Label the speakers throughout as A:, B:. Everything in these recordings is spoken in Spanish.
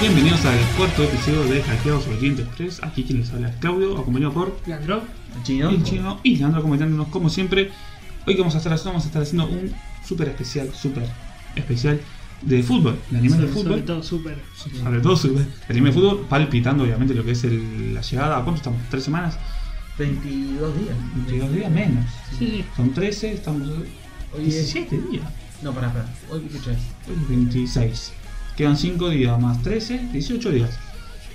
A: Bienvenidos al cuarto episodio de Hackeados Oriente Express. Aquí quien les habla es Claudio, acompañado por
B: Leandro,
C: ¿El chino?
A: el chino y Leandro acompañándonos como siempre. Hoy que vamos a estar haciendo, vamos a estar haciendo un super especial, super especial de fútbol, de anime de
B: sobre, sobre
A: fútbol.
B: todo súper.
A: Sobre todo super anime de fútbol, palpitando obviamente lo que es el- la llegada. ¿Cuánto estamos? ¿Tres semanas?
C: 22 días.
A: 22 días menos.
B: Sí,
A: Son 13, estamos.
C: Hoy es...
A: 17 días.
C: No, pará, pará. Hoy qué fecha es.
A: Hoy es 26. Quedan 5 días más 13, 18 días.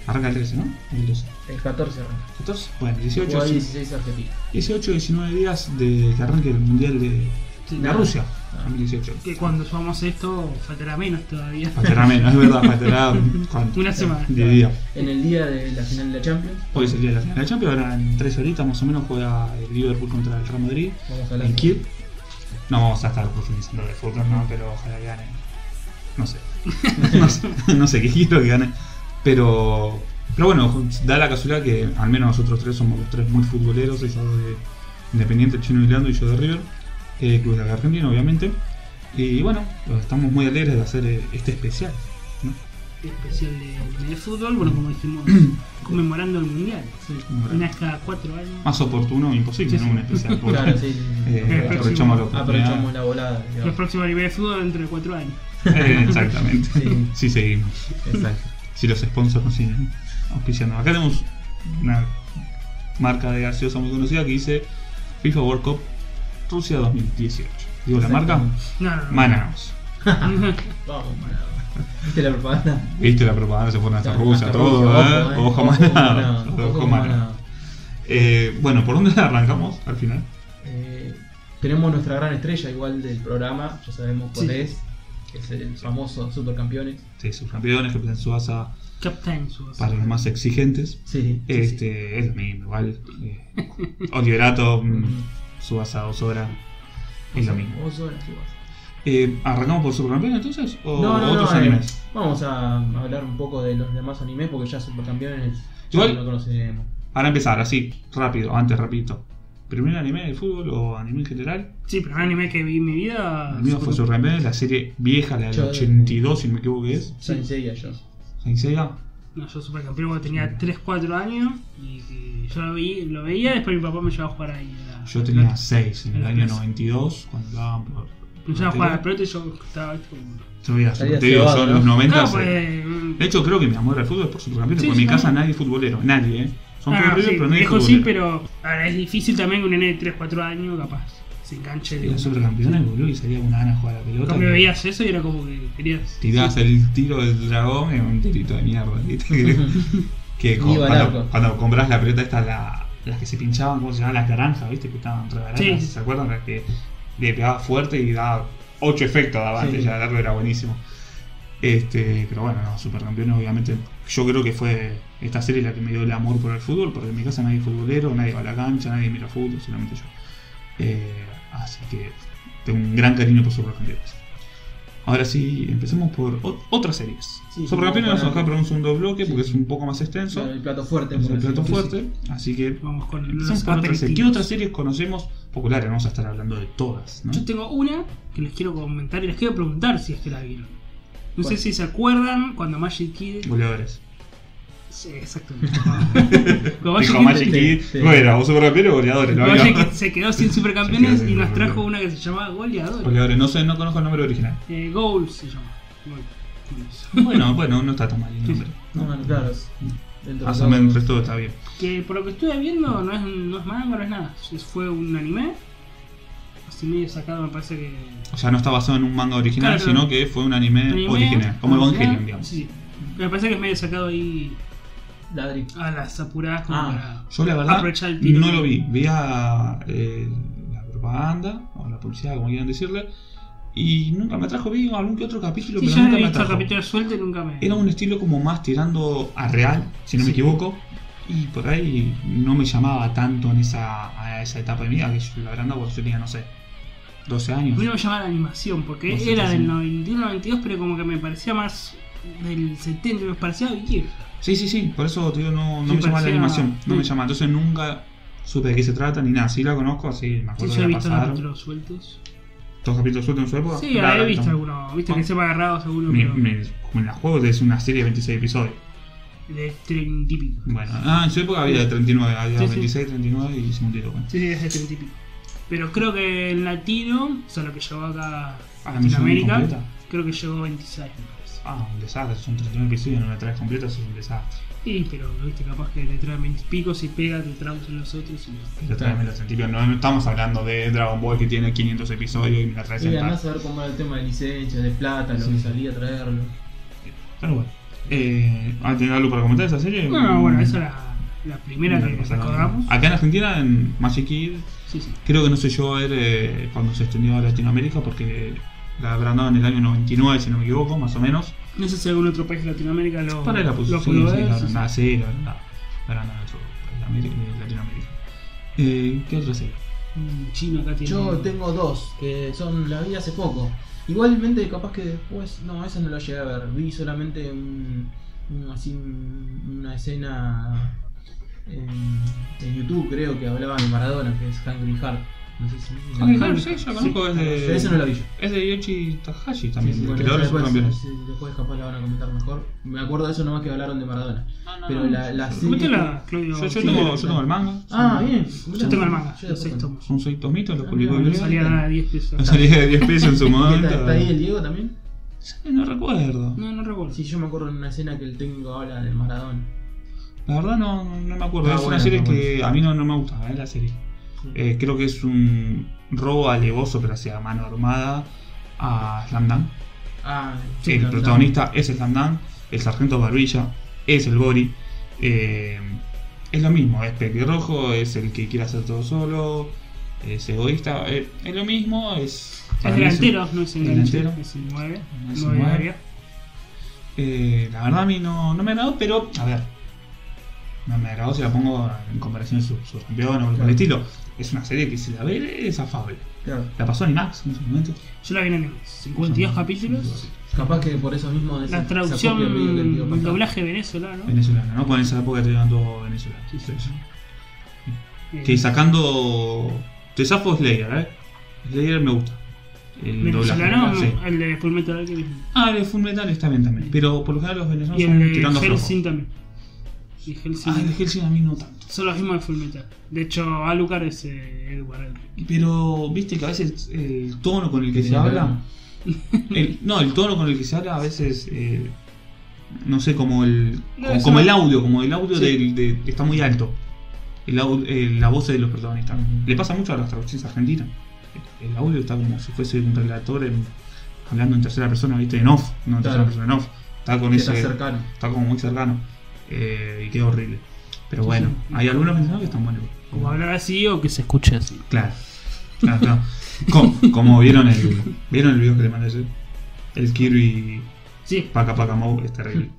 A: Arranca el 13, ¿no? El 12.
C: El 14 arranca.
A: 14, bueno, 18,
C: Jugó a
A: sí.
C: 16 Argentina.
A: 18, 19 días de que arranque el Mundial de,
B: sí.
A: de Rusia,
C: Ah.
A: 2018.
B: Que cuando subamos esto faltará menos todavía.
A: Faltará menos, es verdad, faltará ¿cuánto?
B: Una semana.
A: 10 días.
C: En el día de la final de la Champions.
A: Hoy es el día de la final de la Champions, ahora en 3 horitas más o menos juega el Liverpool contra el Real Madrid
C: Vamos a hablar.
A: en Kiev. No vamos a estar profundizando de fútbol, no, pero ojalá que gane. No sé. no, sé no sé qué quiero que gane. Pero, pero bueno, da la casualidad que al menos nosotros tres somos los tres muy futboleros, ellos dos de Independiente, Chino y Leandro y yo de River, eh, Club de Argentina obviamente. Y bueno, estamos muy alegres de hacer eh, este especial. ¿no?
B: Especial de anime de fútbol, bueno, como dijimos, conmemorando el mundial. Sí,
A: Conmemorando. Ah,
B: Una vez cada cuatro años.
A: Más oportuno, imposible,
B: Sí,
A: ¿no?
B: sí.
A: Un especial. porque,
C: Claro, sí, sí, sí.
A: eh,
B: Próximo.
A: aprovechamos la oportunidad.
C: Aprovechamos la volada.
B: Los
C: digamos.
B: próximos anime de fútbol dentro de cuatro años.
A: Eh, exactamente.
C: Sí.
A: sí, seguimos.
C: Exacto.
A: si los sponsors nos siguen auspiciando. Acá tenemos una marca de gaseosa muy conocida que dice FIFA World Cup Rusia 2018. Digo la marca
B: No, no, no.
A: Manaus.
C: Vamos, Maradona. ¿Viste la propaganda?
A: ¿Viste la propaganda? Se fueron hasta
C: Hasta
A: Rusia,
C: Rusia,
A: todo,
C: ojo,
A: ¿eh?
C: eh.
A: Ojo
C: Ojo,
A: Manaus.
C: Manaus,
A: Ojo
C: ojo,
A: Manaus.
C: Manaus.
A: Eh, Bueno, ¿por dónde arrancamos al final?
C: Eh, tenemos nuestra gran estrella igual del programa. Ya sabemos cuál
B: Sí.
C: es. Es el famoso Supercampeones.
A: Sí, subcampeones que en Suaza
B: Captain Subasa.
A: para los más exigentes.
C: Sí. sí, sí.
A: Este, es lo mismo, igual. Eh, Oliverato,
C: Ujú.
A: Suaza, dos horas. Es lo mismo.
C: Vos sos la que vas.
A: Eh, ¿Arrancamos por Supercampeones entonces? ¿O
C: No, no,
A: otros
C: no, eh,
A: animes?
C: vamos a hablar un poco de los demás animes porque ya supercampeones
A: Igual-
C: no lo conocemos.
A: Ahora empezar, así, rápido, antes, rapidito. ¿Primer anime de fútbol o anime en general?
B: Sí, pero un anime que vi en mi vida.
A: El mío fue
B: Super-
A: Supercampeones, la serie vieja, la del
C: Yo-
A: 82, si no me equivoco que es.
C: Saint Seiya yo.
A: ¿Saint Seiya?
B: No, yo supercampeón cuando tenía 3, 4 años y que yo lo, vi, lo veía, después mi papá me llevaba a jugar ahí. a la-
A: Yo tenía 6 en el
B: la
A: año
B: plaza.
A: 92, cuando daban por...
B: Me llevaba a jugar al
A: por
B: pelota y yo estaba como.
A: Te voy a-
C: Salía
A: te digo, yo
C: cebado,
A: en los
C: ¿no?
A: 90...
B: Claro,
A: se-
B: pues.
A: De hecho, creo que mi amor al fútbol es por Supercampeones,
B: Sí,
A: porque en mi
B: sí,
A: casa
B: también.
A: nadie es futbolero, nadie, ¿eh? Son
B: Ah,
A: futboleros,
B: sí,
A: pero nadie es
B: viejo
A: futbolero.
B: sí, pero ahora es difícil también que un nene de 3, 4 años capaz se enganche
A: Y
B: de
A: los Supercampeones, boludo, y salía una gana a jugar a la pelota.
B: Cuando
A: que-
B: veías eso y era como que querías.
A: Tirás el tiro del dragón en un tirito de mierda, ¿viste? Que- que co-
C: Iba al
A: cuando,
C: arco.
A: cuando compras la pelota esta, la- las que se pinchaban, ¿cómo se llamaban? Las naranjas, ¿viste? Que estaban re baratas,
B: Sí.
A: ¿se acuerdan? Las que le pegaba fuerte y daba 8 efectos, daba
C: Sí.
A: antes, ya el arco era buenísimo. Este, pero bueno, no, Supercampeón obviamente. Yo creo que fue esta serie la que me dio el amor por el fútbol, porque en mi casa nadie es futbolero, nadie va a la cancha, nadie mira fútbol, solamente yo. Eh, así que tengo un gran cariño por Supercampeones. Ahora sí, empecemos por ot- otras series.
C: Sí,
A: Supercampeones vamos
C: vamos para-
A: a dejar por un segundo bloque
C: Sí.
A: porque es un poco más extenso.
C: Claro, el plato fuerte.
A: es
C: por
A: el plato
C: decirlo.
A: fuerte, así que
B: Vamos con
A: empecemos
B: los
A: por otras series. ¿Qué
B: aperitivos.
A: otras series conocemos populares? Vamos a estar hablando de todas, ¿no?
B: Yo tengo una que les quiero comentar y les quiero preguntar si es que la vieron. No sé
C: ¿Cuál?
B: si se acuerdan cuando Magic Kid.
A: Goleadores.
B: Sí, exactamente. cuando Magic
A: Dijo
B: Kid-
A: Magic
C: sí,
A: Kid.
C: sí.
A: Bueno, vos supercampeones o goleadores, lo
B: cuando Magic Kid
A: había.
B: se quedó sin supercampeones
A: Se quedó
B: y
A: sin
B: nos trajo
A: supercampeones.
B: una que se llamaba Goleador.
A: Goleadores, no sé, no conozco el nombre original.
B: Eh, Goal se llama. Goal.
A: Bueno, bueno, no está tan mal el
B: Sí,
A: nombre.
C: No,
A: ¿no?
C: bueno, Ah, claro. es- Dentro
A: Más
C: de
A: o
C: todo-
A: menos el resto está bien.
B: Que por lo que estuve viendo no es, no es manga, no es nada. Es- Fue un anime. Así medio sacado, me parece que.
A: O sea, no está basado en un manga original,
B: Claro,
A: sino
B: claro.
A: que fue un anime,
B: anime,
A: original, como
B: original.
A: Evangelion, digamos.
B: Sí, sí. Pero me parece que es medio sacado ahí
C: Ladri.
B: a las apuradas como
C: Ah.
B: para.
A: Yo la verdad
B: Aprovechar el tiro.
A: no lo vi. Vi a, eh, la propaganda o la publicidad, como quieran decirle, y nunca me atrajo. Vi algún que otro capítulo,
B: Sí,
A: pero
B: yo
A: nunca
B: he
A: me
B: visto el
A: atrajo.
B: capítulo suelto y nunca me.
A: Era un estilo como más tirando a real, si no me
B: Sí.
A: equivoco, y por ahí no me llamaba tanto en esa, a esa etapa de mi vida, que yo, la verdad cuando yo tenía, no sé, 12
B: A mí
A: años.
B: no me llamaba la animación, porque
A: No sé
B: era
A: qué hacen.
B: del 91-92, pero como que me parecía más del 70, me parecía vieja.
A: Sí, sí, sí, por eso te digo, no, no
B: Sí,
A: me llamaba la
B: parecía-
A: animación, no me
B: Sí.
A: llamaba, entonces nunca supe de qué se trata ni nada, sí la conozco, así me
B: Sí,
A: acuerdo
B: yo
A: que
B: he
A: la
B: visto los
A: pasaron.
B: capítulos sueltos.
A: todos los capítulos sueltos en su época. la
B: Sí, he
A: adaptan.
B: visto alguno. Viste que se va agarrado seguro.
A: Mi-
B: pero
A: mi- como en la juego es una serie de 26 episodios.
B: De treinta y pico.
A: Bueno, ah, en su época había de 39, había
B: Sí, sí.
A: 26, 39 y 52. Bueno.
B: Sí, sí, es de treinta y pico. Pero creo que en latino, o sea, lo que llegó acá a
A: Ah, ¿no llegó
B: Latinoamérica,
A: completa?
B: creo que llegó a 26, me parece.
A: Ah, un desastre, son 39 episodios, no la traes completa, eso es un desastre.
B: Sí, pero viste, capaz que te traen 20 y pico, si pega, te traducen los otros y no.
A: Pero tráeme los sentidos, no, no estamos hablando de Dragon Ball que tiene 500 episodios y me la traes
C: Y
A: en
C: además
A: tal.
C: saber cómo era el tema de licencias, de plata, lo
A: Sí.
C: que salía a traerlo.
A: Pero bueno. Eh, ¿ah, ¿Tenés algo para comentar de esa serie?
B: No, Ah, bueno, esa es la, la primera
A: No,
B: que
A: no pasa nada.
B: recordamos.
A: Acá en Argentina, en Magic Kid,
B: Sí, sí.
A: creo que no se llegó a ver eh, cuando se extendió a Latinoamérica porque la habrán dado en el año 99, si no me equivoco, más o menos.
B: No sé si algún otro país de Latinoamérica lo,
A: Para la
B: lo
A: posición,
B: pudo
A: sí,
B: ver.
A: la
B: sí, sí.
A: verdad, sí, la verdad. La verdad, otro país de América- de Latinoamérica. Eh, ¿Qué otra serie?
B: Un chino acá tiene.
C: Yo tengo dos, que son, la vi hace poco. Igualmente, capaz que después, no, esa no la llegué a ver. Vi solamente un- un- así, un- una escena en, en YouTube, creo que hablaba de Maradona, que es Hungry Heart. No sé si.
A: Hungry Heart, Ah, sí, yo la conozco, es de-
C: Pero esa no la vi yo.
A: Es de Yoshi Takahashi también,
C: Sí, sí,
A: el
C: bueno,
A: creador de
C: esa
A: los
C: después,
A: campeones.
C: sí, después capaz la van a comentar mejor. Me acuerdo de eso nomás que hablaron de Maradona. Pero
A: no,
C: la, la serie-
B: Comentala, Claudio.
A: Yo, yo
B: Sí,
A: tengo,
B: la-
A: yo tengo el manga.
C: Ah, bien.
B: Yo tengo el manga,
C: Yo
B: el
C: después
B: sexto.
A: Son seis tomitos, los publicó
C: Ah,
B: No
C: mira,
A: Ibrea.
B: salía nada de 10 pesos.
A: No salía de 10 pesos en su
C: ¿Está,
A: momento.
C: está ahí el Diego también?
A: No recuerdo.
B: No, no recuerdo.
C: Sí, yo me acuerdo de una escena que el técnico habla de Maradona.
A: La verdad no, no me acuerdo.
C: Ah,
A: es
C: bueno,
A: una serie
C: está
A: que a mí no, no me gustaba, ¿eh? la serie. Eh, creo que es un robo alevoso, pero hacia mano armada, a Slam Dunk.
C: Ah,
A: el
C: claro,
A: protagonista es Slam Dunk, el sargento Barbilla es el Bori. Eh, es lo mismo, es pelirrojo, es el que quiere hacer todo solo, es egoísta, eh, es lo mismo, es...
B: Es
A: para mí es un-
B: delantero, no es enganche.
A: delantero.
B: Es el 9.
A: No es
B: 9
A: un
B: de
A: nueve.
B: área.
A: Eh, la verdad a mí no, no me agradó, pero a ver. No me agradó si la pongo en comparación a su, su campeón o algo por el
C: Claro.
A: estilo. Es una serie que si la ve es afable.
C: claro.
A: La pasó Animax en su momento.
B: Yo la vi en anime. 52 capítulos.
C: Capaz que por eso mismo. de esa-
B: La
C: esa copia medio que el tío
B: traducción, el
C: pasaba.
B: doblaje venezolano.
A: Venezolana, ¿no? Con esa época te llevan todo venezolano.
B: Sí, sí, sí. Eh,
A: Que sacando. Te zafo Slayer, ¿eh? Slayer me gusta. El
B: Venezolano,
A: doblaje, sí.
B: el de Full Metal Alchemist.
A: Ah, el Full Metal está bien también. Pero por lo general los venezolanos
B: Y
A: son
B: el
A: tirando
B: de
A: a flojo.
B: Hellsing también. Y Hellsing.
A: Ah, el de Hellsing a mí no tanto.
B: Son los mismos de Full Metal. De hecho, Alucard es eh, Edward. Elric.
A: Pero viste que a veces el tono con el que
C: Sí,
A: se
C: claro.
A: habla. el- no, el tono con el que se habla a veces. eh, no sé, como el.
B: No,
A: como,
B: eso
A: como
B: no.
A: el audio, como el audio
B: Sí.
A: del- de- está muy alto. El au- eh, la voz de los protagonistas.
C: Ujú.
A: Le pasa mucho a las traducciones argentinas. El, el audio está como si fuese un relator en- hablando en tercera persona, viste, en off, no en tercera
C: Claro.
A: persona, en off. Está con
C: Que
A: ese.
C: Está cercano.
A: Está como muy cercano. eh, y queda horrible. Pero bueno,
B: sí.
A: hay algunos mensajes que están buenos.
B: Como hablar así o que se escuche así.
A: Claro. Claro, claro. Como, como vieron el. ¿Vieron el video que te mandé ayer? El Kirby
B: Sí.
A: Paca Paca Mou es
B: Hm.
A: terrible.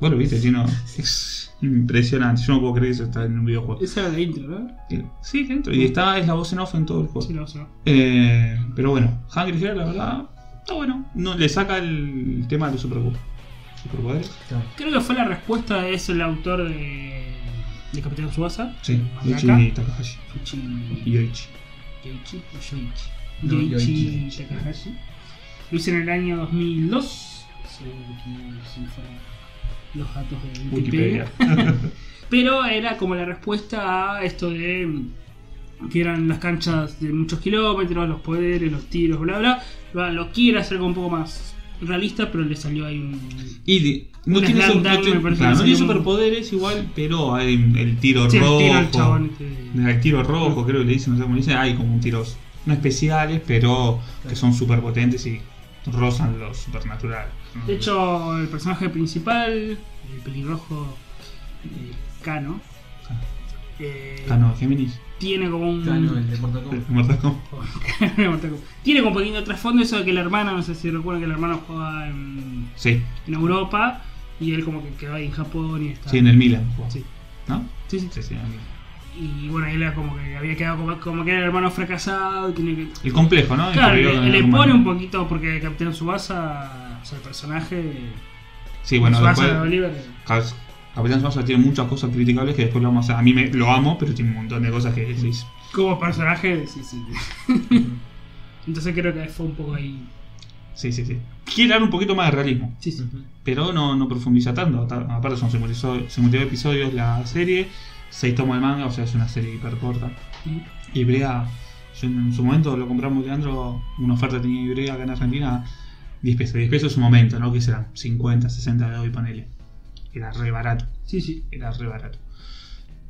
A: Vos lo viste, chino. Es impresionante. Yo no puedo creer que eso está en un videojuego.
B: Esa era la intro, ¿verdad?
A: Sí, que dentro. Y está, es la voz en off en todo el
B: Sí,
A: juego.
B: la voz, ¿no?
A: Eh, pero bueno, Hungry Heart, la verdad, está bueno. No, le saca el tema de los superpo- superpoderes.
C: Claro.
B: Creo que fue la respuesta, es el autor de, de Capitán Subasa.
A: Sí, Yoichi
B: Mangaka.
A: y Takahashi. Y
B: Fuchi-
A: Yoichi.
B: Yoichi o Yoichi.
C: No,
B: Yoichi
C: Yoichi.
B: Takahashi. Lo hice en el año 2002. Según que si fueran los datos de Wikipedia.
A: Wikipedia.
B: Pero era como la respuesta a esto de mm, que eran las canchas de muchos kilómetros, los poderes, los tiros, bla bla. Lo, lo quiere hacer como un poco más realista, pero le salió ahí un.
A: Y de- no
B: Un
A: tiene,
B: slam
A: su- no
B: dunk,
A: tiene-
B: me parece
A: claro,
B: que
A: no tiene
B: sería un-
A: superpoderes igual, pero hay el tiro
B: Sí, el
A: rojo.
B: tiro al chabón este.
A: El tiro rojo, creo que le dicen, no sé cómo le dicen, hay como un tiros no especiales, pero que son super potentes y rozan lo supernatural. ¿no?
B: De hecho, el personaje principal, el pelirrojo eh, Cano,
A: Ah,
B: eh,
A: Ah, no, Géminis.
B: tiene como un.
C: Cano, el de Mortal
A: El
C: Kombat.
A: Mortal Kombat.
B: tiene como un pequeño trasfondo eso de que la hermana, no sé si recuerdan que la hermana jugaba en,
A: Sí,
B: en Europa y él como que quedó ahí en Japón y está.
A: sí, en el Milan. jugó.
B: Sí.
A: ¿No?
B: Sí, sí.
A: Sí, sí, en el Milan.
B: Y bueno, él era como que había quedado como, como que era el hermano fracasado. y tenía que-
A: Ah, El complejo, ¿no?
B: Claro,
A: Inferior
B: le,
A: en
B: le
A: algún
B: pone un
A: momento.
B: poquito porque Capitán Subasa, o sea, el personaje.
A: Sí, bueno,
B: Tsubasa de
A: después.
B: Oliver.
A: Cap- Capitán Tsubasa tiene muchas cosas criticables que después lo vamos a. A mí me, lo amo, pero tiene un montón de cosas que decís.
B: Como personaje, sí, sí. Entonces creo que fue un poco ahí.
A: Sí, sí, sí. Quiere dar un poquito más de realismo,
B: Sí, sí.
A: pero no, no profundiza tanto. Ta- Aparte son 52 52 episodios la serie, 6 tomos el manga, o sea, es una serie hiper corta. Ibrea, yo en su momento lo compramos Leandro, una oferta tenía Ibrea acá en Argentina, 10 pesos. 10 pesos en su momento, ¿no? Que serán 50, 60 de hoy panele. Era re barato,
B: Sí, sí.
A: era re barato.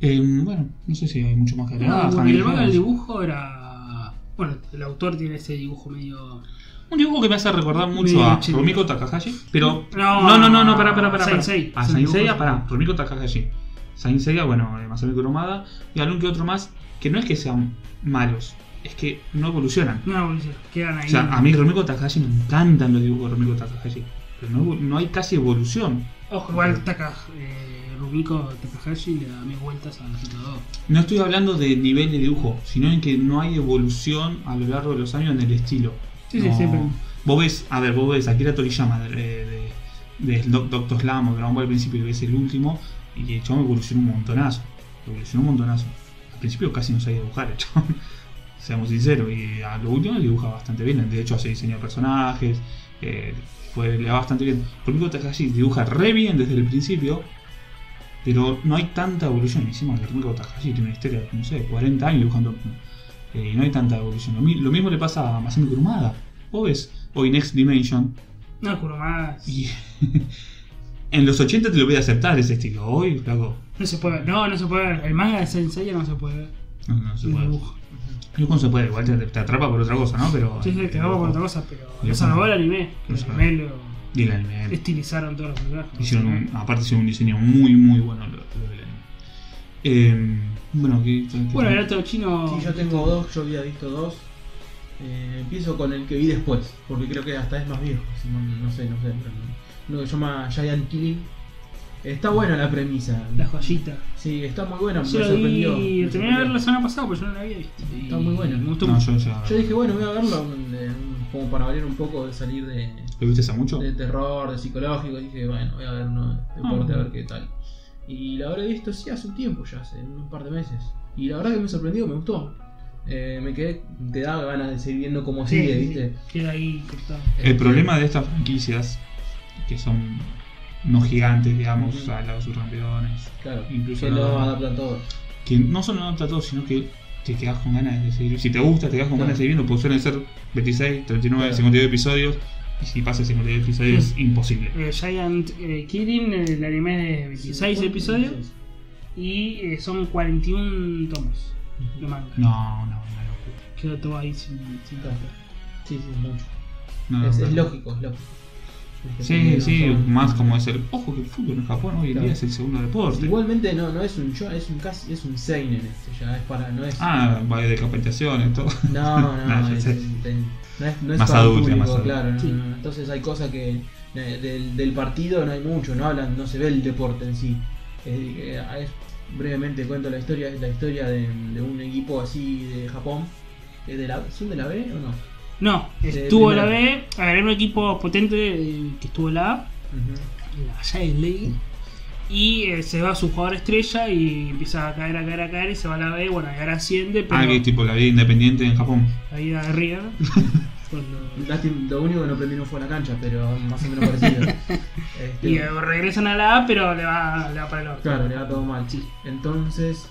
A: Eh, bueno, no sé si hay mucho más que
B: Ah,
A: agregar.
B: bueno, y
A: Family
B: el manga del
A: Guy.
B: dibujo era. Bueno, el autor tiene ese dibujo medio.
A: Un dibujo que me hace recordar mucho
B: Medio
A: a
B: chino.
A: Rumiko Takahashi, pero...
B: No,
A: no, no, no, no pará, pará, pará. pará.
B: Sensei.
A: A
B: Son
A: Saint Seiya,
B: dibujos.
A: pará, Rumiko Takahashi. Saint Seiya, bueno, eh, Masami Kuromada, y algún que otro más, que no es que sean malos, es que no evolucionan.
B: No, boludo, quedan ahí.
A: O sea, a mí Romiko Takahashi me encantan los dibujos de Romiko Takahashi. Pero no, no hay casi evolución.
B: Ojo, igual Taka, eh, Rumiko Takahashi le da mil vueltas al resultado.
A: No estoy hablando de nivel de dibujo, sino en que no hay evolución a lo largo de los años en el estilo.
B: Sí, sí,
A: No.
B: siempre.
A: Vos ves, a ver, vos ves Akira Toriyama de, de, de Do- Doctor Slam o Dragon Ball al principio y ves el último, y el chabón evolucionó un montonazo. Evolucionó un montonazo. Al principio casi no sabía dibujar el chabón, seamos sinceros, y a lo último dibuja bastante bien. De hecho, hace diseño de personajes, eh, fue, le va bastante bien. Rumiko Takahashi dibuja re bien desde el principio, pero no hay tanta evolución. Encima, el Rumiko Takahashi tiene una historia de, no sé, 40 años dibujando. eh, y no hay tanta evolución. Lo, mi- lo mismo le pasa a Masami Kurumada. O ves, o Next Dimension.
B: No, Kurumada.
A: Y en los 80 te lo voy a aceptar ese estilo. Hoy, flaco,
B: No se puede ver. No, no se puede ver. El manga de Sensei no se puede ver.
A: no, no se
B: El
A: puede.
B: dibujo.
A: Dibujo se puede, igual te, te atrapa por otra cosa, ¿no? Pero,
B: Sí, sí, te hago por otra cosa, pero
A: Y
B: lo
A: ojo.
B: salvó el anime. que
A: Lo
B: El
A: salvó.
B: anime lo
A: Y el anime.
B: estilizaron todos los personajes.
A: Hicieron un- aparte hicieron un diseño muy, muy bueno lo, lo del anime. Eh, bueno, ¿qué, qué- qué-
B: Bueno, el otro chino.
C: Sí, yo tengo dos, yo había visto dos. Eh, empiezo con el que vi después, porque creo que hasta es más viejo. si no, no sé, no sé. pero- Uno que se llama Giant Killing. Está buena la premisa.
B: La joyita.
C: Sí, está muy buena, me
B: Yo lo vi.
C: sorprendió. me
B: Terminé de verlo
C: sorprendió.
B: la semana pasada, pero yo no la había visto. Y
C: Está muy bueno.
B: Me gustó
A: No,
B: mucho.
A: yo ya.
C: Yo dije, bueno, voy a verlo de- como para variar un poco de salir de,
A: ¿Lo viste hace mucho?
C: de terror, de psicológico. y Dije, bueno, voy a ver uno de deporte a ver qué tal. Y la habré visto, sí, hace un tiempo ya, hace un par de meses. Y la verdad que me sorprendió, me gustó. Eh, me quedé, te da ganas de seguir viendo cómo
B: Sí,
C: sigue,
B: sí,
C: ¿viste? Este,
B: sí, Queda ahí cortado.
A: El problema de estas franquicias, que son no gigantes, digamos,
C: Ujú.
A: al lado de sus campeones,
C: Claro,
A: incluso
C: que
A: la-
C: lo adaptan todo.
A: que no solo no adapta a todo, sino que te quedas con ganas de seguir. Si te gusta, te quedas con
C: Claro.
A: ganas de seguir viendo, porque suelen ser 26, 39,
C: Claro. Mm.
A: 52 episodios, y si pasa 52 episodios es imposible.
B: Eh, Giant eh, Killing, el anime de 26 episodios. Y eh, son 41 tomos de manga.
A: No, no, no, no.
B: Quedó todo ahí sin, sin
C: Claro. Sí, sí, es mucho.
A: no,
C: es,
A: no,
C: es
A: no.
C: lógico, es lógico. Es que
A: Ah, Sí,
C: no
A: sí,
C: son-
A: más como es el. Ojo que el fútbol en Japón hoy en
C: eh, Claro.
A: día es el segundo deporte.
C: Igualmente no, no es un yo, es un casi, es un seinen este, ya es para, no es.
A: Ah, va de decapitaciones, todo.
C: No, no,
A: Nah, ya
C: es,
A: sé.
C: ten- no es, no es
A: Más
C: para el
A: adulta,
C: público,
A: más adulta.
C: claro. no,
B: Sí.
C: no, no. Entonces hay cosas que eh, del, del partido no hay mucho, no hablan, no se ve el deporte en sí. Eh, eh, es- brevemente cuento la historia, es la historia de, de un equipo así de Japón. Eh, de la, ¿Son de la B o no?
B: No,
C: Sí,
B: estuvo la
C: primero.
B: B. A ver, era un equipo potente eh, que estuvo la A,
C: Ujú.
B: la Giant League. Y eh, se va a su jugador estrella y empieza a caer, a caer, a caer. Y se va a la B. Bueno, y ahora asciende, pero
A: Ah, que es tipo la vida independiente en Japón.
B: la vida de River. cuando-
C: Lástima, Lo único que no aprendí no fue la cancha, pero más o menos parecido. Este,
B: Y eh, regresan a la A, pero le va, le va para el otro.
C: Claro, le va todo mal.
B: Sí.
C: Entonces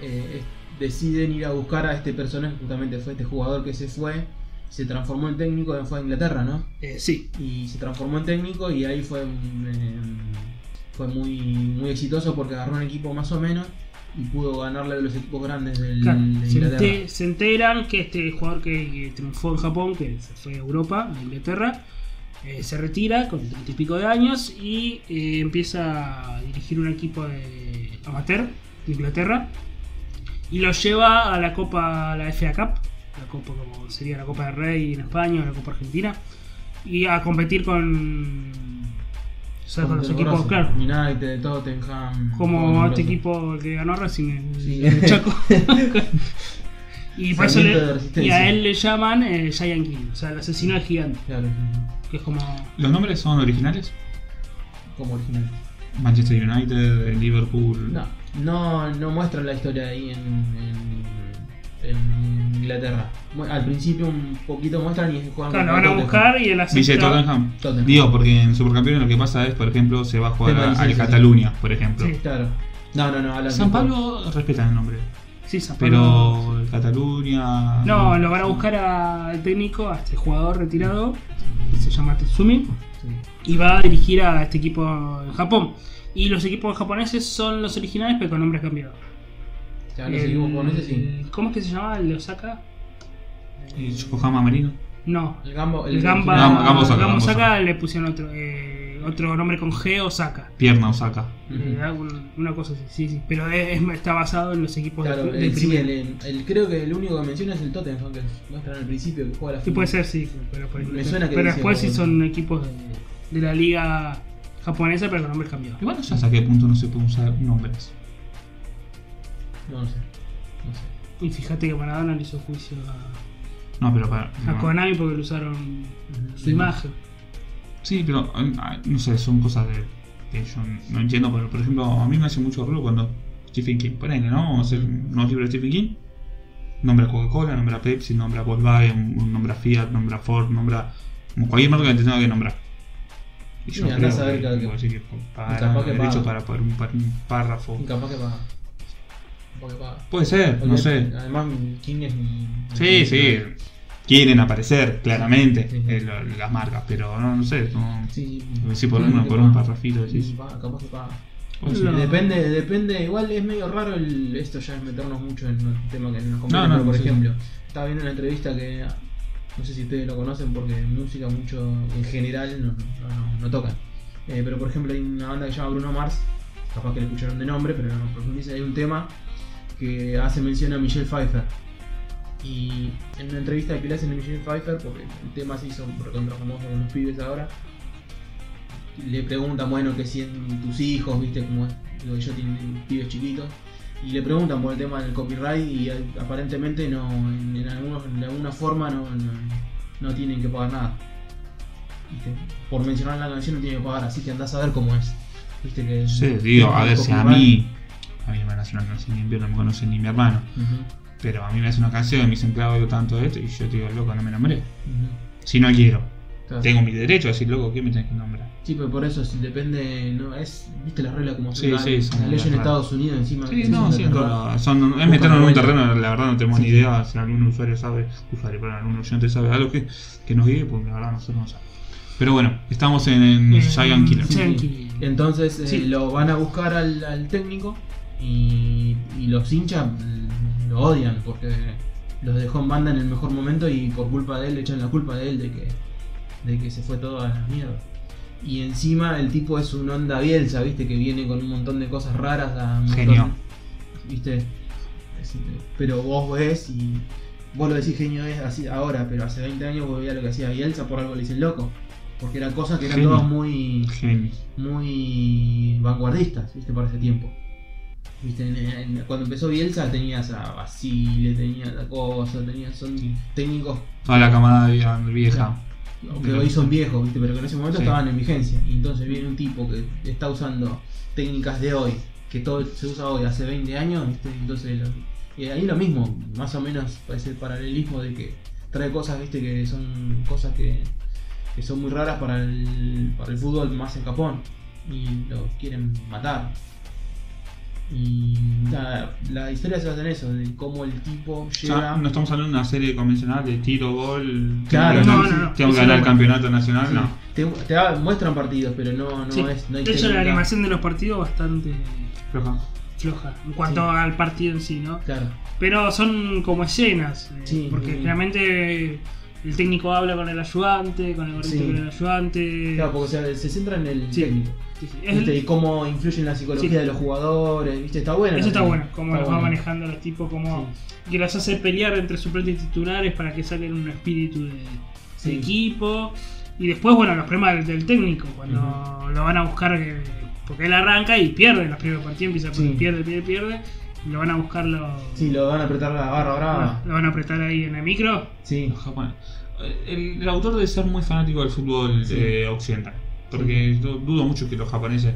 C: eh, es- deciden ir a buscar a este personaje, justamente fue este jugador que se fue, se transformó en técnico, fue a Inglaterra, ¿no?
B: Eh, sí.
C: Y se transformó en técnico y ahí fue, mm, eh, fue muy, muy exitoso porque agarró un equipo más o menos y pudo ganarle a los equipos grandes del,
B: Claro,
C: de
B: se,
C: Inglaterra.
B: ente- se enteran que este jugador que, que triunfó en Japón, que se fue a Europa, a Inglaterra, eh, se retira con treinta y pico de años y eh, empieza a dirigir un equipo de amateur de Inglaterra y lo lleva a la Copa, a la FA Cup, la Copa como sería la Copa del Rey en España o la Copa Argentina, y a competir con, o sea, con los
C: Contra
B: equipos,
C: Racing,
B: claro,
C: United, Tottenham.
B: como este
C: este
B: equipo que ganó Racing en
C: Sí.
B: en Chaco. y por eso
C: Sarmiento
B: le-
C: de
B: y
C: Resistencia.
B: a él le llaman eh, Giant King, o sea, el asesino del gigante,
C: Claro,
B: que es como
A: ¿Los nombres son originales?
C: como original.
A: Manchester United, Liverpool.
C: No, no, no muestran la historia ahí en, en, en Inglaterra. Mu- Al principio un poquito muestran y juegan
B: Claro, lo
C: contra
B: van a
C: Tottenham.
B: buscar y en la
A: Dice
B: sexta-
A: Tottenham.
C: Tottenham.
A: Digo, porque en Supercampeones lo que pasa es, por ejemplo, se va a jugar
C: Sí,
A: a-
C: sí,
A: al
C: sí, sí.
A: Cataluña, por ejemplo.
B: Sí.
C: Claro. No, no, no, hablan
A: San
C: de-
A: Pablo respeta el nombre.
B: Sí, San Pablo.
A: Pero el Cataluña.
B: No, lo van a buscar a- al técnico, a este jugador retirado, que se llama Tetsumi,
C: Sí.
B: y va a dirigir a este equipo en Japón. Y los equipos japoneses son los originales, pero con nombres cambiados.
C: O sea, Ah, los equipos japoneses sí.
B: el- ¿Cómo es que se llama? ¿El de Osaka?
A: ¿Y Yokohama Marino.
B: No.
C: El Gambo,
B: El Gamba,
A: Gamba- Gamba Osaka,
B: Gamba
A: Gamba
B: Osaka
A: Osaka.
B: le pusieron otro, eh, otro nombre con G, Osaka.
A: Pierna Osaka.
B: Eh,
C: Ujú.
B: algún- una cosa así, sí, sí. Pero es- está basado en los equipos
C: Claro,
B: de, de
C: el, sí,
B: primera.
C: el, el- creo que el único que menciona es el Tottenham que muestran al principio que juega la
B: Sí,
C: final.
B: puede ser, sí. Pero, por ejemplo,
C: Me suena que
B: pero
C: decía
B: después sí
C: algo.
B: son equipos de, de la liga japonesa, pero con nombres cambiados.
A: Igual no sé hasta qué punto no se pueden usar nombres.
C: No, no sé. No sé.
B: Y fíjate que Maradona le hizo juicio a,
A: No, pero para.
B: a
A: no.
B: Konami porque le usaron
C: Ujú.
B: su imagen.
A: Sí, pero eh, ah, no sé, son cosas de, que yo no entiendo. Pero, por ejemplo, a mí me hace mucho ruido cuando Stephen King, ponele, ¿no? Vamos a hacer unos libros de Stephen King. Nombra Coca-Cola, nombra Pepsi, nombra Volkswagen, nombra Fiat, nombra Ford, nombra cualquier marca que te tenga que nombrar. Y
C: Y andá a saber, claro,
A: digo,
C: que-
A: así que para,
C: capaz que
A: derecho
C: paga.
A: para, para un, para un párrafo.
C: Incapaz que paga. Incapaz que paga.
A: Puede ser, no sé.
C: Además, King es mi.
A: Sí, sí. Quieren aparecer, claramente,
C: Sí, sí.
A: eh, lo- las marcas, pero no, no sé. No,
C: Sí,
A: Sí, por uno- por un parrafito, decís.
C: Y va, capaz que paga.
A: Puede
B: No.
A: ser.
C: Depende, depende, igual es medio raro el, esto ya es meternos mucho en un tema que nos compete,
A: No, no,
C: pero, por
A: sí, sí.
C: ejemplo, estaba viendo una entrevista que no sé si ustedes lo conocen porque música mucho en general no, no, no- no tocan. Eh, pero por ejemplo hay una banda que se llama Bruno Mars, capaz que le escucharon de nombre, pero no profundicen, hay un tema que hace mención a Michelle Pfeiffer. Y en una entrevista que le hacen a Michelle Pfeiffer, porque el tema se hizo recontra famoso con los pibes ahora, le preguntan, bueno, que si en tus hijos, viste, como es lo que yo tienen pibes chiquitos, y le preguntan por el tema del copyright y eh, aparentemente no, en, en algunos, de alguna forma no, no, no tienen que pagar nada. Viste, Por mencionar la canción no tienen que pagar, así que andás a ver cómo es. Viste que
A: Sí, digo, a
C: Este, el
A: ver si a
C: copyright-
A: mí. A mí no me nace una canción ni en vivo, no me conoce ni mi hermano.
C: Ujú,
A: Pero a mí me hace una canción y me dicen, claro, yo tanto de esto. Y yo te digo, loco, no me nombré.
C: ujú,
A: Si no quiero,
C: claro.
A: tengo mi derecho a decir, loco, ¿qué me tenés que nombrar?
C: Sí, pero por eso es- depende, no es, viste las reglas como
A: Sí,
C: son,
A: sí,
C: la,
A: son
C: la ley
A: las
C: en
A: raras.
C: Estados Unidos encima.
A: Sí,
C: que
A: no,
C: son
A: sí,
C: de terror.
A: no, son, es meternos en un terreno, la verdad no tenemos ni idea. Si algún usuario sabe, usuario, perdón, algún oyente sabe algo que, que nos guíe, pues la verdad nosotros no sabemos. Pero bueno, estamos en,
B: Eh,
A: Giant Killer.
B: sí.
C: Sí. Entonces eh,
B: Sí.
C: lo van a buscar al, al técnico y, y los hinchas mm, lo odian porque los dejó en banda en el mejor momento y por culpa de él le echan la culpa de él de que, de que se fue todo a la mierda. Y encima el tipo es un onda bielsa, viste, que viene con un montón de cosas raras. A un montón-
A: Genio.
C: viste. Es- Pero vos ves y vos lo decís genio es así ahora, pero hace 20 años vos veías lo que hacía Bielsa, por algo le dicen loco. Porque eran cosas que eran
A: Genio.
C: todas muy
A: Genio.
C: muy vanguardistas, ¿viste? Para ese tiempo. ¿Viste? En- en- cuando empezó Bielsa tenías a Basile, tenías a Cosa, tenías, son
A: Sí.
C: técnicos
A: Toda la camada vieja. vieja.
C: que hoy son viejos, ¿viste? Pero que en ese momento
A: Sí.
C: estaban en vigencia. Y entonces viene un tipo que está usando técnicas de hoy, que todo se usa hoy, hace 20 años, ¿viste? Entonces, lo- y ahí lo mismo, más o menos ese paralelismo de que trae cosas, ¿viste? Que son cosas que, que son muy raras para el, para el fútbol más en Japón. Y lo quieren matar. Y nada, la historia se basa en eso, de cómo el tipo
A: O sea,
C: llega...
A: no estamos hablando de una serie convencional de tiro, gol.
C: Claro,
A: tengo que
B: no,
A: ganar-
B: no, no.
A: Tengo que
C: Eso
A: ganar
C: no-
A: el campeonato nacional,
C: Sí.
A: no.
C: Te, te da- muestran partidos, pero no, no
B: Ah, Sí.
C: es. No hay
B: de hecho, la
C: técnica.
B: animación de los partidos bastante
A: Floja.
B: floja en cuanto
C: Sí.
B: al partido en sí, ¿no?
C: Claro.
B: Pero son como escenas, eh,
C: Sí,
B: porque
C: sí.
B: realmente el técnico habla con el ayudante, con el gordito
C: Sí.
B: con el ayudante.
C: Claro, porque o sea, se centra en el
B: Sí.
C: técnico.
B: Sí, sí. Es-
C: ¿viste? Y cómo influye en la psicología
B: Sí.
C: de los jugadores, ¿viste? Está bueno.
B: Eso está
C: Sí.
B: bueno, cómo
C: eh, Está
B: los va
C: bueno.
B: manejando los tipos, cómo que los hace pelear entre suplentes y titulares para que saquen un espíritu de, de
C: Sí.
B: equipo. Y después, bueno, los problemas del, del técnico, cuando lo van a buscar, eh, porque él arranca y pierde en los primeros partidos, empieza a
C: Sí.
B: pierde, pierde, pierde, y lo van a buscar los...
C: Sí, Ah. lo van a apretar la barra brava.
B: lo van a apretar ahí en el micro.
C: Sí.
A: Los japoneses. Eh, El, el autor debe ser muy fanático del fútbol
C: Sí.
A: eh, occidental. Porque yo dudo mucho que los japoneses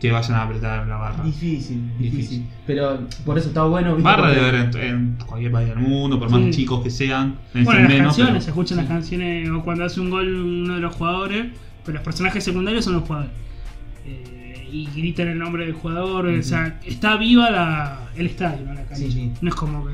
A: que vayan a apretar la barra.
C: Difícil, difícil,
A: Difícil.
C: Pero por eso está bueno. ¿viste?
A: Barra
C: Porque-
A: de ver en, en cualquier país del mundo, por más
B: Sí.
A: chicos que sean, deben
B: Bueno,
A: ser
B: las
A: menos.
B: canciones, se
A: pero-
B: escuchan las canciones o cuando hace un gol uno de los jugadores, pero los personajes secundarios son los jugadores. Eh, y gritan el nombre del jugador, o sea, está viva la, el estadio, ¿no? La cancha.
C: Sí, sí.
B: No es como que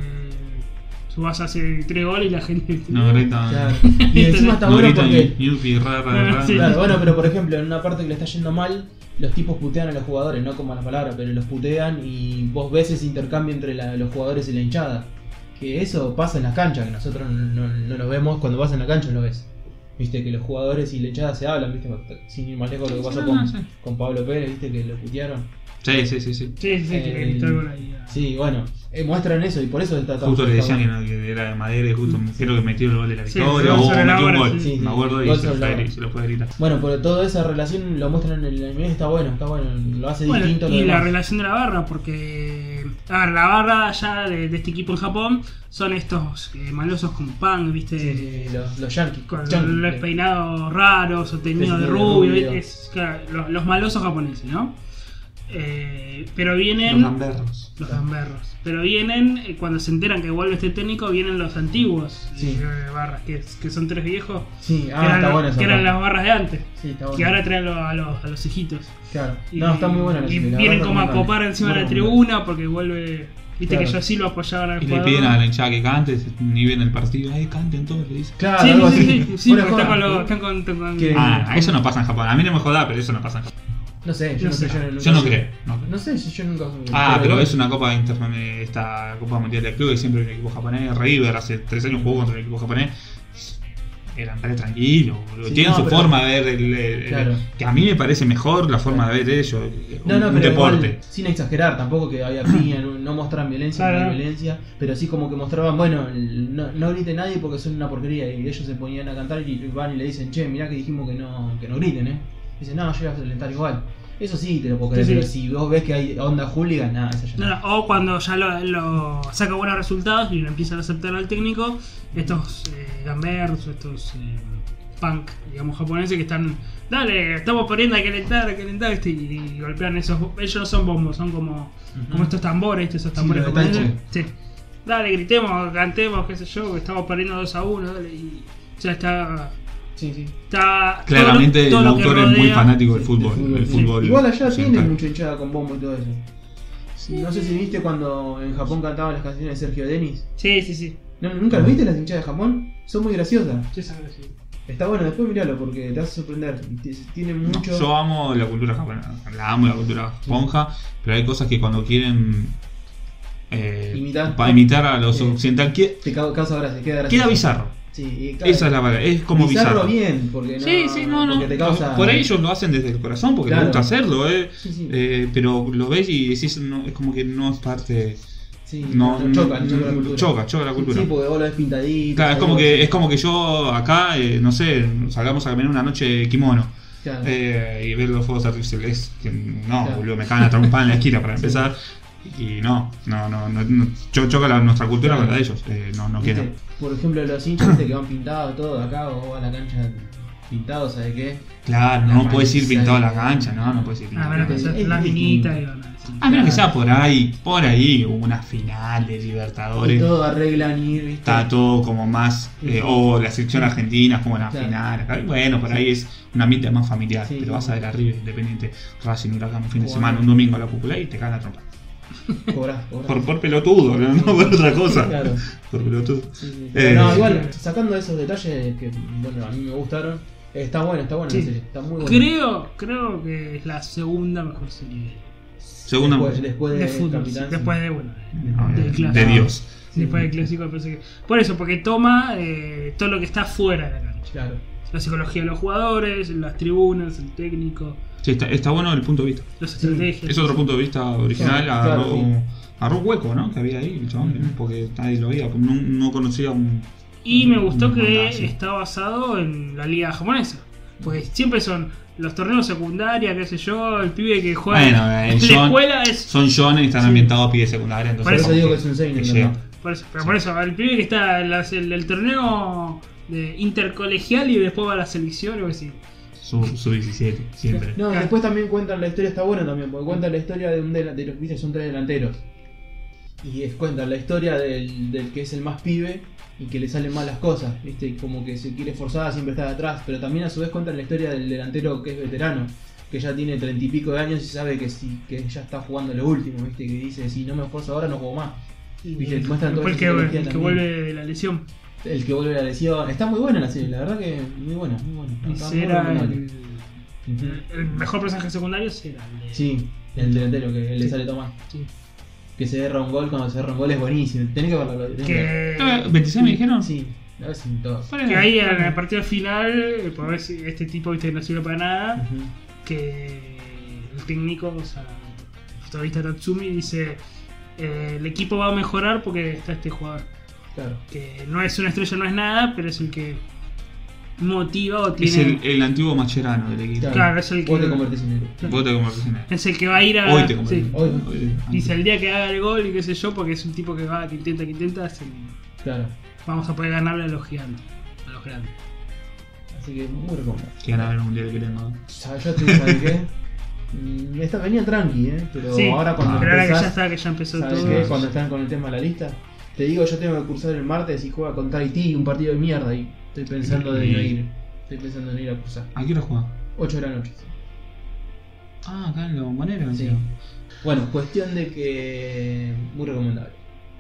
B: tú vas a hacer tres goles y la gente...
A: No gritan.
C: Claro. Y encima está
A: no
C: bueno
A: gritan
C: porque.
A: y- yupi, ra, ra,
B: Bueno,
A: ra.
B: sí.
C: Claro, bueno, pero por ejemplo, en una parte que le está yendo mal, los tipos putean a los jugadores, no como las palabras, pero los putean y vos ves ese intercambio entre la- los jugadores y la hinchada. Que eso pasa en la cancha, que nosotros no, no lo vemos, cuando vas en la cancha lo ves. Viste, que los jugadores y la hinchada se hablan, viste, sin ir más lejos lo que pasó
A: Sí,
C: con,
A: sí.
C: con Pablo Pérez, viste, que lo putearon.
A: Sí, sí, sí, sí.
B: Sí, sí, sí, que
C: Eh,
B: gritó el gol ahí. ah.
C: Sí, bueno, eh, muestran eso y por eso está tan
A: Justo le decían que,
C: bueno.
A: no- que era de madera y justo creo que metió el gol de la
B: Sí,
A: victoria
B: sí,
A: o
B: sobre la
A: metió un
B: hora,
A: gol.
B: sí.
C: Sí, sí.
A: Me acuerdo y
C: Gol
A: se
C: sobre
A: lo,
C: la
A: fue, a
C: hora.
A: gri- se lo fue a gritar.
C: Bueno, pero toda esa relación lo muestran en el anime, está bueno, está bueno, lo hace
B: Bueno,
C: distinto. a lo
B: y la
C: demás.
B: relación de la barra, porque a ver, la barra ya de, de este equipo en Japón son estos eh, malosos con pan, ¿viste?
C: Sí, sí, sí, los, los yankees.
B: Con
C: yankees,
B: los
C: sí.
B: peinados raros o teñidos de
C: Teñido de
B: rubio,
C: rubio.
B: es- claro, los, los malosos japoneses, ¿no? Eh, pero vienen
A: Los gamberros.
B: los gamberros. Pero vienen, eh, cuando se enteran que vuelve este técnico, vienen los antiguos
C: Sí.
B: eh, barras, que, es- que son tres viejos,
C: Sí,
B: que
C: ah,
B: eran,
C: está
B: los-
C: bueno eso.
B: que eran las barras de antes,
C: Sí, está bueno.
B: que ahora traen lo- a, los, a los hijitos.
C: Claro.
B: Y-
C: No, está muy bueno.
B: Y vienen como a copar encima de la tribuna porque vuelve. Viste
C: Claro.
B: que yo así lo apoyaban al
A: Y le
B: jugador.
A: piden a la hinchada que cante, se- ni ven el partido, ay, canten todos, le dicen.
C: Claro,
B: Sí,
C: algo
B: sí, sí,
C: así.
B: sí, sí,
C: Fuera
B: porque
C: de
B: están con
C: joda.
B: los. Están con, están con-
C: Que-
A: Ah, a eso no pasa en Japón. A mí no me jodaba, pero eso no pasa en Japón.
C: No sé, yo
B: No
C: no,
B: sé.
C: sé. Yo, nunca-
A: Yo no creo. no creo.
C: No sé, si yo nunca.
A: Ah, pero es una copa interna esta Copa Mundial de Clubes, siempre el equipo japonés, River hace tres años jugó contra el equipo japonés. Eran re tranquilos, boludo.
C: Sí,
A: tienen
C: no,
A: su
C: pero-
A: forma de ver el, el-
C: Claro.
A: que a mí me parece mejor la forma de ver ellos,
C: No,
A: un,
C: no,
A: un
C: pero igual,
A: deporte.
C: sin exagerar, tampoco que había piña, no, no mostraban violencia, no
B: Claro.
C: hay violencia, pero sí como que mostraban, bueno, el- no, no grite nadie porque son una porquería, y ellos se ponían a cantar y van y le dicen, che, mirá que dijimos que no, que no griten, eh. Dicen, no, yo voy a alentar igual. Eso sí te lo puedo creer,
B: Sí, sí.
C: pero si vos ves que hay onda hooligan, nada, esa ya
B: No, no, o cuando ya lo, lo saca buenos resultados y lo empiezan a aceptar al técnico, estos eh, gamberros o estos eh, punk, digamos, japoneses que están, dale, estamos poniendo a calentar, a calentar, ¿viste? y, y golpean esos, ellos no son bombos, son como,
C: Ujú.
B: como estos tambores, ¿viste? esos tambores
C: los de
B: japoneses.
C: Tanchi.
B: Sí. Dale, gritemos, cantemos, qué sé yo, que estamos perdiendo 2 a 1, dale, y ya está...
C: Sí, sí.
B: está
A: Claramente
B: todo lo- todo
A: el
B: lo
A: autor
B: que
A: es muy
B: rodea-
A: fanático del
C: Sí,
A: fútbol. del
C: sí.
A: fútbol
C: Igual allá tienen
A: occidental.
C: mucha hinchada con bombo y todo eso. No sé si viste cuando en Japón cantaban las canciones de Sergio Denis.
B: Sí, sí, sí.
C: ¿No, ¿Nunca lo viste las hinchadas de Japón? Son muy graciosas.
B: Yo sabía que sí.
C: Está bueno, después miralo porque te vas a sorprender. T- Tienen
A: No,
C: mucho.
A: yo amo la cultura japonesa, la amo la cultura esponja, pero hay cosas que cuando quieren eh,
C: Imitar.
A: para imitar a los
C: Sí.
A: occidentales, que-
C: Te ca- causa gracia, queda gracioso.
A: queda bizarro.
C: Sí, y claro,
A: Esa es la palabra, es como bizarro.
C: bien, porque no.
B: Sí, sí, no, no.
C: Porque te causa.
A: Por ahí ellos lo hacen desde el corazón porque les
C: Claro.
A: gusta hacerlo, eh.
C: Sí, sí.
A: Eh, pero lo ves y decís, no, es como que no es parte.
C: sí,
A: No,
C: no choca, no
A: no-
C: choca la cultura.
A: choca, choca la cultura.
C: Sí, porque vos lo ves pintadito.
A: Claro, es como,
C: algo
A: que,
C: así.
A: es como que yo acá, eh, no sé, salgamos a caminar una noche kimono
C: Claro.
A: eh, y ver los fuegos artificiales. que No,
C: Claro.
A: boludo, me cagan a trompar en la esquina para empezar. Y no, no, no, no, no, cho- choca la- nuestra cultura
C: Claro.
A: con la de ellos. eh, no, no
C: Viste,
A: queda.
C: Por ejemplo, los hinchas viste, que van pintados todo acá, o a la cancha pintados, ¿sabes qué?
A: Claro,
C: La
A: no puedes ir
C: paliza
A: pintado a
C: y- Ah, pues
A: la cancha, no, no puedes ir
B: A
A: pintado. a la
B: menos
A: cancha.
B: que
C: Es
B: sea la
C: distinto.
B: minita y van a decir.
A: A
C: Ah.
A: menos que sea por ahí, por ahí, una final de
C: Y
A: Libertadores.
C: todo arreglan ir, ¿viste?
A: Está todo como más. eh, o la selección argentina es como la
C: Claro.
A: final. acá- Bueno, por ahí es un ambiente más familiar.
C: Sí.
A: pero vas a ver arriba, independiente. Racing, Huracán, un fin de
C: Bueno.
A: semana, un domingo a la cúpula y te cagan la trompa.
C: Cobrás, cobrás.
A: Por, por pelotudo, no, no por otra cosa.
C: Claro.
A: Por pelotudo.
C: Sí, sí.
A: Eh,
C: no, igual, sacando esos detalles que, bueno, a mí me gustaron, está bueno, está bueno
B: Sí.
C: la serie, está muy bueno.
B: Creo, creo que es la segunda mejor serie
A: Segunda
C: después, después de,
B: de fútbol. sí,
C: Capitán, sí.
B: Después de, bueno,
A: No,
B: del
A: de,
B: clásico.
A: de Dios.
B: Sí, Después del clásico, me parece que. Por eso, porque toma eh, todo lo que está fuera de la cancha.
C: Claro.
B: La psicología de los jugadores, las tribunas, el técnico,
A: Sí, está, está bueno el punto de vista.
B: las
C: Sí,
B: estrategias.
A: Es otro punto de vista original.
C: Claro,
A: agarró,
C: claro,
A: agarró un hueco, ¿no? Que había ahí, el chabón,
C: Ujú.
A: porque nadie lo veía. No, no conocía un.
B: Y me
C: Mm,
B: gustó que
A: Bueno, sí.
B: está basado en la liga japonesa. Pues siempre son los torneos secundarios, qué sé yo, el pibe que juega
A: Bueno, eh,
B: en la
A: son-
B: escuela es.
A: Son shonen y están
B: Sí.
A: ambientados a pibes secundarios. Entonces,
B: Por eso
A: como
C: digo que es un seinen,
A: que
C: ¿no?
A: llega.
B: Por eso, pero por eso, el pibe que está en las- el, el torneo de intercolegial y después va a la selección, o así.
A: Su, su 17, siempre.
C: No, y
B: Claro.
C: después también cuentan la historia, está bueno también, porque cuentan la historia de un delantero, viste, son tres delanteros. Y es, cuentan la historia del, del que es el más pibe y que le salen mal las cosas, viste, y como que se quiere forzar, siempre está atrás, pero también a su vez cuentan la historia del delantero que es veterano, que ya tiene treinta y pico de años y sabe que sí, que ya está jugando lo último, viste, que dice, si no me esfuerzo ahora no juego más. Viste, muestran toda
B: Después
C: esa
B: que,
C: ideología
B: que
C: también.
B: vuelve de la lesión.
C: El que vuelve a la lesión. Está muy buena la serie, la verdad que muy buena, muy buena. Está muy
B: Será
C: recomendable.
B: el,
C: Ujú.
B: el mejor personaje secundario será el de-
C: Sí, el delantero que le
B: Sí.
C: sale tomar.
B: Sí.
C: Que se erra un gol, cuando se erra un gol es buenísimo. Tenés que verlo. lo- tenés que verlo.
B: Que,
A: Ah, ¿26 me dijeron?
C: Sí, a ver si todo.
A: ¿Cuál
B: que
A: era?
B: ahí en el partido final, eh, por ver si este tipo viste, no sirve para nada, que el técnico, o sea, el futbolista Tatsumi dice, eh, el equipo va a mejorar porque está este jugador.
C: Claro.
B: Que no es una estrella, no es nada, pero es el que motiva o
A: Es
B: tiene...
A: el, el antiguo Macherano del equipo.
C: Claro.
B: Claro, es el
C: Vos te
B: que-
C: convertís en héroe.
A: Vos te convertís en él.
B: Es el que va a ir a...
A: Hoy te convertís.
B: sí.
C: Hoy.
A: Hoy.
B: Dice el día que haga el gol y qué sé yo, porque es un tipo que va, que intenta, que intenta, es el-
C: Claro.
B: vamos a poder ganarle a los gigantes. A los grandes.
C: Ah, Así que muy recomendable.
A: Que ganaba el mundial que tengo.
C: O sea, yo te ¿sabés qué? Mm, Esta venía tranqui, ¿eh? Pero
B: sí,
C: ahora cuando
B: pero ahora que ya
C: empezás,
B: está, que ya empezó
C: ¿sabés
B: todo.
C: qué? Cuando están con el tema de la lista, te digo, yo tengo que cursar el martes y juega contra Haití un partido de mierda y estoy pensando de no ir. Estoy pensando en ir a cursar.
A: ¿A qué hora juega?
C: 8 de la noche.
A: Ah, acá en la bombonera.
C: Sí. Bueno, cuestión de que. Muy recomendable.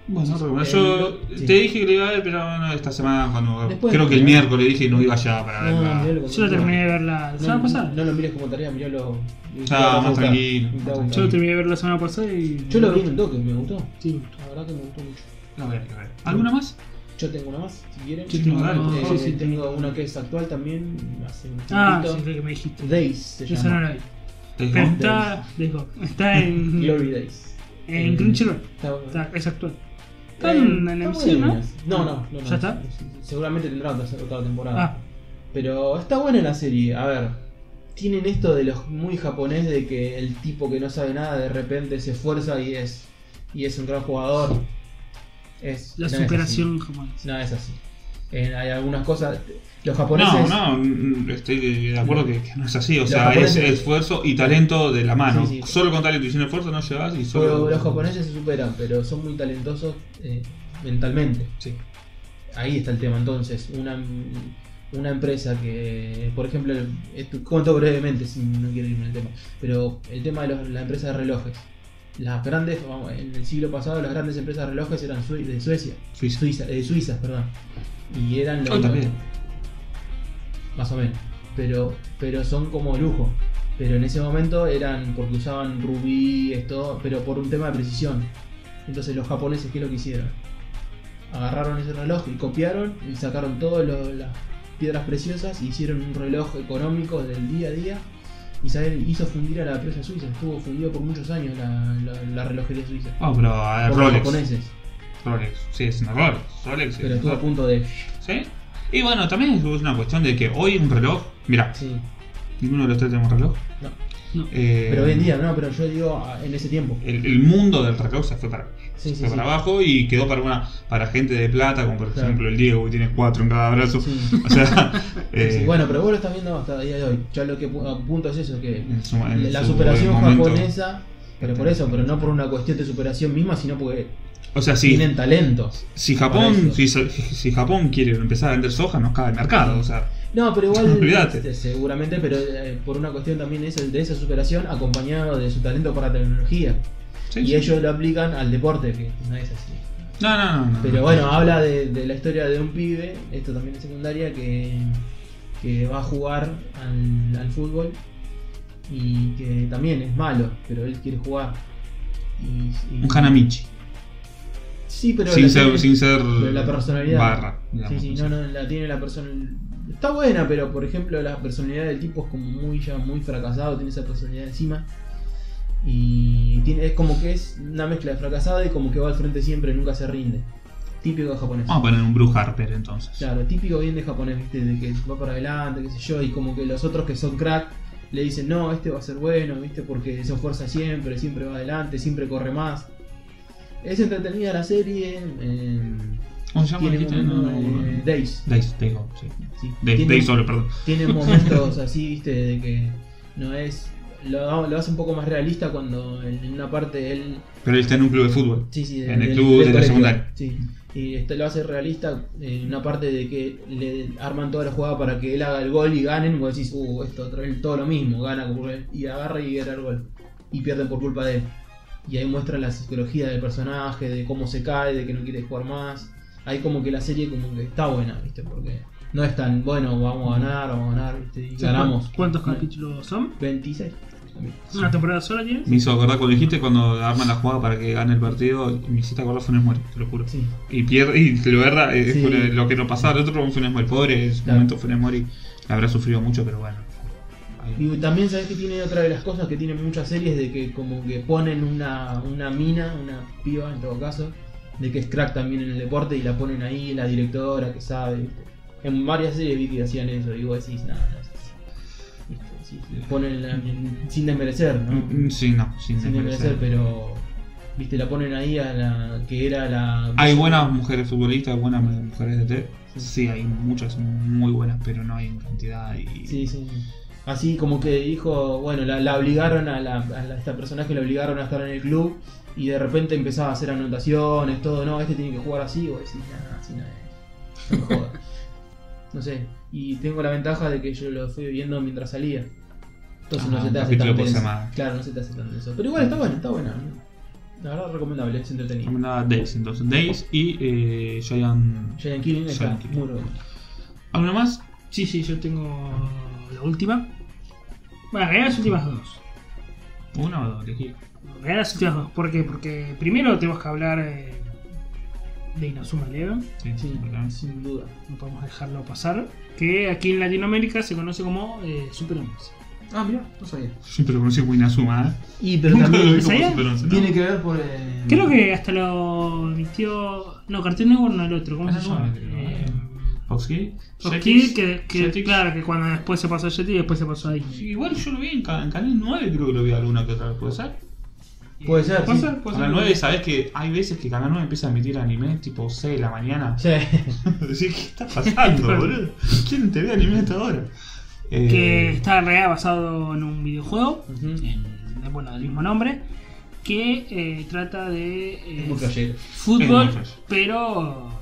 A: Bueno, regular.
C: Eh,
A: yo
C: sí.
A: te dije que le iba a ver, pero bueno, esta semana cuando.
C: Después.
A: creo que el miércoles dije que no iba allá para
C: No,
A: verla.
C: mirá lo que-
B: Ah, Yo lo terminé de ver la
C: No,
B: semana
C: no,
B: pasada.
C: no lo mires como tarea, miralo.
A: Ah, más tranquilo.
B: Yo lo terminé de ver la semana pasada y.
C: Yo lo vi en un toque, me gustó.
B: Sí.
C: La verdad que me gustó mucho.
A: La voy a ir a ver. ¿Alguna más?
C: Yo tengo una más, si quieren.
A: Yo tengo
B: dale, por
C: Eh,
B: favor,
C: sí,
B: sí.
C: tengo una que es actual también. Hace un
B: Ah, sí,
C: tiempito.
B: creo que me dijiste.
C: Days se
B: Esa no
C: llama.
B: la vi.
A: ¿Te
B: Pero
A: dijo?
B: está. dejo. Está en.
C: Glory Days.
B: En Crunchyroll.
C: Está bueno.
B: Está, es actual. Está
C: Eh,
B: en en
C: está
B: emisión, ¿no? Ah,
C: buena. No, no, no, no.
B: ¿Ya está?
C: Seguramente tendrá otra, otra temporada.
B: Ah.
C: Pero está buena la serie. A ver, tienen esto de los muy japonés de que el tipo que no sabe nada de repente se esfuerza y es y es un gran jugador. Es
B: La
C: no es
B: superación japonesa.
C: así. no es así. Eh, hay algunas cosas. Los japoneses.
A: No, no, mm, estoy de acuerdo que, que no es así. O
C: Los
A: sea, es
C: japoneses-
A: esfuerzo y talento de la mano.
C: Sí, sí.
A: Solo con talento y sin esfuerzo no llevas y
C: pero
A: solo.
C: los japoneses se superan, pero son muy talentosos eh, mentalmente.
A: Sí.
C: Ahí está el tema entonces. Una, una empresa que, por ejemplo, esto- cuento brevemente si no quiero irme al tema, pero el tema de los- la empresa de relojes. Las grandes, vamos, en el siglo pasado, las grandes empresas de relojes eran sue- de Suecia,
A: Suiza.
C: Suiza, eh, suizas, perdón. Y eran los.
A: Hoy también.
C: Más o menos. Pero, pero son como lujo. Pero en ese momento eran porque usaban rubí, esto, pero por un tema de precisión. Entonces los japoneses, ¿qué es lo que hicieron? Agarraron ese reloj y copiaron y sacaron todas las piedras preciosas, hicieron un reloj económico del día a día y ¿saben? hizo fundir a la empresa suiza. Estuvo fundido por muchos años la, la- la relojería suiza.
A: Ah, pero a ver,
C: Por los
A: Rolex.
C: japoneses.
A: Rolex. Sí, es una Rolex. Rolex es
C: Pero estuvo
A: una
C: a punto de...
A: ¿Sí? Y bueno, también es una cuestión de que hoy un reloj. Mira,
C: Sí,
A: ninguno de los tres tenemos reloj.
C: no.
B: No.
A: Eh,
C: Pero hoy en día, no, pero yo digo ah, en ese tiempo.
A: El, el mundo del reloj se fue para,
C: Sí, sí,
A: fue para
C: sí.
A: abajo y quedó para una para gente de plata, como por
C: Claro.
A: ejemplo el Diego que tiene cuatro en cada brazo.
C: Sí.
A: O sea, eh,
C: Sí, bueno, pero vos lo estás viendo hasta el día de hoy. Ya lo que pu- apunto es eso, que
A: en su- en
C: la
A: su
C: superación
A: momento-
C: japonesa, pero por eso, pero no por una cuestión de superación misma, sino porque
A: O sea, si,
C: tienen talentos.
A: si
C: para
A: Japón
C: eso.
A: si, si Japón quiere empezar a vender soja, nos cae el mercado. O sea,
C: No, pero igual
A: Olvídate.
C: este, seguramente, pero eh, por una cuestión también esa- de esa superación acompañado de su talento para la tecnología.
A: sí,
C: y
A: sí.
C: ellos lo aplican al deporte, que no es así.
A: No, no, no, no.
C: Pero bueno, habla de, de la historia de un pibe, esto también es secundaria, que, que va a jugar al, al fútbol y que también es malo, pero él quiere jugar. Y, y-
A: Un Hanamichi.
C: Sí, pero la
A: Sin ser,
C: tiene-
A: sin ser.
C: pero la personalidad.
A: Barra.
C: Sí,
A: digamos,
C: sí,
A: o
C: no,
A: sea.
C: no, la tiene la persona. Está buena, pero por ejemplo, la personalidad del tipo es como muy ya muy fracasado, tiene esa personalidad encima. Y tiene, es como que es una mezcla de fracasado y como que va al frente siempre, nunca se rinde. Típico japonés.
A: Vamos a poner un Bruce Harper entonces.
C: Claro, típico bien de japonés, viste, de que va para adelante, qué sé yo, y como que los otros que son crack le dicen, no, este va a ser bueno, viste, porque se esfuerza siempre, siempre va adelante, siempre corre más. Es entretenida la serie, eh,
A: ¿Cómo se llama?
C: Tiene
A: dijiste? No, no,
C: momentos, eh,
A: no.
C: Days.
A: Days, Days Gone, sí.
C: sí.
A: Days,
C: Tiene-
A: Days Gone, perdón.
C: Tiene momentos así, viste, de que no es. Lo, lo hace un poco más realista cuando en en una parte él.
A: Pero él está en un club de fútbol.
C: Sí, sí,
A: En el club de la
C: colegio,
A: secundaria.
C: Sí. Y este lo hace realista en una parte de que le arman toda la jugada para que él haga el gol y ganen. Y vos decís, uh, esto otra vez todo lo mismo, gana como que- y agarra y era el gol. Y pierden por culpa de él. Y ahí muestran la psicología del personaje, de cómo se cae, de que no quiere jugar más. Ahí como que la serie como que está buena, viste, porque no es tan bueno, vamos a ganar, vamos a ganar, viste, y ganamos.
B: ¿Cuántos capítulos Ah, son?
C: 26. también.
B: ¿Una temporada sola tienes?
A: Me hizo acordar cuando dijiste cuando arman la jugada para que gane el partido. Me hiciste acordar Funes Mori, te lo juro.
C: Sí.
A: Y pierde, y lo erra, eh,
C: Sí.
A: fue lo que nos pasaba el otro fue Funes Mori. Pobre, en su
C: Claro.
A: momento Funes Mori habrá sufrido mucho, pero bueno. Ahí.
C: Y también sabes que tiene otra de las cosas que tienen muchas series de que como que ponen una, una mina, una piba en todo caso, de que es crack también en el deporte y la ponen ahí, la directora que sabe. ¿viste? En varias series vi que hacían eso y vos decís, nada, no es así". ¿Viste? Sí, sí, ponen la- sin desmerecer,
A: Mm,
C: ¿no?
A: Sí, no, sin
C: Sin desmerecer,
A: desmerecer.
C: pero viste, la ponen ahí a la que era la...
A: Hay buenas mujeres futbolistas, buenas mujeres de té. Sí, hay muchas muy buenas, pero no hay en cantidad. Y...
C: Sí, sí. Así como que dijo, bueno, la, la obligaron a, la, a la- esta personaje, la obligaron a estar en el club y de repente empezaba a hacer anotaciones, todo, no, este tiene que jugar así, o decís, nada, así no es. No me jodas". No sé, y tengo la ventaja de que yo lo fui viendo mientras salía. Entonces
A: Ah,
C: no se
A: un
C: te hace tan
A: capítulo por
C: tenso.
A: semana.
C: Claro, no se te hace tan tenso. Pero igual está bueno, está buena. La verdad recomendable, es entretenido.
A: Recomendaba Days, entonces Days y eh, Giant.
C: Giant Killing está
A: Giant Killing.
C: muy bueno.
A: ¿Alguno más?
B: Sí, sí, yo tengo la última. Bueno, en realidad las últimas dos.
A: ¿Uno o dos? Elegí.
B: En realidad las últimas dos. ¿Por qué? Porque primero tenemos que hablar eh, de Inazuma Eleven.
A: Sí,
C: Sí,
A: ¿verdad?
C: sin duda.
B: No podemos dejarlo pasar. Que aquí en Latinoamérica se conoce como eh, Super 11.
C: Ah, mira, no sabía.
A: Siempre lo conocí como Inazuma. ¿eh?
C: Y pero
A: Nunca lo vi
C: también
A: como
B: ¿sabías?
A: Super 11, ¿no?
C: tiene que ver por... eh,
B: Creo que hasta lo emitió. No, Cartoon Network no el otro. ¿Cómo se
A: Ah,
B: llama?
A: yo no me
B: Eh,
A: acuerdo. Fox Kids,
B: Fox
A: Jetix,
B: Kids, que, que-
A: Jetix.
B: claro, que cuando después se pasó a Jetty y después se pasó a Disney.
A: Igual yo lo vi en, ca- en Canal 9, creo que lo vi alguna que otra vez, ¿puede ser?
C: Puede ser,
B: ¿Puede
C: sí.
B: ser? ¿Puede
A: Canal
B: ser?
A: 9, sabes que hay veces que Canal 9 empieza a emitir anime tipo 6 de la mañana.
C: Sí.
A: Decís, ¿qué está pasando, boludo? ¿Quién te ve anime hasta ahora? Eh,
B: que está en realidad basado en un videojuego,
C: Ujú.
B: en- de- bueno, del mismo nombre, que eh, trata de eh,
C: Es muy flashero.
A: Es
B: fútbol,
A: muy flash.
B: pero...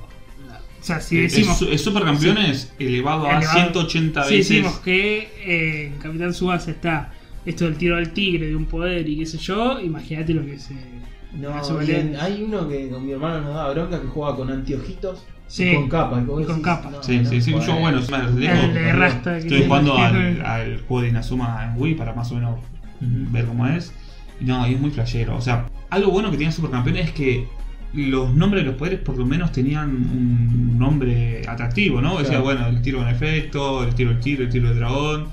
B: O sea, si
A: es-
B: decimos...
A: es, Supercampeones elevado a
B: elevado-
A: 180
B: si
A: veces.
B: decimos que eh, en Capitán Subasa está esto del tiro al tigre, de un poder y qué sé yo, imagínate lo que se...
C: No,
B: Eso
C: bien.
B: vale.
C: hay uno que con mi hermano nos daba bronca que jugaba con anteojitos
B: Sí.
C: y con capa. Y vos
B: Y con
C: decís,
B: capa.
C: no,
A: Sí,
C: no,
A: sí, sí.
C: joder.
A: Yo, bueno, es más
B: El
A: lejos.
B: de Rasta que
A: Estoy
B: tiene-
A: jugando al, al juego de Inazuma en Wii para más o menos
C: Ujú.
A: ver cómo es. Y No, y es muy flashero. O sea, algo bueno que tenía Supercampeones es que los nombres de los poderes por lo menos tenían un nombre atractivo, ¿no? Decía,
C: Claro.
A: bueno, el tiro con efecto, el tiro el tiro, el tiro del dragón.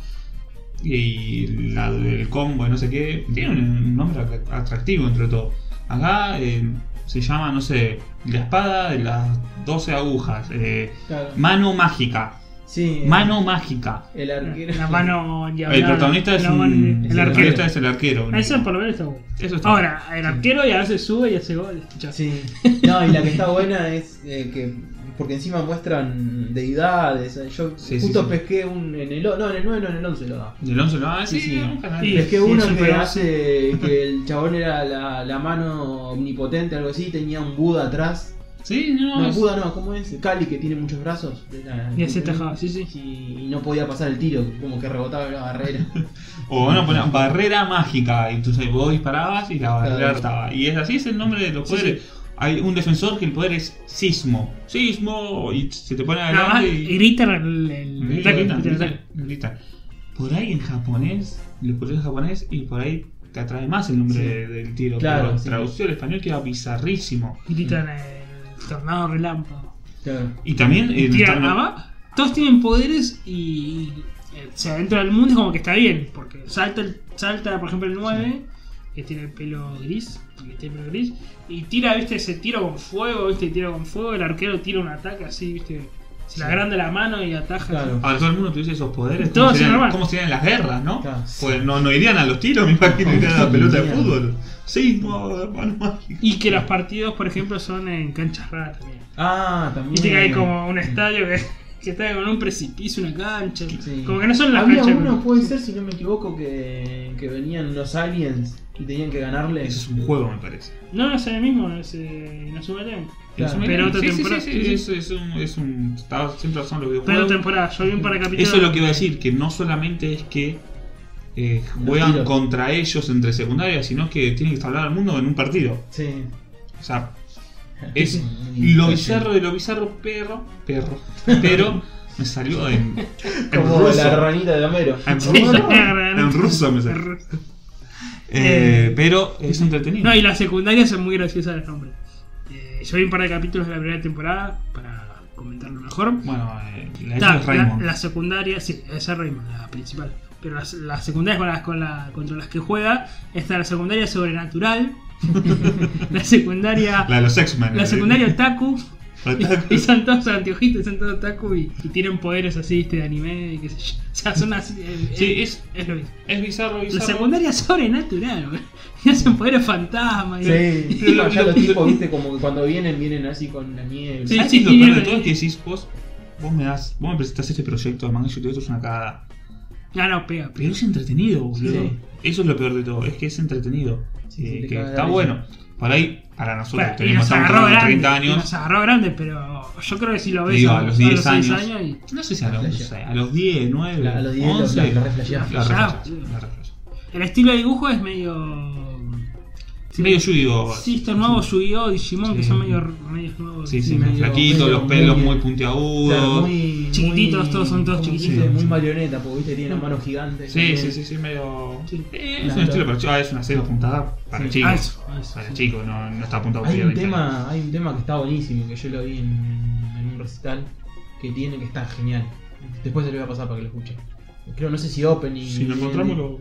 A: Y la, el combo, y no sé qué. Tiene un nombre at- atractivo entre todo. Acá eh, se llama, no sé, la espada de las 12 agujas. eh,
C: Claro.
A: mano mágica.
C: Sí, eh,
A: Mano mágica.
C: El arquero.
B: La mano endiablada,
A: El protagonista es
B: la
A: un-
B: mano-
A: el,
B: el arquero.
A: protagonista es el arquero.
B: Ah, Eso por lo menos está bueno.
A: Eso está
B: Ahora, el arquero ya se sube y hace goles. Ya.
C: Sí. No, y la que está buena es eh, que. Porque encima muestran deidades. eh, Yo
A: Sí,
C: justo
A: sí, sí.
C: pesqué un. En el, o- no, en el 9, no, en el 11 lo daba.
A: Del 11 lo ah, sí,
C: Sí, sí.
A: un canal.
B: Sí.
C: Es que
B: sí,
C: uno
B: sí,
C: que
B: pero-
C: hace que el chabón era la, la mano omnipotente, algo así, tenía un Buda atrás.
A: Sí, no,
C: No,
A: es-
C: Buda no, ¿cómo es? Cali que tiene muchos brazos. de la-
B: Y así tajaba, sí, sí.
C: Y, y no podía pasar el tiro, como que rebotaba la barrera.
A: O bueno, ponían barrera mágica. Y entonces vos disparabas y la barrera
C: Claro.
A: estaba. Y es así es el nombre de los
C: Sí,
A: poderes. Hay un defensor que el poder es sismo. Sismo. Y se te pone
B: Nada más
A: adelante y.
B: grita el, el-
A: Grita,
B: ataque,
A: grita,
B: grita el
A: grita,
B: ataque.
A: grita. Por ahí en japonés, los poderes japonés, y por ahí te atrae más el nombre
C: Sí.
A: de- del tiro.
C: Claro,
A: pero
C: sí.
A: traducido al español queda bizarrísimo.
B: Gritan el tornado relámpago.
C: claro.
A: Y también. eh, en
B: Tira
A: torno-
B: nada más. Todos tienen poderes y. eh, O sea, dentro del mundo es como que está bien. Porque salta, el- salta por ejemplo, el 9, que tiene el pelo gris. que tiene el pelo gris, Y tira, viste, ese tiro con fuego, viste, tiro con fuego. El arquero tira un ataque así, viste. Se le
C: Sí.
B: agranda la mano y ataja.
C: Claro.
A: Ahora todo el mundo tuviese esos poderes.
B: Todo
A: ¿Cómo
B: así
A: serían,
B: normal.
A: cómo serían las guerras, no?
C: Claro, sí.
A: Pues no, no irían a los tiros, me imagino, irían a la pelota de fútbol. Sismo, hermano mágico.
B: Y que los partidos, por ejemplo, son en canchas raras también.
C: Ah, también.
B: Viste que hay como un estadio que, que está con un precipicio, una cancha.
C: Sí.
B: Como que no son las
C: Había
B: canchas.
C: uno, puede ser, si no me equivoco, que, que venían los aliens y tenían que ganarle.
A: Eso es un juego, me parece.
B: No, no es el mismo, es eh, Inazuma
C: Claro.
A: Es un-
B: Pero otra
A: sí, sí,
B: temporada-
A: sí, sí, es, es un, es un- está- siempre son los
B: Pero
A: videojuegos.
B: temporada, yo vi un par de capítulos.
A: Eso es lo que iba a decir, que no solamente es que eh,
C: Los
A: juegan
C: tiros.
A: contra ellos entre secundarias, sino que tienen que instalar al mundo en un partido.
C: Sí.
A: O sea, es lo bizarro de lo bizarro, perro, perro, pero me salió en, en
C: Como la
A: ruso.
C: ranita de Homero.
A: En
B: Sí,
A: ruso.
B: la gran-
A: En ruso me salió.
B: En ruso.
A: Eh, pero es entretenido.
B: No, y las secundarias son muy graciosas los nombres. Eh, yo vi un par de capítulos de la primera temporada para comentarlo mejor.
A: Bueno, eh, la
B: Ta,
A: hija es Raymond.
B: La, la secundaria, sí, esa es Raymond, la principal. Pero las, las secundarias con las, con la, contra las que juega, está la secundaria sobrenatural, la secundaria.
A: La de los X-Men.
B: La
A: eh,
B: secundaria otaku.
A: la
B: Y, y
A: Taku.
B: son todos anteojitos, son todos otaku y, y tienen poderes así, este, de anime y qué sé yo. O sea, son así. eh,
A: Sí,
B: eh,
A: es-
B: es lo mismo.
A: Es bizarro,
B: La
A: bizarro.
B: secundaria es sobrenatural, güey. Y hacen poderes fantasmas. y-
C: Sí,
A: Lo-
C: allá
A: lo-
C: los tipos, viste, como que cuando vienen, vienen así con la nieve.
B: Sí.
A: ¿Sabes qué es Ah, lo peor de todo? Es que decís, vos, vos me das, vos me presentás este proyecto de manga y yo te digo, esto es una cagada.
B: Ah, no, pega, pega.
A: Pero es entretenido, boludo.
C: Sí.
A: Eso es lo peor de todo, es que es entretenido.
C: Sí, sí,
A: Eh,
C: te
A: que
C: caga la
A: está
C: risa.
A: bueno. Por ahí, para nosotros
B: Bueno, y
A: tenemos
B: nos
A: estamos
B: agarró
A: teniendo
B: grande.
A: 30
B: y
A: años.
B: Nos agarró grande, pero yo creo que si lo ves
A: Digo, a los 10
B: seis
A: años.
B: y-
A: No sé si a los,
C: La
A: no
C: flashea.
A: sé, a los 10, 9,
C: La- a los 10 lo-
A: 11.
C: la- la reflashea.
A: La reflashea,
B: Flashea,
A: la reflashea.
B: El estilo de dibujo es medio.
A: Sí, medio yudigo.
B: Sí, estos nuevos Yu-Gi-Oh! Digimon que
A: Sí.
B: son medio, medios nuevos.
A: Sí, sí,
C: medio-
A: flaquito,
C: medio
A: los pelos
C: muy-
A: muy puntiagudos.
C: Claro, muy,
B: Chiquititos,
C: muy-
B: todos son todos
C: ¿cómo se
B: chiquititos.
C: dice? Muy marioneta, porque viste, tiene las manos gigantes.
A: Sí, sí, sí, sí, medio.
B: Sí.
A: Eh, es
C: Claro.
A: un estilo para chicos. Ah, es una serie apuntada para
C: Sí.
A: chicos.
B: Ah, eso, eso,
A: para
B: sí.
A: chicos, no, no está apuntado
C: Hay
A: para
C: un,
A: adultos.
C: tema, hay un tema que está buenísimo, que yo lo vi en, en un recital, que tiene que está genial. Después se lo voy a pasar para que lo escuchen. Creo, no sé si opening.
A: Si lo encontramos, lo.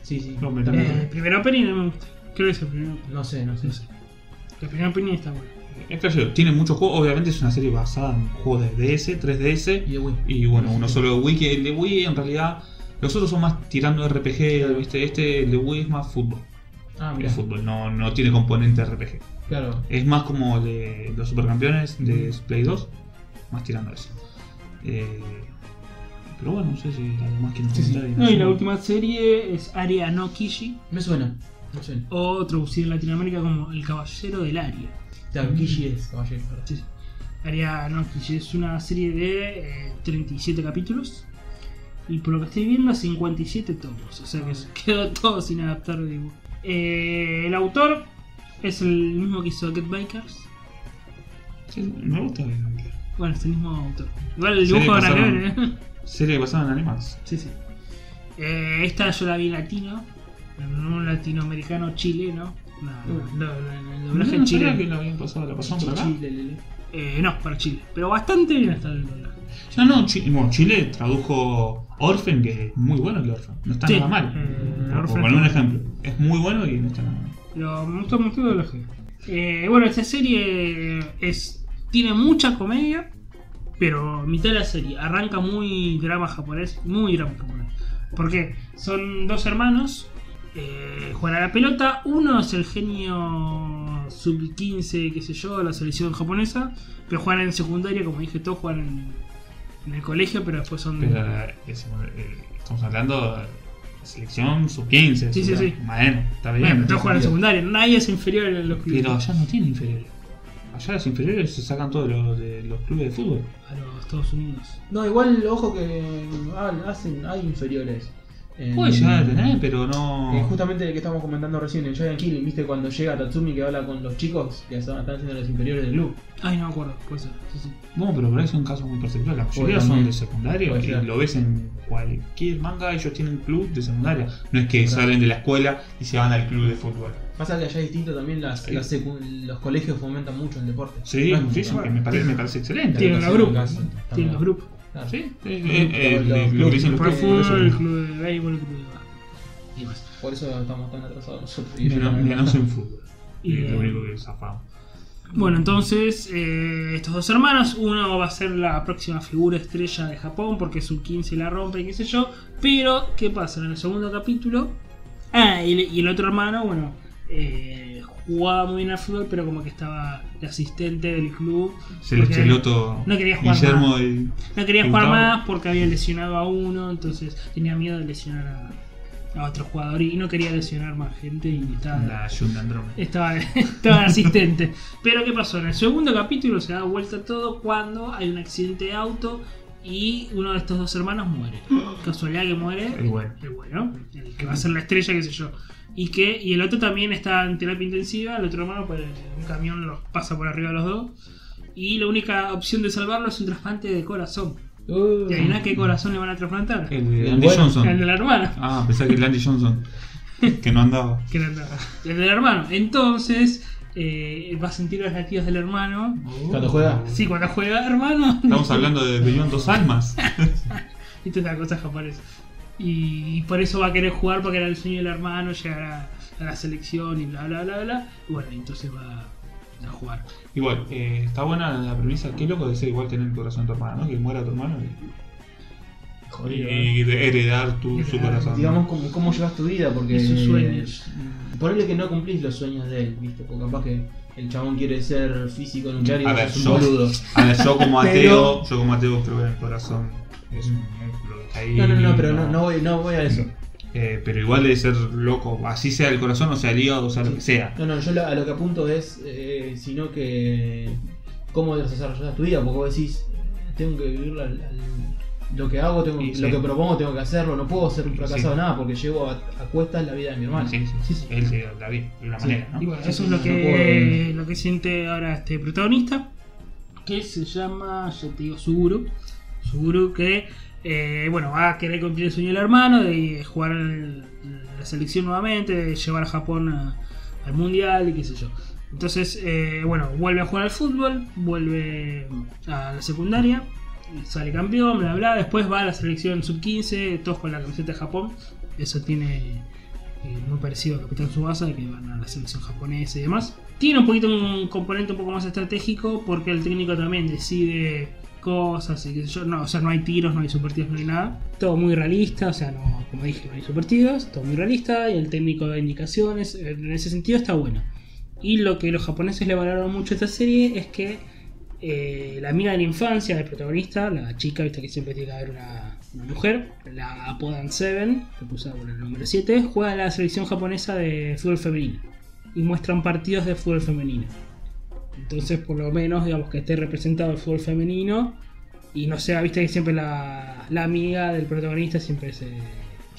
C: Sí, sí.
A: lo metemos.
C: también.
B: Eh, el primer opening no me gusta. Creo que es el primer opening.
C: No sé, no sé.
B: No sé. El primer opening está bueno.
A: Es flashero. Tiene muchos juegos. Obviamente es una serie basada en juegos de DS, 3DS.
C: Y de Wii.
A: Y bueno,
C: Sí.
A: uno solo de Wii. Que el de Wii, en realidad. Los otros son más tirando RPG,
C: Claro.
A: ¿viste? Este, el de Wii es más fútbol.
C: Ah, mira.
A: Es fútbol, no, no tiene componente RPG.
C: Claro.
A: Es más como el de los supercampeones de Play 2, más tirando eso. Eh, pero bueno, no sé si algo más que nos
C: Sí, sí.
A: comentar.
B: No, y la última serie es Aria no Kishi,
C: Me suena. Me suena.
B: o traducida en Latinoamérica como El Caballero del Aria.
A: Mm.
C: Claro, Kishi es caballero. perdón.
B: Sí, sí. Aria no Kishi es una serie de eh, 37 capítulos. Y por lo que estoy viendo, 57 tomos. O sea que se quedó todo sin adaptar de dibujo. Eh, el autor es el mismo que hizo Get Bikers.
A: Sí, me gusta. la
B: Bueno, es el mismo autor. Igual el
A: Serie
B: dibujo habrá que
A: pasaron.
B: ver, ¿eh?
A: Serie basada en animales.
B: Sí, sí. Eh, esta yo la vi en latino, en un latinoamericano chileno. No, no, no, no, no,
A: Uh.
B: el doblaje
A: No, no sabía
B: chileno.
A: que lo habían pasado, ¿la pasaron por acá?
C: Chichi, lelele.
B: Eh, no, para Chile. Pero bastante bien está el doblaje.
A: No, no, Chi- bueno, Chile tradujo Orphan, que es muy bueno el Orphan. No está
B: Sí.
A: nada mal.
B: Eh,
A: Por- Por
B: Orphan
A: poner un
B: está-
A: ejemplo. Es muy bueno y no está nada mal.
B: Pero me gusta mucho el doblaje. Eh, bueno, esta serie es tiene mucha comedia, pero mitad de la serie arranca muy drama japonés, muy drama japonés. ¿Por qué? Son dos hermanos, eh, juegan a la pelota, uno es el genio sub 15, qué sé yo, de la selección japonesa, pero juegan en secundaria, como dije, todos juegan en, en el colegio, pero después son...
A: Pero eh, es- eh, estamos hablando de selección sub-15.
B: Sí, sí, sí.
A: Bueno, está bien.
B: bueno, todos
A: está
B: juegan en
A: bien.
B: secundaria, nadie es inferior en los clubes.
A: Pero allá no tiene inferiores. Allá las inferiores se sacan todos los de los clubes de fútbol.
B: A los Estados Unidos.
C: No, igual, ojo que ah, hacen, hay inferiores. En-
A: Puede llegar a tener, pero
C: Eh,
A: no.
C: justamente el que estábamos comentando recién en Giant Killing, viste cuando llega Tatsumi que habla con los chicos que están están haciendo los inferiores del club.
B: Ay, no me acuerdo, puede ser. Sí, sí.
A: Bueno, pero por eso es un caso muy particular. La mayoría
C: Puede
A: son
C: también.
A: de secundaria
C: Puede
A: y
C: ser.
A: lo ves en cualquier manga. Ellos tienen club de secundaria. No es que
C: Claro.
A: salen de la escuela y se van al club de fútbol.
C: Pasa que allá es distinto también las,
A: Sí.
C: las secu- los colegios fomentan mucho el deporte.
A: Sí,
C: No es
A: sí,
C: mucho.
A: sí, que me parece, me parece excelente.
B: Tienen
C: Sí,
B: los grupos.
C: sí, está
B: Tienen
C: bien.
B: los grupos.
C: Claro.
A: Sí, eh,
C: Club,
A: eh,
C: los-
A: eh,
C: los
A: lo que dicen los
B: Club
A: clubes.
B: de
C: por eso-
B: fútbol, el club de béisbol, el club de básquet y más.
C: Por eso estamos tan atrasados nosotros. Y ellos
A: Menos
C: también.
A: menos en fútbol.
B: Y,
A: Y es lo
B: eh,
A: único que zafamos.
B: Bueno, entonces eh, estos dos hermanos, uno va a ser la próxima figura estrella de Japón porque su 15 la rompe y qué sé yo, pero ¿qué pasa? En el segundo capítulo, ah, y, el- y el otro hermano, bueno, eh, jugaba muy bien al fútbol, pero como que estaba de asistente del club.
A: Se le
B: porque
A: cheloto
B: no quería jugar
A: Guillermo
B: más.
A: y.
B: No quería jugar
A: Gustavo.
B: más porque había lesionado a uno, entonces tenía miedo de lesionar a, a otro jugador y no quería lesionar más gente y estaba
A: La Yunda Andrómeda.
B: estaba, estaba de asistente. Pero ¿qué pasó? En el segundo capítulo se da vuelta todo cuando hay un accidente de auto y uno de estos dos hermanos muere. Casualidad que muere
A: El bueno.
B: el bueno, el que va a ser la estrella, qué sé yo. Y que y el otro también está en terapia intensiva, el otro hermano por el- un camión los pasa por arriba a los dos. Y la única opción de salvarlo es un trasplante de corazón.
C: Uh,
B: ¿Y adivina qué corazón le van a trasplantar?
A: El de
C: El
A: Andy
C: bueno.
A: Johnson.
B: El de la hermana.
A: Ah, pensaba que el Andy Johnson. Que no andaba.
B: que era la- el del hermano. Entonces, eh, va a sentir los latidos del hermano.
C: Cuando juega.
B: Sí, cuando juega hermano.
A: Estamos hablando de Beyond Dos Almas.
B: Y todas las cosas japonesas. Y, y por eso va a querer jugar porque era el sueño del hermano, llegar a, a la selección y bla, bla, bla, bla. Y bueno, entonces va a jugar.
A: Igual, eh, está buena la premisa. Qué loco de ser igual tener el corazón de tu hermano, ¿no? Que muera tu hermano y,
C: Jodido. ¿eh?
B: eh.
A: y de heredar tu, su
B: Heredar,
A: corazón.
C: Digamos, cómo, cómo llevas tu vida, porque. eh,
B: Y sus sueños.
C: Ponele que no cumplís los sueños de él, ¿viste? Porque capaz que el chabón quiere ser físico en un char y
A: A ver,
C: es un
A: yo-
C: boludo.
A: A ver, Ah, yo como
C: Pero-
A: ateo, yo como ateo creo que el corazón es un músculo que está ahí.
C: No, no, no, pero no, no, voy, no voy a eso.
A: Eh, pero igual debe ser loco, así sea el corazón o sea el hígado, o sea lo que sea.
C: No, no, yo lo- a lo que apunto es, eh, sino que cómo desarrollas tu vida, porque vos decís, tengo que vivir la- la- lo que hago, tengo,
A: Y sí.
C: lo que propongo tengo que hacerlo, no puedo ser un
A: Y
C: fracasado
A: sí.
C: nada, porque llevo a, a cuestas la vida de mi hermano.
A: Sí, sí, sí,
B: Sí, sí.
A: Él se la vi, de una
C: Sí.
A: manera, ¿no?
B: Y bueno, eso es lo
C: No
B: que,
C: puedo-
B: lo que siente ahora este protagonista, que se llama, yo te digo, Suguru. Suguru que, eh, bueno, va a querer cumplir el sueño del hermano de jugar en la selección nuevamente, de llevar a Japón a- al mundial y qué sé yo. Entonces, eh, bueno, vuelve a jugar al fútbol, vuelve a la secundaria, sale campeón, bla, bla. Después va a la selección sub-15, todos con la camiseta de Japón. Eso tiene eh, muy parecido a Capitán Subasa, que van a la selección japonesa y demás. Tiene un poquito un componente un poco más estratégico porque el técnico también decide cosas y qué sé yo. No, o sea, no hay tiros, no hay supertiros, no hay nada. Todo muy realista, o sea, no, como dije, no hay supertiros, todo muy realista y el técnico da indicaciones. En ese sentido está bueno. Y lo que los japoneses le valoraron mucho a esta serie es que eh, la amiga de la infancia del protagonista, la chica, viste que siempre tiene que haber una, una mujer, la apodan Seven, que puso por el número 7, juega en la selección japonesa de fútbol femenino y muestran partidos de fútbol femenino. Entonces, por lo menos, digamos que esté representado el fútbol femenino y no sea, viste que siempre la, la amiga del protagonista siempre se.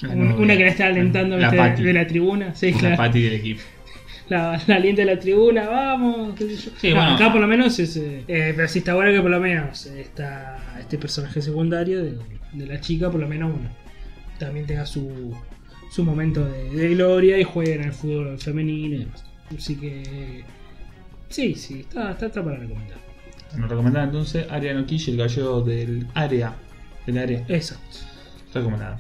A: La
B: un-
A: novia.
B: una que la está alentando
A: Ah, eh, La
B: ¿viste?
A: Patti.
B: de la tribuna, sí,
A: La
B: claro
A: pati del equipo.
B: la, la alienta de la tribuna, vamos, qué sé yo.
A: Sí,
B: No,
A: bueno.
B: Acá por lo menos es, eh, eh, pero sí está bueno que por lo menos está este personaje secundario de, de la chica, por lo menos bueno, también tenga su, su momento de, de gloria y juegue en el fútbol femenino y demás. Así que sí, sí, está, está, está para recomendar.
A: Nos recomendaba entonces Ariano Kish, el gallego del área. Del área.
B: Exacto.
A: Recomendado.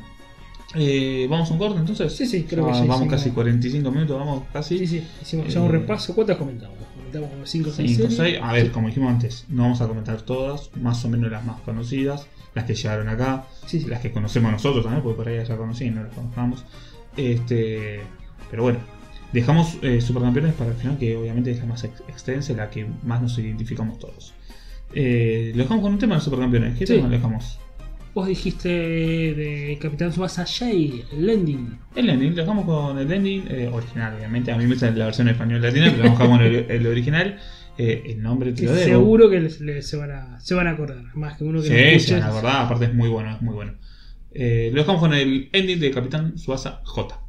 A: Eh, ¿Vamos a un corte entonces?
B: Sí, sí, creo que
A: Ah,
B: ya
A: Vamos
B: hicimos-
A: casi 45 minutos, vamos casi.
B: Sí, sí, hicimos ya un
A: Eh,
B: repaso. ¿Cuántas comentamos? Comentamos como 5 o 6
A: Cinco, seis. A ver, como dijimos antes, no vamos a comentar todas, más o menos las más conocidas, las que llegaron acá,
B: Sí, sí.
A: las que conocemos nosotros también, porque por ahí ya conocían y no las conozcamos. Este, pero bueno, dejamos eh, Supercampeones para el final, que obviamente es la más ex- extensa, y la que más nos identificamos todos. Eh, lo dejamos con un tema de Supercampeones. ¿Qué
B: Sí.
A: tema lo dejamos?
B: Vos dijiste de Capitán Subasa Jay, el ending.
A: El ending, lo dejamos con el ending eh, original, obviamente. A mí me sale la versión español latina, pero lo dejamos con el, el original. Eh, el nombre te
B: que
A: lo debo.
B: seguro que les- les- se, van a, se van a acordar. Más que uno que
A: Sí,
B: lo
A: sí,
B: escuche.
A: la verdad, aparte es muy bueno, es muy bueno. Eh, lo dejamos con el ending de Capitán Suasa J.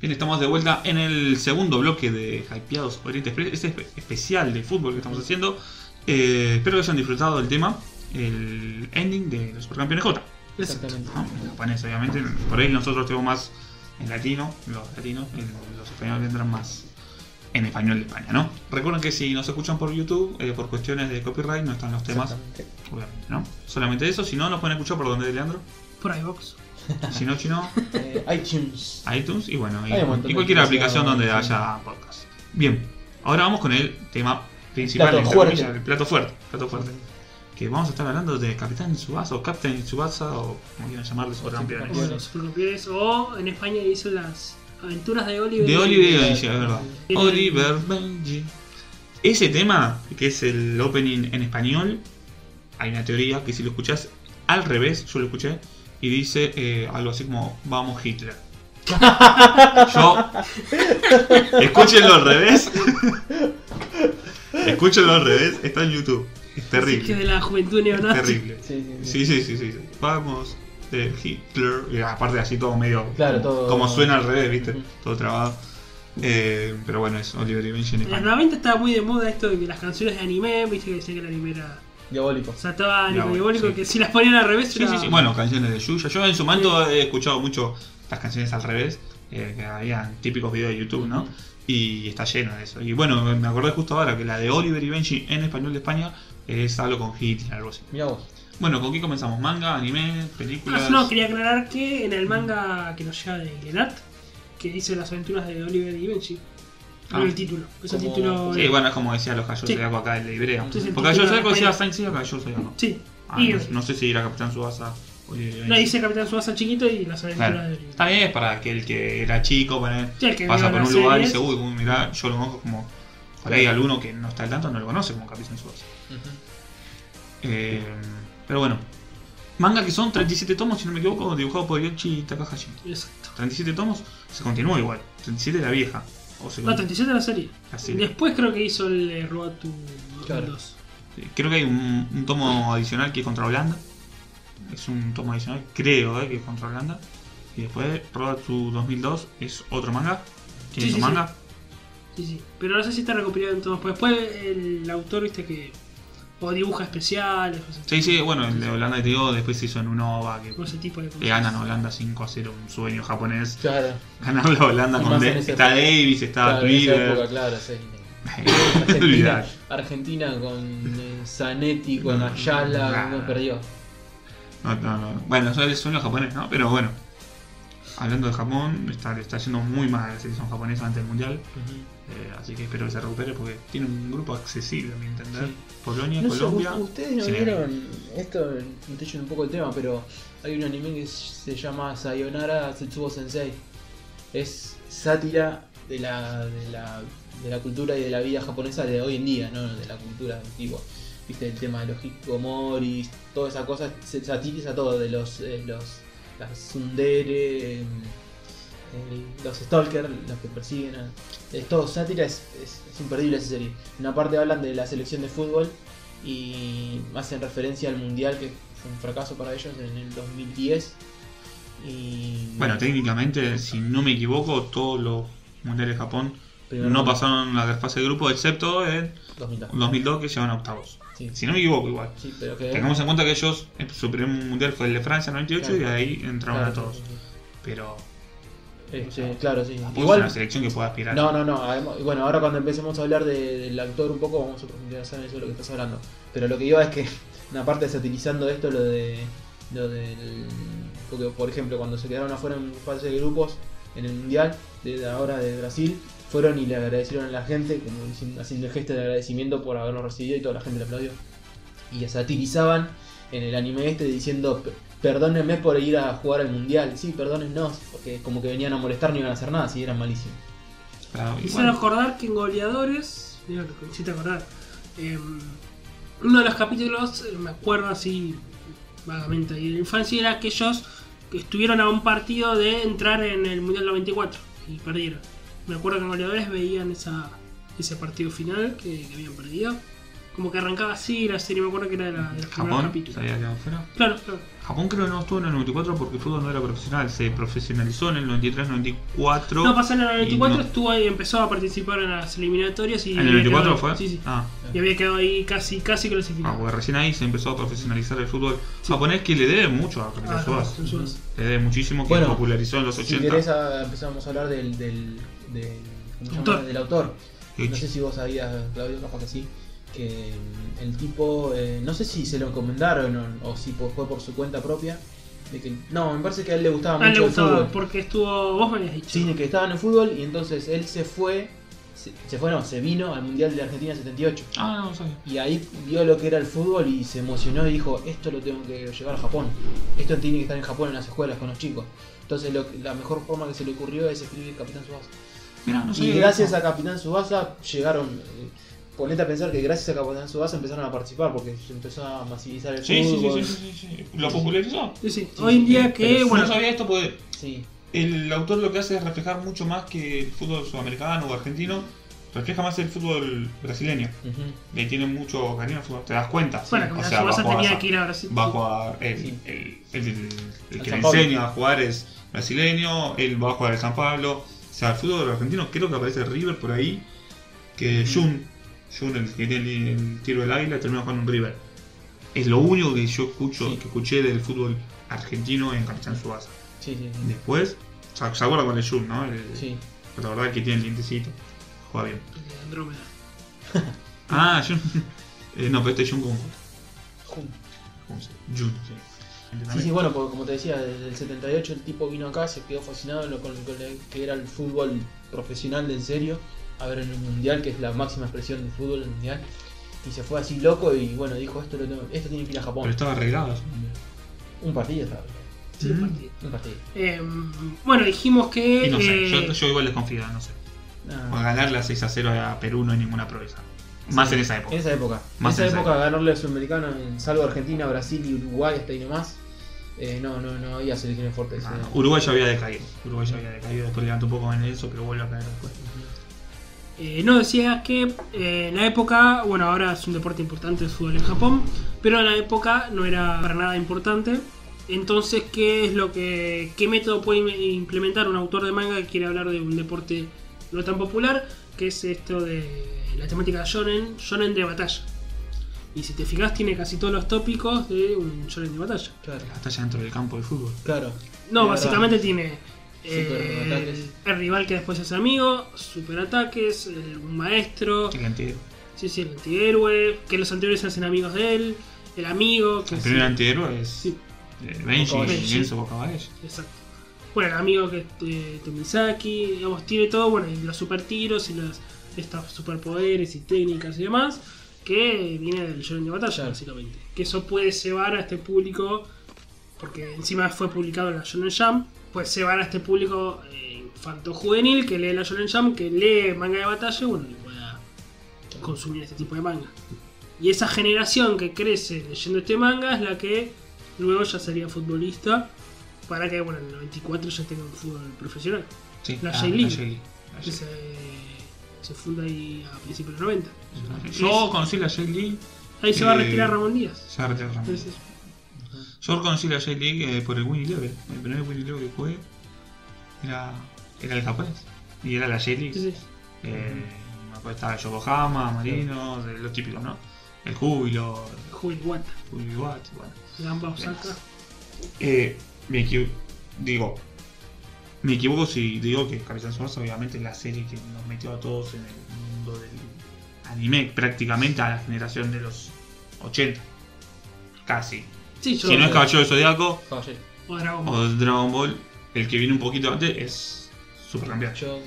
A: Bien, estamos de vuelta en el segundo bloque de Hypeados Oriente Express, este espe- especial de fútbol que estamos haciendo. Eh, espero que hayan disfrutado del tema, el ending de los supercampeones J.
C: Exactamente.
A: ¿no? En Ah, japonés, obviamente. Por ahí nosotros tenemos más en latino, los latinos, en- los españoles tendrán más en español de España, ¿no? Recuerden que si nos escuchan por YouTube, eh, por cuestiones de copyright, no están los temas, obviamente, ¿no? Solamente eso, si no, nos pueden escuchar por donde, Leandro.
B: Por iVox.
A: Si no, chino,
C: Eh, iTunes.
A: iTunes y bueno, y,
C: Hay un montón
A: y
C: de
A: cualquier aplicación
C: aplicaciones,
A: donde
C: sí.
A: haya podcast. Bien, ahora vamos con el tema principal,
C: Plato
A: entre
C: fuerte.
A: comillas, el plato fuerte, plato fuerte. que vamos a estar hablando de Capitán Subasa o Captain Subasa o como quieran llamarle, supercampeones.
B: O de los supercampeones, o en España hizo las aventuras de Oliver.
A: De
B: y
A: Oliver y
B: Benji.
A: Benji, es verdad.
B: Era-
A: Oliver Benji. Ese tema, que es el opening en español, hay una teoría que si lo escuchás al revés, yo lo escuché, y dice eh, algo así como, vamos Hitler. yo... Escúchenlo al revés. Escúchenlo al revés, está en YouTube. Es
B: Así que de
A: terrible.
B: la juventud
A: Es
B: neonazi.
A: terrible.
C: Sí,
A: Sí,
C: sí, sí.
A: sí, sí, sí. sí. Vamos, eh, Hitler. Y aparte así todo medio.
C: Claro,
A: como,
C: todo-
A: como suena al revés, ¿viste?
C: Ujú.
A: Todo trabado. Eh, pero bueno, es Oliver y Benji en
B: En los
A: español.
B: 90 Eh, estaba muy de moda esto de que las canciones de anime, viste que decían que el anime era
C: Diabólico.
B: satánico,
A: Diabólico,
B: diabólico,
A: sí.
B: que si las ponían al revés
A: Sí,
B: era-
A: sí, sí. Bueno, canciones de Yuya. Yo en su momento he escuchado mucho las canciones al revés, eh, que habían típicos videos de YouTube, ¿no? Y está lleno de eso. Y bueno, me acordé justo ahora que la de Oliver y Benji en español de España es algo con Hitler, algo así.
C: Mirá vos.
A: Bueno, ¿con qué comenzamos? ¿Manga, anime,
B: Ah,
A: películas?
B: no, quería aclarar que en el manga que nos llega de Lenat, que dice las aventuras de Oliver y Benji,
A: Ah.
B: no el título, es el
C: Como-
B: título.
A: Sí, bueno, es como decía los Cayos
B: Sí.
A: de Agua acá en la librea.
B: Sí, sí,
A: Porque Cayos de
B: título
A: Agua decía
B: español.
A: Saint Seiya, Cayos de Agua.
B: Sí,
A: Ah,
B: y
A: no, no sé si era Capitán Subasa o Oliver y
B: la
A: Benji.
B: dice Capitán Subasa chiquito y las aventuras
A: Claro.
B: de Oliver.
A: Está bien, es para aquel que era chico, poner,
B: Sí, el que
A: pasa
B: vio
A: por un
B: las
A: lugar y
B: series.
A: dice, uy, uy, mirá, yo lo conozco como. Por ahí alguno que no está al tanto no lo conoce como Capitán Subasa. Eh, pero bueno. Manga que son 37 tomos, si no me equivoco, dibujado por Yoshi Takahashi.
B: Exacto.
A: 37 tomos, se continúa igual. 37 la vieja. O se continúa.
B: La 37 de la serie.
A: Así.
B: Después creo que hizo el eh, Road to 2002.
C: Claro.
A: Creo que hay un, un tomo adicional que es contra Holanda. Es un tomo adicional, creo, eh, que es contra Holanda. Y después Road to 2002 es otro manga.
B: Sí,
A: Tiene su
B: sí,
A: manga.
B: Sí, sí. Pero no sé si está recopilado en todos. Porque después el autor, viste que. O dibuja especiales, o sea,
A: Sí, sí, bueno, el de Holanda que te digo, después se hizo en un OVA que
B: o
C: Pues
B: ese tipo de cosas.
A: le ganan a Holanda 5 a 0, un sueño japonés.
C: Claro.
A: Ganarle a Holanda
C: Y
A: con
C: más
A: de-
C: en esa
A: está
C: época.
A: Davis, está
C: claro, en esa época,
A: Twitter.
C: claro, sí. Argentina,
A: Olvidar.
C: Argentina con eh, Zanetti,
A: Mm.
C: con Ayala,
A: Nah.
C: no perdió.
A: No, no, no. Bueno, eso es el sueño japonés, ¿no? Pero bueno. Hablando de Japón, está, le está yendo muy mal a la selección japonesa ante el mundial. Eh, así que espero que se recupere porque tiene un grupo accesible, a mi entender.
C: Sí.
A: Polonia,
C: No sé,
A: Colombia.
C: u- ustedes no
A: Senegal.
C: vieron esto, me estoy yendo un poco el tema, pero hay un anime que se llama Sayonara Setsubo Sensei. Es sátira de la, de la, de la cultura y de la vida japonesa de hoy en día, no de la cultura antigua. Viste el tema de los hikikomori, toda esa cosa, se satiriza todo, de los, eh, los las tsundere, em, el- los stalkers, los que persiguen. a- Es todo sátira, es, es- es imperdible esa serie. En una parte hablan de la selección de fútbol y hacen referencia al mundial que fue un fracaso para ellos en el 2010. Y
A: Bueno, técnicamente, si no me equivoco, todos los mundiales de Japón
C: primero
A: no
C: fue
A: pasaron la fase de grupo, excepto en
C: 2002.
A: 2002 que llegaron a octavos.
C: Sí,
A: Si no me equivoco, igual.
C: sí, pero que.
A: Tengamos en cuenta que ellos, eh, su primer mundial fue el de Francia en 98 y
C: Claro.
A: ahí entraron
C: claro,
A: a todos. Pero
C: Este, claro, sí.
A: tampoco es una
C: Igual.
A: selección que pueda aspirar.
C: No, no, no. además- Bueno, ahora cuando empecemos a hablar de- del actor un poco, vamos a profundizar en eso de lo que estás hablando. Pero lo que iba es que, una parte satirizando esto, lo de. Lo del. Porque, por ejemplo, cuando se quedaron afuera en fase de grupos en el mundial, de ahora de Brasil, fueron y le agradecieron a la gente, como diciendo- haciendo el gesto de agradecimiento por habernos recibido y toda la gente le aplaudió. Y satirizaban en el anime este diciendo. "P- Perdónenme por ir a jugar al mundial. Sí, perdónennos, porque como que venían a molestar, no iban a hacer nada, si eran malísimos.
A: Pero
B: Y
A: igual,
B: acordar que en Goleadores, mira, lo que me hiciste acordar, eh, uno de los capítulos, eh, me acuerdo así vagamente ahí de la infancia, era que ellos estuvieron a un partido de entrar en el Mundial 94 y perdieron. Me acuerdo que en Goleadores veían esa, ese partido final que, que habían perdido. Como que arrancaba así la serie, me acuerdo que era de la, de los primeros
A: Japón
B: capítulos.
A: se había quedado fuera.
B: Claro, claro.
A: Japón creo que no estuvo en el 94 porque el fútbol no era profesional, se profesionalizó en el 93-94.
B: No, pasa en el
A: y
B: 94,
A: no.
B: estuvo ahí, empezó a participar en las eliminatorias y...
A: ¿En
B: había
A: el 94
B: quedado-
A: fue?
B: Sí, sí.
A: Ah.
B: Y había quedado ahí casi, casi
A: Ah,
B: clasificado.
A: porque recién ahí se empezó a profesionalizar el fútbol japonés que le debe mucho a Capitán
B: Ah,
A: Subasa.
B: no, Tsubasa.
A: Le debe muchísimo que
C: Bueno,
A: popularizó en los
C: Si
A: 80.
C: querés ah, empezamos a hablar del, del, del, ¿cómo se llama?
B: Autor.
C: del autor.
A: Yoichi.
C: No sé si vos sabías, Claudio, capaz que sí, que mm, el tipo, eh, no sé si se lo encomendaron o, o si po- fue por su cuenta propia. de que- no, me parece que a él le gustaba
B: A él
C: mucho
B: le
C: el
B: gustaba
C: fútbol.
B: porque estuvo. Vos me habías dicho.
C: Sí, de que estaba en el fútbol y entonces él se fue se, se fue, no, se vino al Mundial de la Argentina 78.
B: Ah, no, sabía.
C: Y ahí vio lo que era el fútbol y se emocionó y dijo, esto lo tengo que llevar a Japón. Esto tiene que estar en Japón en las escuelas con los chicos. Entonces lo- la mejor forma que se le ocurrió es escribir Capitán Subasa.
A: Mirá, no
C: Y
A: sabía
C: gracias
A: eso.
C: a Capitán Subasa llegaron... eh, ponete a pensar que gracias a Capitán Subasa empezaron a participar porque se empezó a masivizar el
A: Sí, sí, sí,
C: fútbol.
A: sí, sí, sí, sí. Lo popularizó.
B: Sí, sí.
C: Sí,
B: Hoy en día que,
C: pero
B: bueno,
A: No sabía esto porque
C: Sí.
A: el autor lo que hace es reflejar mucho más que el fútbol sudamericano o argentino. Refleja más el fútbol brasileño.
C: Ujú.
A: Le tiene mucho cariño al fútbol, te das cuenta.
B: bueno, como
A: O
B: la
A: sea,
B: Subasa
A: bajo
B: tenía
A: esa-
B: que ir a Brasil.
A: va a jugar el,
C: Sí.
A: el- el- el- el
C: Al
A: que le
C: San Pablo.
A: enseña a jugar es brasileño, él va a jugar el San Pablo. O sea, el fútbol argentino creo que aparece River por ahí, que
B: Mm.
A: Jun, Jun el que tiene el, el tiro del águila, termina jugando en River. Es lo único que yo escucho,
C: Sí.
A: que escuché del fútbol argentino en Capitán Subasa.
C: Sí, sí, sí.
A: Después, se se acuerda con el Jun, ¿no? El-
C: Sí.
A: La verdad que tiene el dientecito, juega bien.
B: De Andrómeda.
A: Ah, Jun. eh, no, pero este es Jun con
C: Jun.
A: con- Jun, sí.
C: Sí, sí, bueno, porque como te decía, desde el 78 el tipo vino acá, se quedó fascinado lo- con lo que- que era el fútbol profesional de en serio, a ver en el mundial, que es la máxima expresión del fútbol en el mundial, y se fue así loco y bueno, dijo, esto, lo tengo- esto tiene que ir a
A: Pero
C: Japón.
A: estaba arreglado. Jun.
C: Un partido, ¿sabes?
B: Sí,
A: Mm.
B: partido.
C: Un partido.
B: Eh, bueno, dijimos que.
A: Y no sé,
B: eh,
A: yo, yo igual desconfío, no sé.
C: Nada.
A: O ganarle a 6 a 0 a Perú no hay ninguna proeza. Más en esa época.
C: En esa época.
A: Más
C: en
A: en
C: esa
A: esa
C: época ganarle a Sudamericano, en- salvo Argentina, Brasil y Uruguay, hasta ahí nomás, eh, no, no, no había selecciones fuertes.
A: Ah,
C: eh.
A: no, Uruguay ya había decaído. Uruguay ya había decaído, después levantó un poco en eso, pero vuelve a caer después.
B: Eh, no, decías que eh, en la época, bueno, ahora es un deporte importante el fútbol en Japón, pero en la época no era para nada importante. Entonces, ¿qué es lo que. qué método puede im- implementar un autor de manga que quiere hablar de un deporte no tan popular? Que es esto de la temática shonen, shonen de batalla. Y si te fijas, tiene casi todos los tópicos de un shonen de batalla.
C: Claro,
A: Hasta allá dentro del campo de fútbol.
C: claro.
B: No,
C: De verdad.
B: básicamente tiene eh,
C: Superataques.
B: el rival que después es amigo, superataques, eh, un maestro.
A: El antihéroe.
B: Sí, sí, el antihéroe, que los anteriores se hacen amigos de él, el amigo, que
A: El
B: sí,
A: primer antihéroe es
B: sí,
A: eh, Benji,
B: Benji.
A: Genso Bocabaeshi.
B: exacto. Bueno, el amigo que es eh, Tomisaki, digamos, tiene todo, bueno, y los super tiros y los, estos superpoderes y técnicas y demás, que viene del shonen de batalla,
C: Claro.
B: básicamente. Que eso puede llevar a este público, porque encima fue publicado en la Shonen Jump, puede llevar a este público eh, infanto-juvenil que lee la Shonen Jump, que lee manga de batalla, y bueno, y pueda consumir este tipo de manga. Y esa generación que crece leyendo este manga es la que luego ya sería futbolista para que, bueno, en el 94 ya tenga un fútbol profesional.
A: Sí,
B: La
A: ah,
B: J-League.
A: J-League. La
B: Que se, se funda ahí a principios de los 90.
A: J-League. Yo conocí la J-League.
B: Ahí se va a
A: Eh,
B: retirar Ramón Díaz.
A: ya retiré el
B: Entonces,
A: ramo. Yo conocí la J-League eh, por el Winnie Level. El primer Winnie Level que jugué era, era el japonés. Y era la J-League.
B: entonces,
A: Eh, me acuerdo estaba Yokohama, Marino, de los típicos, ¿no? El Júbilo,
B: Jubil Wata,
A: el Júbilo Iwata, bueno.
B: Gamba Osaka.
A: Bien. Eh, me equivo- digo, me equivoco si digo que Capitán Subasa obviamente es la serie que nos metió a todos en el mundo del anime, prácticamente a la generación de los 80. Casi.
B: Sí, yo.
A: Si no es Caballero de Zodiaco
C: Caballero.
B: o Dragon Ball.
A: o Dragon Ball, el que viene un poquito antes es Supercampeón.
C: Yo, eh,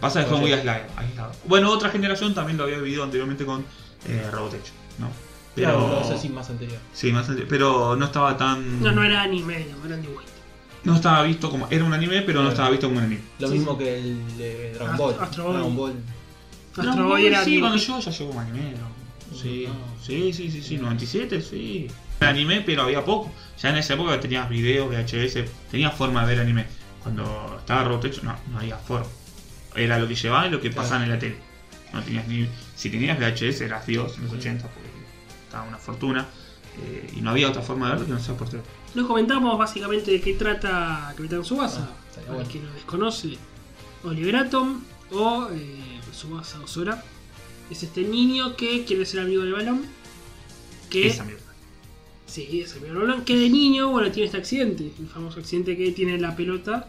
A: Pasa que fue muy
C: Caballero.
A: aislado, aislado. Bueno, otra generación también lo había vivido anteriormente con eh, Robotech, ¿no? Pero,
C: Claro, eso sí, más anterior.
A: sí, más ante- pero no estaba tan...
B: No, no era anime, digamos, era New Wave.
A: no estaba visto como... Era un anime, pero no
C: Claro.
A: estaba visto como un anime.
C: Lo
B: Sí,
C: mismo que el de Dragon
B: Astro-
C: Ball.
B: Ah, Astro Boy.
C: Dragon Ball.
B: Astro Boy era
A: Sí,
B: New
A: cuando
B: Wave.
A: yo ya llegó un anime. ¿no? Sí,
C: No.
A: sí, sí, sí, sí, 97, sí. Era anime, pero había poco. Ya en esa época tenías videos, VHS, tenías forma de ver anime. Cuando estaba Robotech, no, no había forma. Era lo que llevaba y lo que
C: Claro.
A: pasaban en la tele. No tenías ni... Si tenías VHS, eras Dios en los
C: Sí.
A: 80, porque estaba una fortuna. Eh, y no había otra forma de verlo que no sea por tele.
B: No comentamos básicamente de qué trata Capitán Subasa.
C: Ah, estaría
B: para
C: bueno.
B: quien lo desconoce, Oliver Atom o eh, Subasa Osora. Es este niño que quiere ser amigo de Balón. Que,
A: Esa mierda.
B: sí, es amigo de Balón. Que de niño, bueno, tiene este accidente. El famoso accidente que tiene la pelota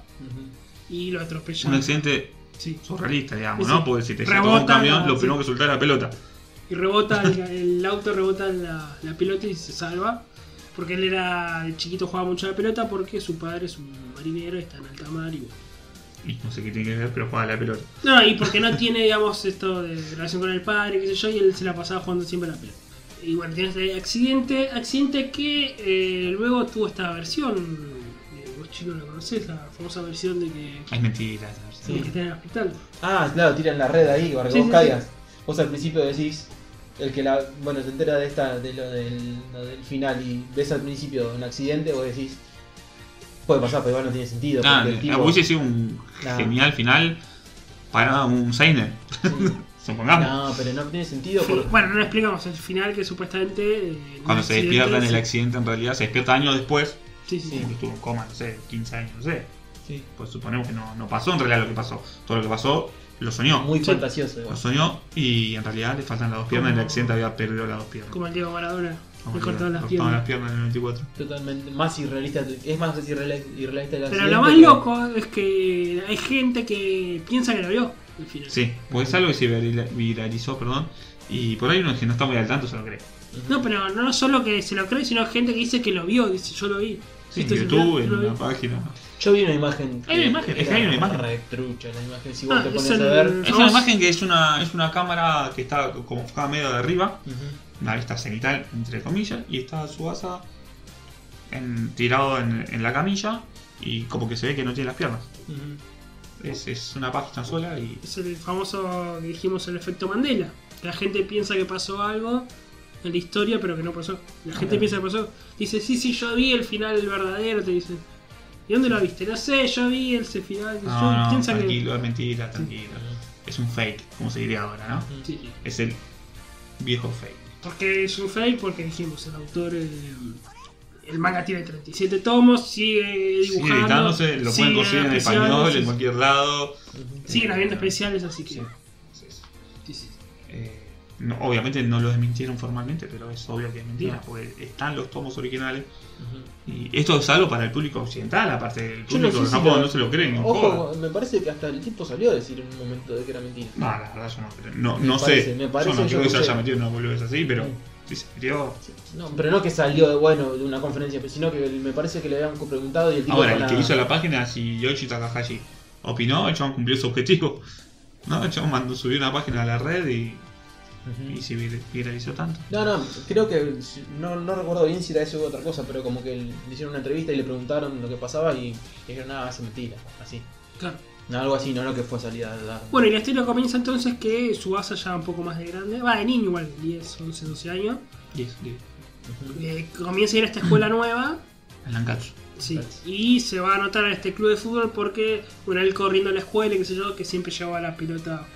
B: y lo atropella.
A: Un accidente
B: Sí.
A: surrealista, digamos,
B: Ah. Sí,
A: ¿no?
B: sí.
A: Porque si te llega un
B: Rebota,
A: camión,
B: no,
A: lo
B: sí.
A: primero que soltá es la pelota.
B: Y rebota, el, el auto rebota en la, la pelota y se salva. Porque él era de chiquito, jugaba mucho a la pelota porque su padre es un marinero, está en alta mar y, bueno,
A: Y no sé qué tiene que ver, pero juega a la pelota.
B: No, y porque no tiene, digamos, esto de relación con el padre, qué sé yo, y él se la pasaba jugando siempre a la pelota. Y bueno, tiene este accidente, accidente que eh, luego tuvo esta versión, eh, vos chicos lo conocés, la famosa versión de que,
A: Ay, mentira. no sé.
B: de que está en el hospital.
C: Ah, claro, tiran la red ahí para que
B: Sí,
C: vos
B: sí,
C: caigas. Vos al principio decís, el que la. Bueno, se entera de esta, de lo del, lo del final y ves al principio un accidente, vos decís. Puede pasar, pero igual no tiene sentido.
A: Nada,
C: porque el tipo-
A: hubiese sido un
C: Nah.
A: genial final para un Seiner,
C: Sí.
A: supongamos.
C: No, pero no tiene sentido
B: Sí,
C: porque.
B: Bueno, no le explicamos el final que supuestamente... eh,
A: Cuando
B: un
A: se despierta en el
B: accidente,
A: accidente, en realidad se despierta años después,
B: Sí, sí, sí.
A: porque estuvo en coma, no sé, 15 años, no sé.
C: Sí.
A: Pues suponemos que no, no pasó en realidad lo que pasó. Todo lo que pasó lo soñó.
C: Muy
B: Sí.
C: fantasioso.
A: Lo
C: igual.
A: soñó y en realidad le faltan las dos piernas. En el accidente había perdido las dos piernas.
B: Como el Diego Maradona,
A: Como
B: le
A: que
B: cortaron las
A: cortaban
B: piernas.
A: las piernas en el 94.
C: Totalmente más irrealista. Es más irreali- irrealista el
B: Pero
C: accidente
B: lo más
C: que-
B: loco es que hay gente que piensa que lo vio al final.
A: Sí, pues es algo que se virila- viralizó, perdón. Y por ahí uno que no está muy al tanto se lo cree.
C: Ujú.
B: No, pero no solo que se lo cree, sino gente que dice que lo vio, dice yo lo vi.
A: Sí, en
B: Esto es
A: YouTube,
B: verdad,
A: en
B: yo lo
A: una
B: vi.
A: página.
C: Yo vi una imagen.
B: Hay una imagen,
A: es que hay una imagen.
C: Retrucha la imagen, si vos
B: Ah,
C: te
B: es
C: pones
B: el-
C: a ver.
A: Es una imagen que es una, es una cámara que está como enfocada medio de arriba,
C: Ujú.
A: una vista cenital, entre comillas, y está Subasa en, tirado en, en la camilla y como que se ve que no tiene las piernas.
C: Ujú.
A: Es, es una página sola y
B: Es el famoso que dijimos el efecto Mandela. La gente piensa que pasó algo en la historia, pero que no pasó. La gente
C: Claro.
B: piensa que pasó. Dice, sí, sí, yo vi el final verdadero, te dicen. ¿Y dónde lo viste? No sé, yo vi ese final. Yo-
A: No, no,
B: piensa que-
A: tranquilo, es mentira, tranquilo. Es un fake, como se diría ahora, ¿no?
C: Ujú.
B: Sí, sí.
A: Es el viejo fake.
B: Porque es un fake, porque dijimos, el autor, eh, el manga tiene 37 tomos, sigue
A: Sigue
B: dibujando.
A: editándose, lo pueden
B: sigue
A: conseguir en
B: especiales,
A: español, en
B: sí,
A: cualquier lado.
C: Ujú.
B: Siguen habiendo especiales, así que.
A: Sí. Sí, sí.
B: sí, sí.
A: Eh, no, obviamente no lo desmintieron formalmente, pero es obvio que es mentira,
C: No.
A: porque están los tomos originales.
C: Ujú.
A: Y esto es algo para el público occidental, aparte del
C: Yo no
A: público
C: sé
A: de
C: si
A: Japón,
C: lo-
A: no se lo creen. no jodan.
C: Ojo, me parece que hasta el tipo salió a decir en un momento de que era mentira.
A: No, la verdad yo no creo. No,
C: Me
A: no
C: parece,
A: sé.
C: me parece,
A: yo no
C: yo
A: creo que
C: no
A: se
C: sé.
A: haya metido en una boludez así, pero si
C: Sí.
A: se metió.
C: No, pero no que salió de bueno de una conferencia, pero sino que me parece que le habían preguntado y el tipo
A: Ahora,
C: con
A: el que
C: la-
A: hizo la página, si Yoshi Takahashi opinó, el chabón cumplió su objetivo. ¿No? El chabón mandó subir una página a la red y,
C: Ujú.
A: y se vir- viralizó tanto.
C: No, no, creo que no, no recuerdo bien si era eso u otra cosa, pero como que le hicieron una entrevista y le preguntaron lo que pasaba y le dijeron, ah, es mentira, así.
B: Claro.
C: No, algo así, no lo que fue salida de dar.
B: Bueno, y la historia comienza entonces que Subasa ya un poco más de grande, va de niño igual, 10, 11, 12 años,
A: Y es de
C: Ujú.
B: eh, comienza a ir a esta escuela nueva.
A: Alankatsu.
B: Sí, y se va a anotar a este club de fútbol porque, bueno, él corriendo a la escuela y qué sé yo, que siempre llevaba la pelota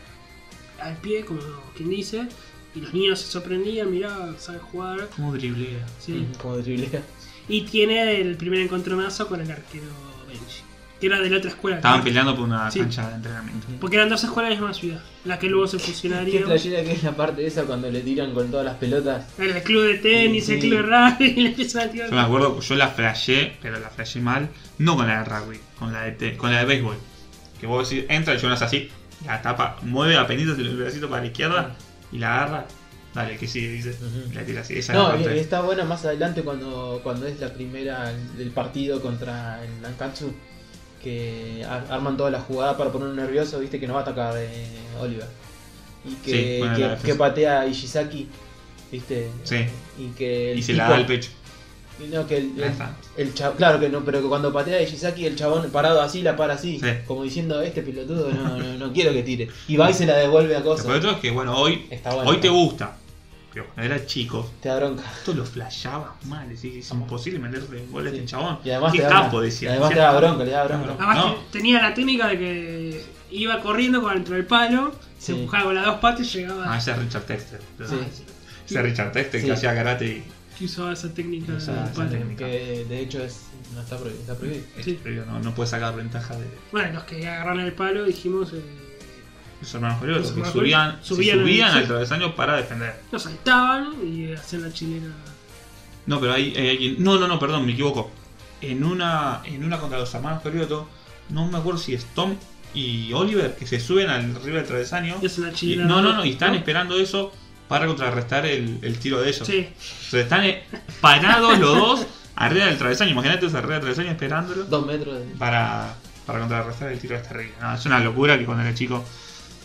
B: al pie, como quien dice, y los niños se sorprendían, mirá, sabe jugar.
A: ¿Cómo driblea?
B: Sí.
C: Como driblea.
B: Y tiene el primer encontronazo con el arquero Benji, que era de la otra escuela.
A: Estaban
B: ¿no?
A: peleando por una
B: Sí.
A: cancha de entrenamiento.
B: Porque eran dos escuelas de la misma ciudad, la que luego se
C: Qué
B: fusionaría.
C: playera que es la parte esa cuando le tiran con todas las pelotas.
B: El club de tenis, el
C: Sí.
B: club de rugby, y le empiezan a tirar.
A: Yo me acuerdo, que yo la flashé, pero la flashé mal, no con la de rugby, con la de, te- con la de béisbol. Que vos decís, entra el chabón hace así, la tapa, mueve la penita, el bracito para la izquierda y la agarra. Dale, que sigue, dice.
C: Ujú.
A: Y la tira así, esa
C: No,
A: la
C: y-
A: parte.
C: y está buena más adelante cuando, cuando es la primera del partido contra el Nankatsu. Que ar- arman toda la jugada para ponerlo nervioso, viste que no va a atacar eh, Oliver. Y que,
A: Sí, bueno,
C: que-
A: la defensa.
C: que patea a Ishizaki, viste.
A: Sí.
C: Y que. el
A: Y se
C: tipo-
A: la da al pecho.
C: y No, que el,
A: Ya
C: el-
A: está.
C: el cha- claro que no, pero que cuando patea a Ishizaki, el chabón parado así la para así,
A: Sí.
C: como diciendo: Este pelotudo no, no, no quiero que tire. Y va y se la devuelve a
A: Lo peor de
C: Cosa.
A: todo es que, bueno, hoy,
C: Está bueno.
A: hoy te gusta. Pero cuando era chico,
C: Te da bronca.
A: esto lo flashaba mal. Decís, es imposible meterle un gol a este
C: Sí.
A: chabón.
C: Y además
A: Qué
C: te da,
A: capo,
C: y
A: decía.
C: además te
A: Decía, ah,
C: da bronca, le da bronca.
A: bronca.
B: Además
A: No.
B: que tenía la técnica de que iba corriendo contra el palo, se
C: Sí.
B: empujaba con las dos patas y llegaba.
A: Ah, ese es Richard Texter.
C: Sí.
A: Ese es Richard Texter
C: Sí.
A: que hacía karate y
B: Que usaba esa técnica
A: Esa-
B: del
A: esa
B: palo.
A: técnica.
C: Que de hecho es, no está prohibido. Está prohibido.
B: Sí.
A: Este, Pero digo, no, no puede sacar ventaja de
B: Bueno, los que agarraron el palo dijimos. eh,
A: los hermanos Joriolos,
B: Los
A: que
B: hermanos
A: subían,
B: Joriolos.
A: se
B: Subían
A: subían,
B: al- sí.
A: al travesaño para defender.
B: lo saltaban y hacían la chilena.
A: No, pero ahí hay alguien. No, no, no, perdón, me equivoco. En una, en una contra los hermanos Joriolos, no me acuerdo si es Tom y Oliver que se suben al río del travesaño.
B: Y hacen la
A: Y-
B: chilena.
A: no, no, no, y están esperando eso para contrarrestar el, el tiro de ellos.
B: Sí,
A: O sea, están eh, parados los dos arriba del travesaño. Imagínate ese arriba del travesaño esperándolo
C: Dos metros de.
A: para, para contrarrestar el tiro de esta regla. No, es una locura que cuando era chico.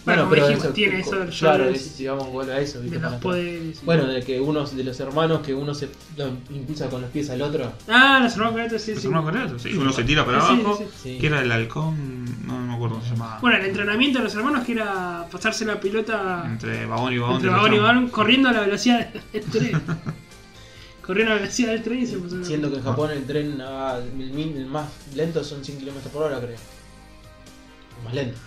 B: Bueno,
C: Bueno,
B: como
C: pero
B: dijimos, tiene eso del
C: claro,
B: Jones,
C: es- llevamos gol a eso, ¿viste?
B: de los
C: Para-
B: poderes. y-
C: Bueno, de que uno de los hermanos que uno se lo impulsa con los pies al otro.
B: Ah, los hermanos Conatos, sí,
A: ¿Los
B: sí.
A: hermanos Conatos? Sí, uno se tira para
B: Sí, sí,
A: abajo.
B: sí.
C: Sí.
A: Que era el halcón, no me acuerdo cómo se llamaba.
B: Bueno, el entrenamiento de los hermanos que era pasarse la pelota
A: entre vagón y vagón.
B: entre
A: te lo
B: vagón y
A: llaman.
B: vagón corriendo a la velocidad del tren. corriendo a la velocidad del tren y se pasó.
C: Siendo que en Japón el tren ah, el, min- el más lento son 100 km por hora, creo. El más lento.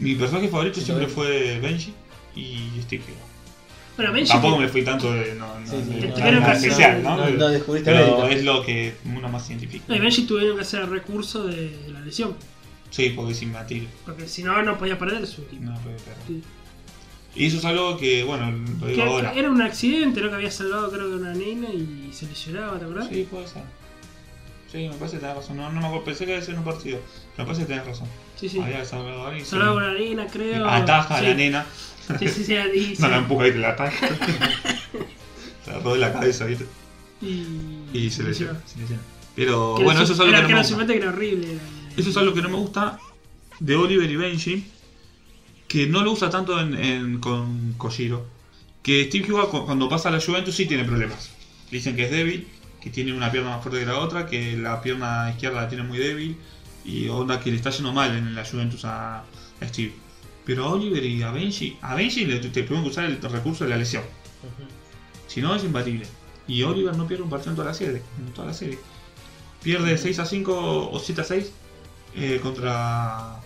A: Mi personaje favorito
C: Sí,
A: siempre
C: lo vi.
A: fue Benji y Sticky.
B: Bueno, Benji.
A: Tampoco
B: que-
A: me fui tanto de. No, no,
C: Sí, sí,
A: de-
C: no,
A: nada
B: tuvieron que hacer-
A: especial, ¿no?
C: no,
A: Pero-
C: no descubriste
A: Pero
C: América.
A: es lo que uno más se identifica.
B: no, y Benji tuvieron que hacer recurso de la lesión.
A: Sí, porque es imbatir.
B: Porque si no, no podía perder su equipo.
A: No, pero- pero-
B: Sí.
A: Y eso es algo que, bueno, lo
B: Que
A: digo ahora.
B: era un accidente, ¿no? Que había salvado, creo que una nena y se lesionaba, ¿te acordás?
A: Sí, puede ser. Sí, me parece que tenés razón. No, no me acuerdo, pensé que había sido en un partido. Pero me parece que tenés razón.
B: Sí, sí.
A: Había salvado a alguien.
B: Salvaba
A: sí.
B: una nena, creo.
A: Ataja a
B: Sí.
A: la nena.
B: Sí, sí, sí. Y,
A: No la empuja y te la ataja. Se la de la cabeza, ¿viste?
B: y,
A: Y se lesiona.
B: lesionaba.
A: se lesiona. Pero
B: Que
A: bueno,
B: era
A: eso es
B: su-
A: algo
B: era
A: que no
B: que
A: me
B: era
A: gusta.
B: su meta que era horrible. era-
A: Eso es algo que no me gusta de Oliver y Benji, que no lo usa tanto en, en- con Kojiro. Que Steve Huga cu- cuando pasa a la Juventus sí tiene problemas. Dicen que es débil, que tiene una pierna más fuerte que la otra, que la pierna izquierda la tiene muy débil y onda que le está yendo mal en la Juventus a, a Steve. Pero a Oliver y a Benji, a Benji le te pueden usar el recurso de la lesión.
C: Ujú.
A: Si no, es imbatible. Y Oliver no pierde un partido en toda la serie. En toda la serie. Pierde 6 a 5 o 7 a 6 eh, contra.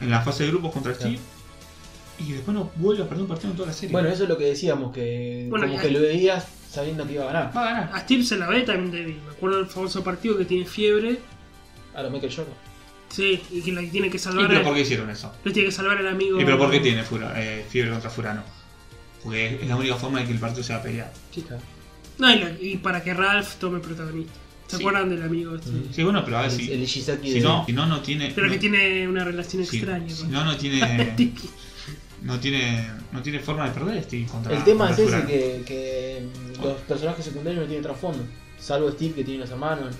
A: en la fase de grupos contra
C: Claro.
A: Steve. Y después no vuelve a perder un partido en toda la serie.
C: Bueno, eso es lo que decíamos, que
B: Bueno,
C: como
B: ya-
C: que lo veías sabiendo que iba a ganar.
A: va a ganar.
B: A Steve se la ve también débil. Me acuerdo del famoso partido que tiene fiebre.
C: A lo Michael Jordan.
B: Sí, y que la que tiene que
A: ¿Y
B: salvar.
A: pero
B: el-
A: por qué hicieron eso?
B: Lo tiene que salvar el amigo.
A: ¿Y pero por qué tiene Fura- eh, fiebre contra Furano? Porque es la única forma de que el partido sea peleado.
C: Chica.
B: No, y, la- y para que Ralph tome protagonista. ¿Se
A: Sí.
B: acuerdan del amigo este?
C: Mm.
A: Sí, bueno, pero a ver
C: El,
A: si.
C: el Ishizaki
A: si
C: de-
A: no, si no, no tiene.
B: Pero
A: no-
B: que tiene pues. una relación
A: si-
B: extraña.
A: si
B: con-
A: no, eh, no tiene.
B: Tiki.
A: no tiene. No tiene forma de perder Steve contra
C: El tema es
A: contra
C: ese
A: Furano.
C: que, que mm, los personajes secundarios no tienen trasfondo. Salvo Steve que tiene los hermanos.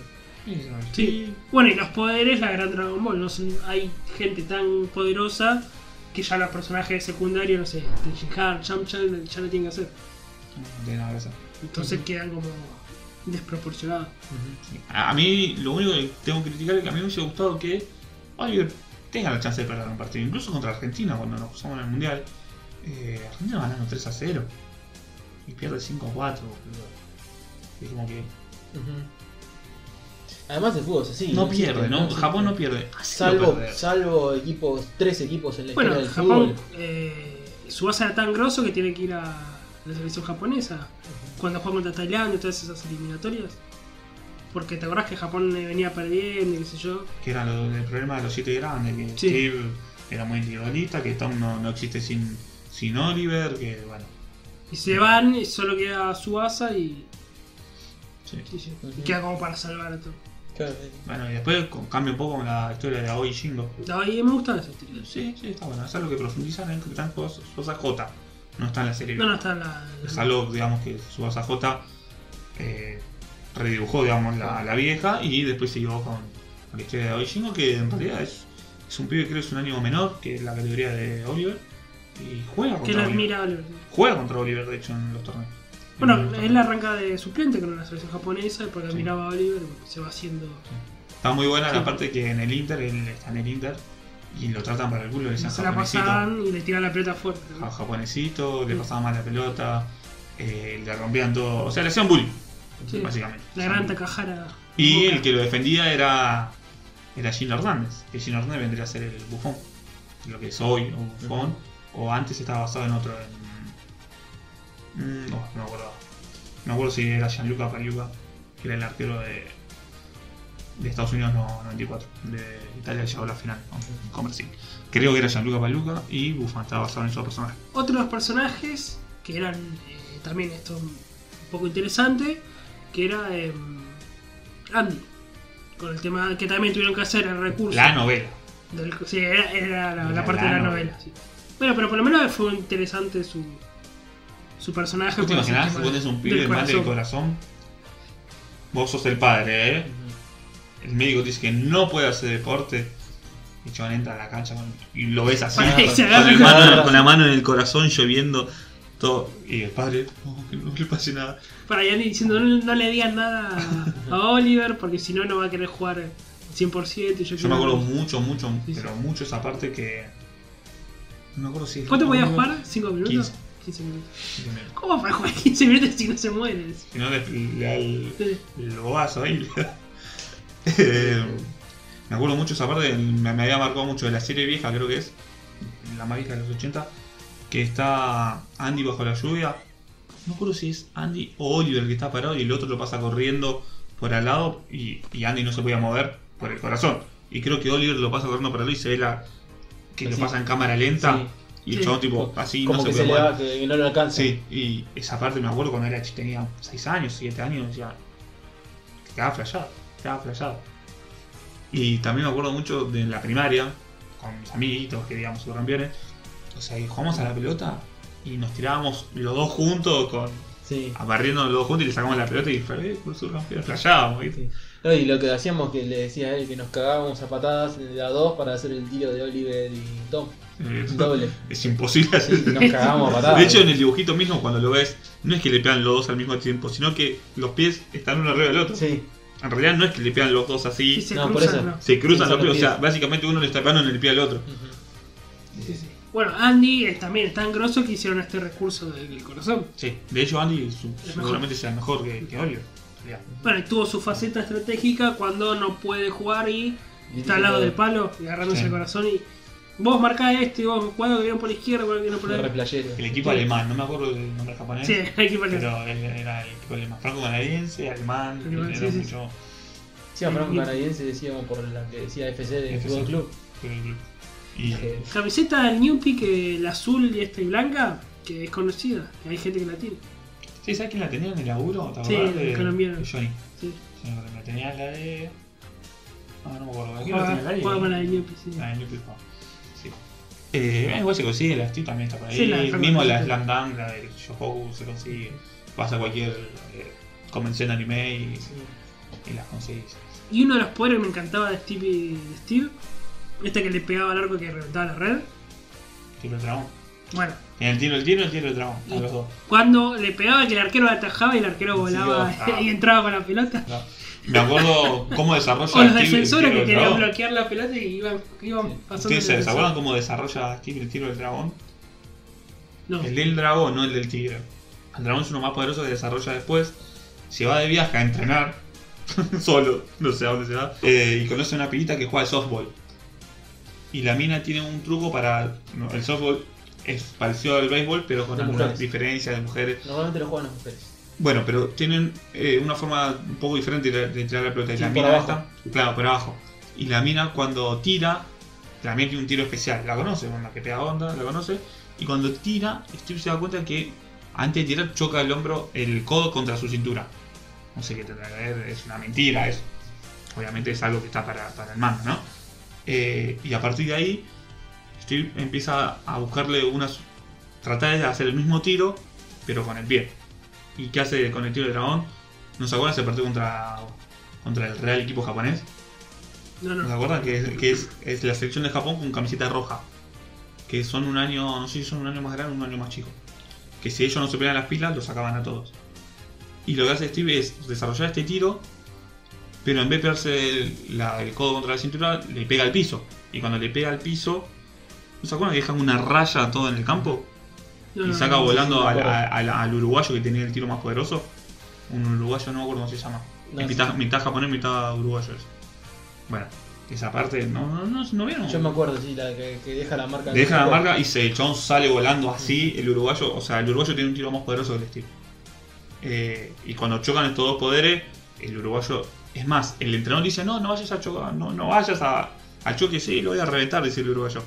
B: Sí. Bueno, y los poderes, la gran Dragon Ball. No son- hay gente tan poderosa que ya los personajes secundarios, no sé, este, Shihan, Yamcha, ya lo tienen que hacer.
A: No tiene nada que hacer.
B: Entonces quedan como desproporcionados.
A: A a mí lo único que tengo que criticar es que a mí me hubiese gustado que Oliver tenga la chance de perder un partido, incluso contra Argentina cuando nos cruzamos en el Mundial. Eh, Argentina va ganando 3 a 0 y pierde 5 a 4. boludo. Es como que
C: Ujú. Además el fútbol es así.
A: no
C: existe,
A: pierde, ¿no?
C: existe.
A: Japón no pierde.
C: Ah, Salvo,
A: Perder.
C: salvo equipos, tres equipos en la historia
B: Bueno,
C: del
B: Japón,
C: fútbol.
B: eh, su base era tan grosso que tiene que ir a la selección japonesa. Cuando juega contra Tailandia y todas esas eliminatorias. Porque te acordás que Japón le venía perdiendo, y qué sé yo.
A: Que era lo, el problema de los 7 grandes, que
B: Sí.
A: Steve era muy individualista, que Tom no, no existe sin, sin Oliver, que bueno.
B: Y se van, y solo queda Suasa y,
A: sí.
B: y- y
C: Ujú.
B: queda como para salvar a todo.
C: Claro, sí.
A: Bueno, y después con- cambia un poco con la historia de Aoi y Shingo.
B: No, y me gustan esas teorías.
A: Sí, sí, está bueno. Es algo que profundizan en que están cosas, cosas J. No está en la serie. B.
B: No, no está la.
A: Es algo, digamos, que Subasa J eh, redibujó, digamos, la, la vieja y después siguió con, con la historia de Oishingo, que en realidad es, es un pibe, creo que es un año menor que la categoría de Oliver. Y juega
B: que
A: contra
B: era
A: Oliver.
B: admirable.
A: Juega contra Oliver, de hecho, en los torneos. En
B: Bueno,
A: los
B: él
A: torneos.
B: arranca de suplente con la selección japonesa porque
A: Sí.
B: admiraba a Oliver, bueno, se va haciendo.
A: Está muy buena
B: Sí.
A: la parte que en el Inter, él está en el Inter y lo tratan para el culo, le dicen
B: Se la
A: japonesito.
B: pasan y le tiran la pelota fuerte. ¿no?
A: a japonesito, le pasaban mal la pelota, eh, le rompían todo. O sea, le hacían bullying,
B: Sí.
A: básicamente.
B: La gran Takahara.
A: Y
B: Boca.
A: el que lo defendía era, era Gino Hernández, que Gino Hernández vendría a ser el bufón, lo que es hoy, un bufón, o antes estaba basado en otro. en- mm, no, no me acuerdo. No me acuerdo si era Gianluca Pariuca, que era el arquero de, de Estados Unidos no, 94, de Italia que llegó a la final ¿no? con Brasil. Creo que era Gianluca Paluca y Buffon estaba basado en su personaje.
B: Otro de los personajes que eran eh, también esto un poco interesante, que era eh, Andy. Con el tema que también tuvieron que hacer el recurso.
A: La novela.
B: del- sí, era, era la, la
A: La-
B: parte
A: la
B: de la
A: novela.
B: novela. sí. Bueno, pero por lo menos fue interesante su, su personaje.
A: ¿Tú te
B: por el
A: imaginás?
B: tema
A: Vos tenés un pibe
B: del
A: mal del
B: corazón.
A: corazón. Vos sos el padre, ¿eh? el médico te dice que no puede hacer deporte. Y el chabón entra a la cancha con- y lo ves así,
B: Parece,
A: con, con
B: agarra
A: el
B: el
A: mano-
C: brazo.
A: con la mano en el corazón lloviendo. Todo. Y el padre, "No, que no le pase nada.
B: Para Yanni diciendo, no, no le digan nada a- a Oliver porque si no, no va a querer jugar al 100%. y yo
A: Yo
B: quiero-
A: me acuerdo mucho, mucho,
B: Sí, sí.
A: pero mucho esa parte que. No me acuerdo si.
B: ¿Cuánto podía
A: podías
B: jugar? ¿5 minutos?
A: 15.
B: 15 minutos. ¿Cómo para jugar 15 minutos si no se mueren?
A: Si no, le, le da el-
B: Entonces,
A: lo vas ahí. Eh, me acuerdo mucho esa parte, me, me había marcado mucho de la serie vieja, creo que es, la más vieja de los 80, que está Andy bajo la lluvia. No me acuerdo si es Andy o Oliver que está parado y el otro lo pasa corriendo por al lado y, y Andy no se podía mover por el corazón. Y creo que Oliver lo pasa corriendo por al lado y se ve la, que lo
C: Así.
A: pasa en cámara lenta
C: Sí.
A: y el
B: Sí.
A: chabón tipo así
D: Como
A: no se
D: que
A: puede
D: se le
A: mover.
D: da que no lo alcanza.
A: Sí, y esa parte me acuerdo cuando era ch- tenía 6 años, 7 años, decía. Te quedaba flasheado, te quedaba flasheado. Y también me acuerdo mucho de la primaria, con mis amiguitos que digamos subcampeones. O sea, y jugamos a la pelota y nos tirábamos los dos juntos, con
D: Sí.
A: barriendo los dos juntos y le sacamos la pelota y fue, eh, fue subcampeón, flasheábamos, ¿viste?
D: Sí. No, y lo que hacíamos que le decía a él que nos cagábamos a patadas de a dos para hacer el tiro de Oliver y Tom.
A: Eh,
D: Doble.
A: Es imposible hacer
D: Sí, nos cagábamos a patadas.
A: De hecho, en el dibujito mismo, cuando lo ves, no es que le pegan los dos al mismo tiempo, sino que los pies están uno arriba del otro.
D: Sí,
A: En realidad no es que le pegan los dos así,
B: si se
D: no, por
B: cruzan,
D: eso.
B: no.
A: Se
D: Sí,
A: cruzan los
D: son
A: pies,
D: los pies.
A: o sea, básicamente uno le está pegando en el pie al otro.
B: Bueno, Andy es también es tan grosso que hicieron este recurso del corazón.
A: Sí. De hecho, Andy su-
B: mejor.
A: seguramente sea mejor que, que Oliver. Ya.
B: Bueno, y tuvo su faceta estratégica cuando no puede jugar y
D: Y
B: está al lado
D: lo-
B: del palo, y agarrándose
A: Sí.
B: el corazón y vos marcá este, vos cuadro que viene por la izquierda, cuadro que viene por
D: fue re
B: la
D: playero.
A: El equipo alemán, no me acuerdo del nombre japonés,
B: Sí, hay que marcar.
A: ¿eh? pero él era el equipo alemán. Franco canadiense, alemán,
B: Alemán,
A: era
B: sí, sí.
A: mucho.
D: Sí, a Franco Canadiense decíamos por la que decía FC del
A: FC.
D: Fútbol Club.
A: Y
D: que-
B: Camiseta del Newpi, que la azul y esta y blanca, que es conocida, que hay gente que la tiene.
A: sí, ¿sabes quién la tenía en el laburo? ¿Te
B: Sí,
A: acordás
B: el
A: de-
B: colombiano.
A: de Johnny.
B: Sí.
A: Johnny Colombiano. tenía la de. Ah, no me acuerdo. ¿De quién la
B: Juega
A: tenía la de?
B: juega con la del Newpi, sí.
A: La de Lupe Juan. Sí. Eh, igual se consigue, la Steam también está por ahí.
B: Sí, la de Franco
A: Mismo la
B: Constantino.
A: Slam Dunk, la del Shohoku se consigue. Vas a cualquier eh, convención de anime y, y las conseguís.
B: Y uno de los poderes que me encantaba de Steve, de Steve este que le pegaba al arco que reventaba la red.
A: Tiro el dragón.
B: Bueno,
A: Tenía el tiro, el tiro, el tiro el dragón. A los dos.
B: cuando le pegaba que el arquero la atajaba y el arquero volaba
A: va.
B: y entraba con la pelota.
A: No. Me acuerdo cómo desarrolla
B: O los
A: Steve el tiro
B: defensores que
A: del
B: querían
A: dragón.
B: bloquear la pelota y iban, iban pasando.
A: ¿Ustedes se
B: el
A: desacuerdan cómo desarrolla Steve el tiro del dragón?
B: No,
A: El del dragón, no el del tigre. El dragón es uno más poderoso que desarrolla después. Se va de viaje a entrenar. solo, no sé a dónde se va. eh, y conoce a una pibita que juega al softball. Y la mina tiene un truco para. no, el softball es parecido al béisbol, pero con
D: De
A: algunas
D: mujeres.
A: diferencias de mujeres.
D: Normalmente lo juegan las mujeres.
A: Bueno, pero tienen eh, una forma un poco diferente de, de tirar la pelota. Y
D: Sí,
A: la
D: por
A: mina
D: abajo.
A: esta- claro, por abajo. Y la mina cuando tira, la mina tiene un tiro especial, la conoce, bueno, la que pega onda, la conoce. Y cuando tira, Steve se da cuenta que antes de tirar choca el hombro, el codo contra su cintura. No sé qué tendrá que ver, es una mentira, es obviamente es algo que está para, para el mando, ¿no? Eh, y a partir de ahí, Steve empieza a buscarle unas. Tratar de hacer el mismo tiro, pero con el pie. ¿Y qué hace con el tiro del dragón? ¿No se acuerdan? Se partió contra, contra el real equipo japonés.
B: no,
A: ¿No se
B: no.
A: acuerdan? Que, es, que es, es la selección de Japón con camiseta roja. Que son un año, no sé si son un año más grande o un año más chico. Que si ellos no se ponían las pilas, los sacaban a todos. Y lo que hace Steve es desarrollar este tiro, pero en vez de pegarse el, la- el codo contra la cintura, le pega al piso. Y cuando le pega al piso, ¿no se acuerdan que dejan una raya todo en el campo?
B: no,
D: Ah,
A: Y
B: no,
A: saca
B: no.
A: volando
D: me
A: al,
D: acuerdo.
A: al- al uruguayo que tenía el tiro más poderoso. Un uruguayo, no me acuerdo cómo se llama.
D: No,
A: Es
D: sí.
A: mitad, mitad japonés, mitad uruguayo. es. Bueno, esa parte no, no, no, no vieron.
D: Yo me acuerdo, sí, la que, que deja la marca.
A: Le deja la
D: en el cuerpo.
A: marca y se, el chabón sale volando así. El uruguayo, o sea, el uruguayo tiene un tiro más poderoso que el Steve. Eh, y cuando chocan estos dos poderes, el uruguayo. Es más, el entrenador dice: No, no vayas a chocar, no, no vayas a, al choque, sí, lo voy a reventar, dice el uruguayo.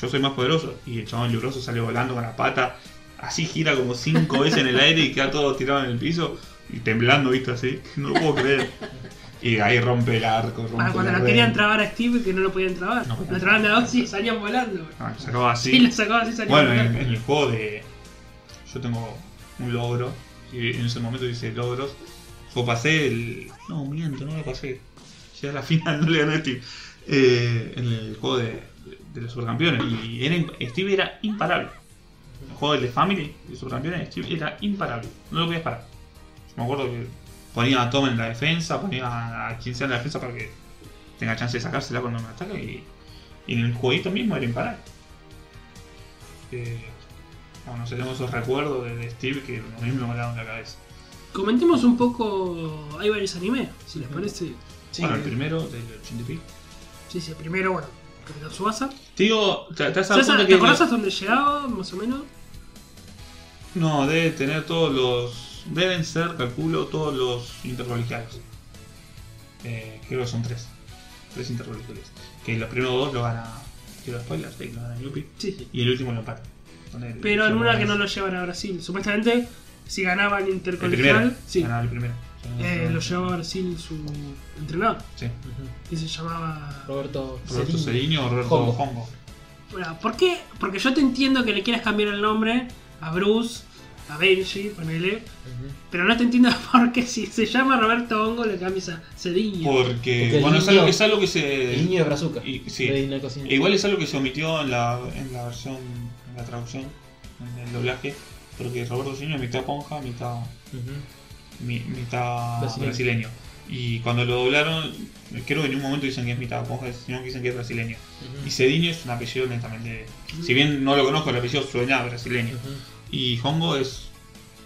A: Yo soy más poderoso. Y el chabón, el uruguayo, sale volando con la pata. Así gira como cinco veces en el aire y queda todo tirado en el piso. Y temblando, ¿viste? Así. No lo puedo creer. Y ahí rompe el arco, rompe
B: Ah, cuando
A: la
B: la
A: red.
B: querían trabar a Steve, que no lo podían trabar.
A: No,
B: lo trababan a dos y salían volando.
A: Ah, sacaba así.
B: Y lo sacaban así y salían
A: Bueno, eh, en,
B: volando.
A: en el juego de. Yo tengo un logro. Y en ese momento dice logros. Yo pasé el. No, miento, no lo pasé. Llega a la final, no le ganó a Steve. Eh, en el juego de, de los supercampeones. Y era imp- Steve era imparable. El juego de The Family, de supercampeones, Steve era imparable. No lo podías parar. Yo me acuerdo que ponía a Tom en la defensa, ponía a quien sea en la defensa para que tenga chance de sacársela cuando me ataca. Y, y en el jueguito mismo era imparable. Eh, bueno, no sé, tengo esos recuerdos de, de Steve que a mí me volaron la cabeza.
B: Comentemos un poco. Hay varios animes, si les parece.
C: Sí,
A: bueno, el
C: que-
A: primero del 80 y pico.
B: Sí, sí, primero, bueno, Capitán Subasa.
A: Te digo, te, te has dado
B: ¿Te
A: cuenta que.
B: acordás hasta donde llegaba, más o menos?
A: No, debe tener todos los. Deben ser, calculo, todos los intercolegiales. Eh, creo que son tres. Tres intercolegiales. Que los primeros dos lo gana. Quiero spoilers, sí, lo gana Yupi.
B: Sí, sí.
A: Y el último lo empata. Con el-
B: Pero en
A: el-
B: una que no lo llevan a Brasil. Supuestamente, si ganaban
A: El primero.
B: intercolegial, sí,
A: Ganaba el primero. Ganaba el
B: eh,
A: primero.
B: lo llevaba a Brasil su entrenador,
A: Sí.
C: Ujú.
B: que se llamaba.
C: Roberto
A: Roberto
C: Ceriño.
A: Ceriño o Roberto
C: Hongo.
A: Hongo.
B: Bueno, ¿por qué? Porque yo te entiendo que le quieras cambiar el nombre a Bruce, a Benji, ponele.
C: Ujú.
B: Pero no te entiendo por qué si se llama Roberto Hongo le cambias a Cediño.
A: Porque.
C: Porque el
A: Bueno, es
C: niño-
A: algo, es algo que se.
C: El niño de Brazuca.
A: y- sí.
C: De Dinacocina.
A: E Igual es algo que se omitió en la, en la versión, en la traducción, en el doblaje, porque Roberto Ceriño es mitad ponja, mitad,
C: Ujú.
A: mi- mitad
C: Brasileño.
A: brasileño. Y cuando lo doblaron, creo que en un momento dicen que es mitad ponja, sino que dicen que es brasileño.
C: Ujú.
A: Y Cediño es un apellido netamente, si bien no lo conozco, el apellido suena brasileño.
C: Mm. Ujú.
A: Y Hongo es,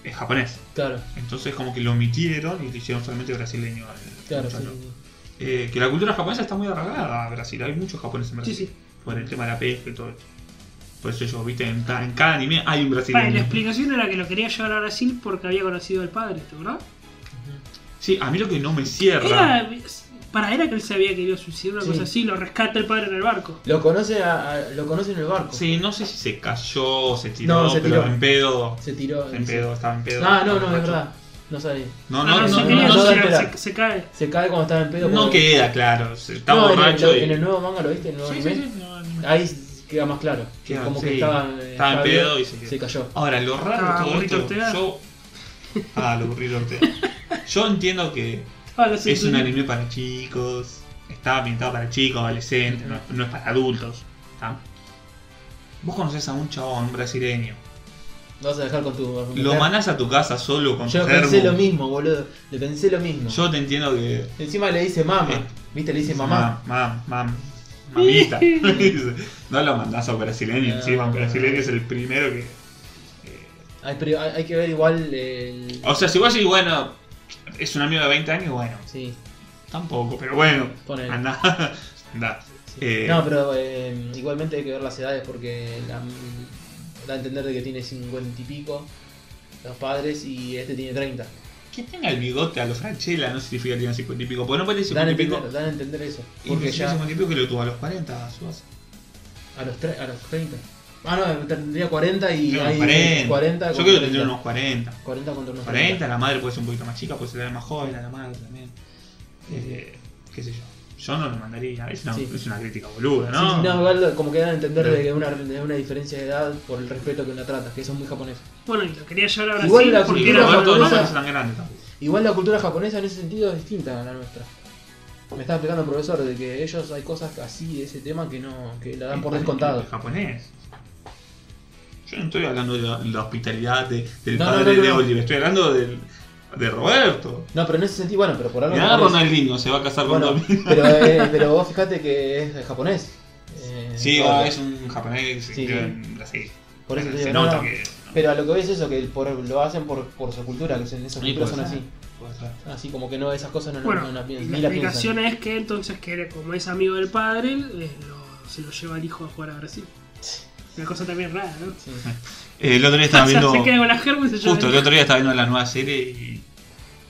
A: es japonés.
C: Claro,
A: Entonces como que lo omitieron y lo hicieron solamente brasileño. al
C: claro, sí,
A: muchacho.
C: sí, sí.
A: Eh, que la cultura japonesa está muy arraigada a Brasil, hay muchos japoneses en Brasil
B: Sí, sí.
A: por el tema de la pesca y todo esto. Por eso yo, viste, en cada, en cada anime hay un
B: Vale, la
A: brasileño.
B: explicación era que lo quería llevar a Brasil porque había conocido al padre, ¿te acordás?
C: Ujú.
A: Sí, a mí lo que no me cierra.
B: Era, para era que él se había querido suicidar, una
C: Sí.
B: cosa así, lo rescata el padre en el barco.
C: Lo conoce, a- a- lo conoce en el barco.
A: Sí, no sé si se cayó o se tiró,
C: No, se
A: pero
C: tiró.
A: en pedo.
C: Se tiró.
A: En pedo, estaba en pedo.
C: Ah, no, no, es
A: Borracho.
C: verdad. No sabía.
A: No,
B: Ah,
A: no, no,
B: se,
A: no,
B: quería
A: no,
C: no,
B: suicidar,
C: espera.
B: se, se cae.
C: Se cae cuando estaba en pedo.
A: no
C: cuando-
A: queda claro. se- Está
C: No, en el-
A: borracho
C: En el,
A: y.
C: nuevo manga lo viste, en el nuevo
A: Sí, sí,
C: anime.
A: sí, no, no.
C: Ahí queda más claro.
A: Queda,
C: como
A: sí.
C: que estaba, eh,
A: Estaba en pedo y se quedó.
C: se cayó.
A: Ahora, lo raro de
B: Ah,
A: todo
B: burrito
A: esto.
B: Ortega.
A: Yo. Ah, lo burrito Ortega. Yo entiendo que
B: Ah, lo sé,
A: es
B: sí.
A: un anime para chicos, está ambientado para chicos, adolescentes, no, no es para adultos. ¿tá? Vos conocés a un chabón brasileño,
C: Lo vas a dejar con tu argumento.
A: lo manás a tu casa solo con
C: Yo
A: tu
C: pensé
A: germo.
C: lo mismo, boludo. Le pensé lo mismo.
A: Yo te entiendo que.
C: Encima le dice mamá.
A: Eh.
C: ¿Viste? Le dice mamá.
A: Mam, mam, mam, mamita. no lo mandás a un brasileño,
C: No,
A: encima un
C: no.
A: brasileño es el primero que. eh,
C: Ay, pero hay, hay que ver igual el.
A: O sea, si vos decís, bueno, es un amigo de 20 años, bueno,
C: Sí,
A: tampoco, pero bueno,
C: Ponele.
A: andá. andá.
C: sí.
A: Eh,
C: No, pero eh, igualmente hay que ver las edades porque la- da a entender de que tiene 50 y pico los padres y este tiene 30.
A: Que tenga el bigote a los Franchella no significa que tenga 50 y pico. Porque no parece
C: Dan
A: 50
C: a
A: y pico.
C: entender, dan a entender eso.
A: Y
C: Porque
A: porque
C: ya
A: 50 y pico que lo tuvo a los 40, Suaza.
C: a los, tre- a los 30. Ah, no, tendría 40 y
A: Tenía
C: hay
A: unos 40.
C: 40
A: Yo creo que tendría
C: contra
A: unos 40.
C: 40 contra unos
A: 40, la madre puede ser un poquito más chica, puede ser la más joven, a la madre también. Eh, qué sé yo. Yo no lo mandaría. Es una,
C: Sí.
A: es una crítica boluda,
C: Sí,
A: ¿no?
C: sí, no, igual como que dan a entender
A: No.
C: de que una, de una diferencia de edad por el respeto que una trata, que eso es muy japonés.
B: Bueno, y lo quería llevar a Brasil
C: Igual
A: Porque
C: la
B: porque
A: los
B: era
C: cultura
A: gatos no
C: japonesa-
A: son tan grandes tampoco.
C: Igual la cultura japonesa en ese sentido es distinta a la nuestra. Me estaba explicando el profesor de que ellos hay cosas así de ese tema que no que la dan por
A: Es-
C: descontado.
A: es japonés. Yo no estoy hablando de la, la hospitalidad de- del
C: No, no,
A: padre
C: no,
A: de
C: no.
A: Oliver, estoy hablando del, de Roberto.
C: No, pero en ese sentido, bueno, pero por algo.
A: Mirá,
C: japonés.
A: Ronaldinho se va a casar con
C: Bueno,
A: Domi.
C: pero, eh, pero vos fijate que es de japonés. Eh,
A: Sí,
C: todo.
A: ah, es un japonés que
C: Sí,
A: se
C: sí.
A: crió en Brasil.
C: Por eso
A: se
C: te digo,
A: nota
C: no, no.
A: que.
C: Pero a lo que ves es eso, que por- lo hacen por, por su cultura, que en esas
A: Sí,
C: culturas
A: puede
C: son
A: ser,
C: así.
A: puede ser.
C: pues, Así como que no, esas cosas no,
B: Bueno,
C: no, no,
B: y
C: pi-
B: la
C: ni la
B: explicación
C: piensan.
B: es que entonces que era- como es amigo del padre, eh, lo- se lo lleva el hijo a jugar a Brasil. Una cosa también rara, ¿no?
C: Sí.
A: Eh, el otro día
B: O
A: estaba
B: sea,
A: viendo.
B: se queda con la germa y se lleva
A: Justo,
B: el
A: el
B: hijo.
A: otro día estaba viendo la nueva serie y.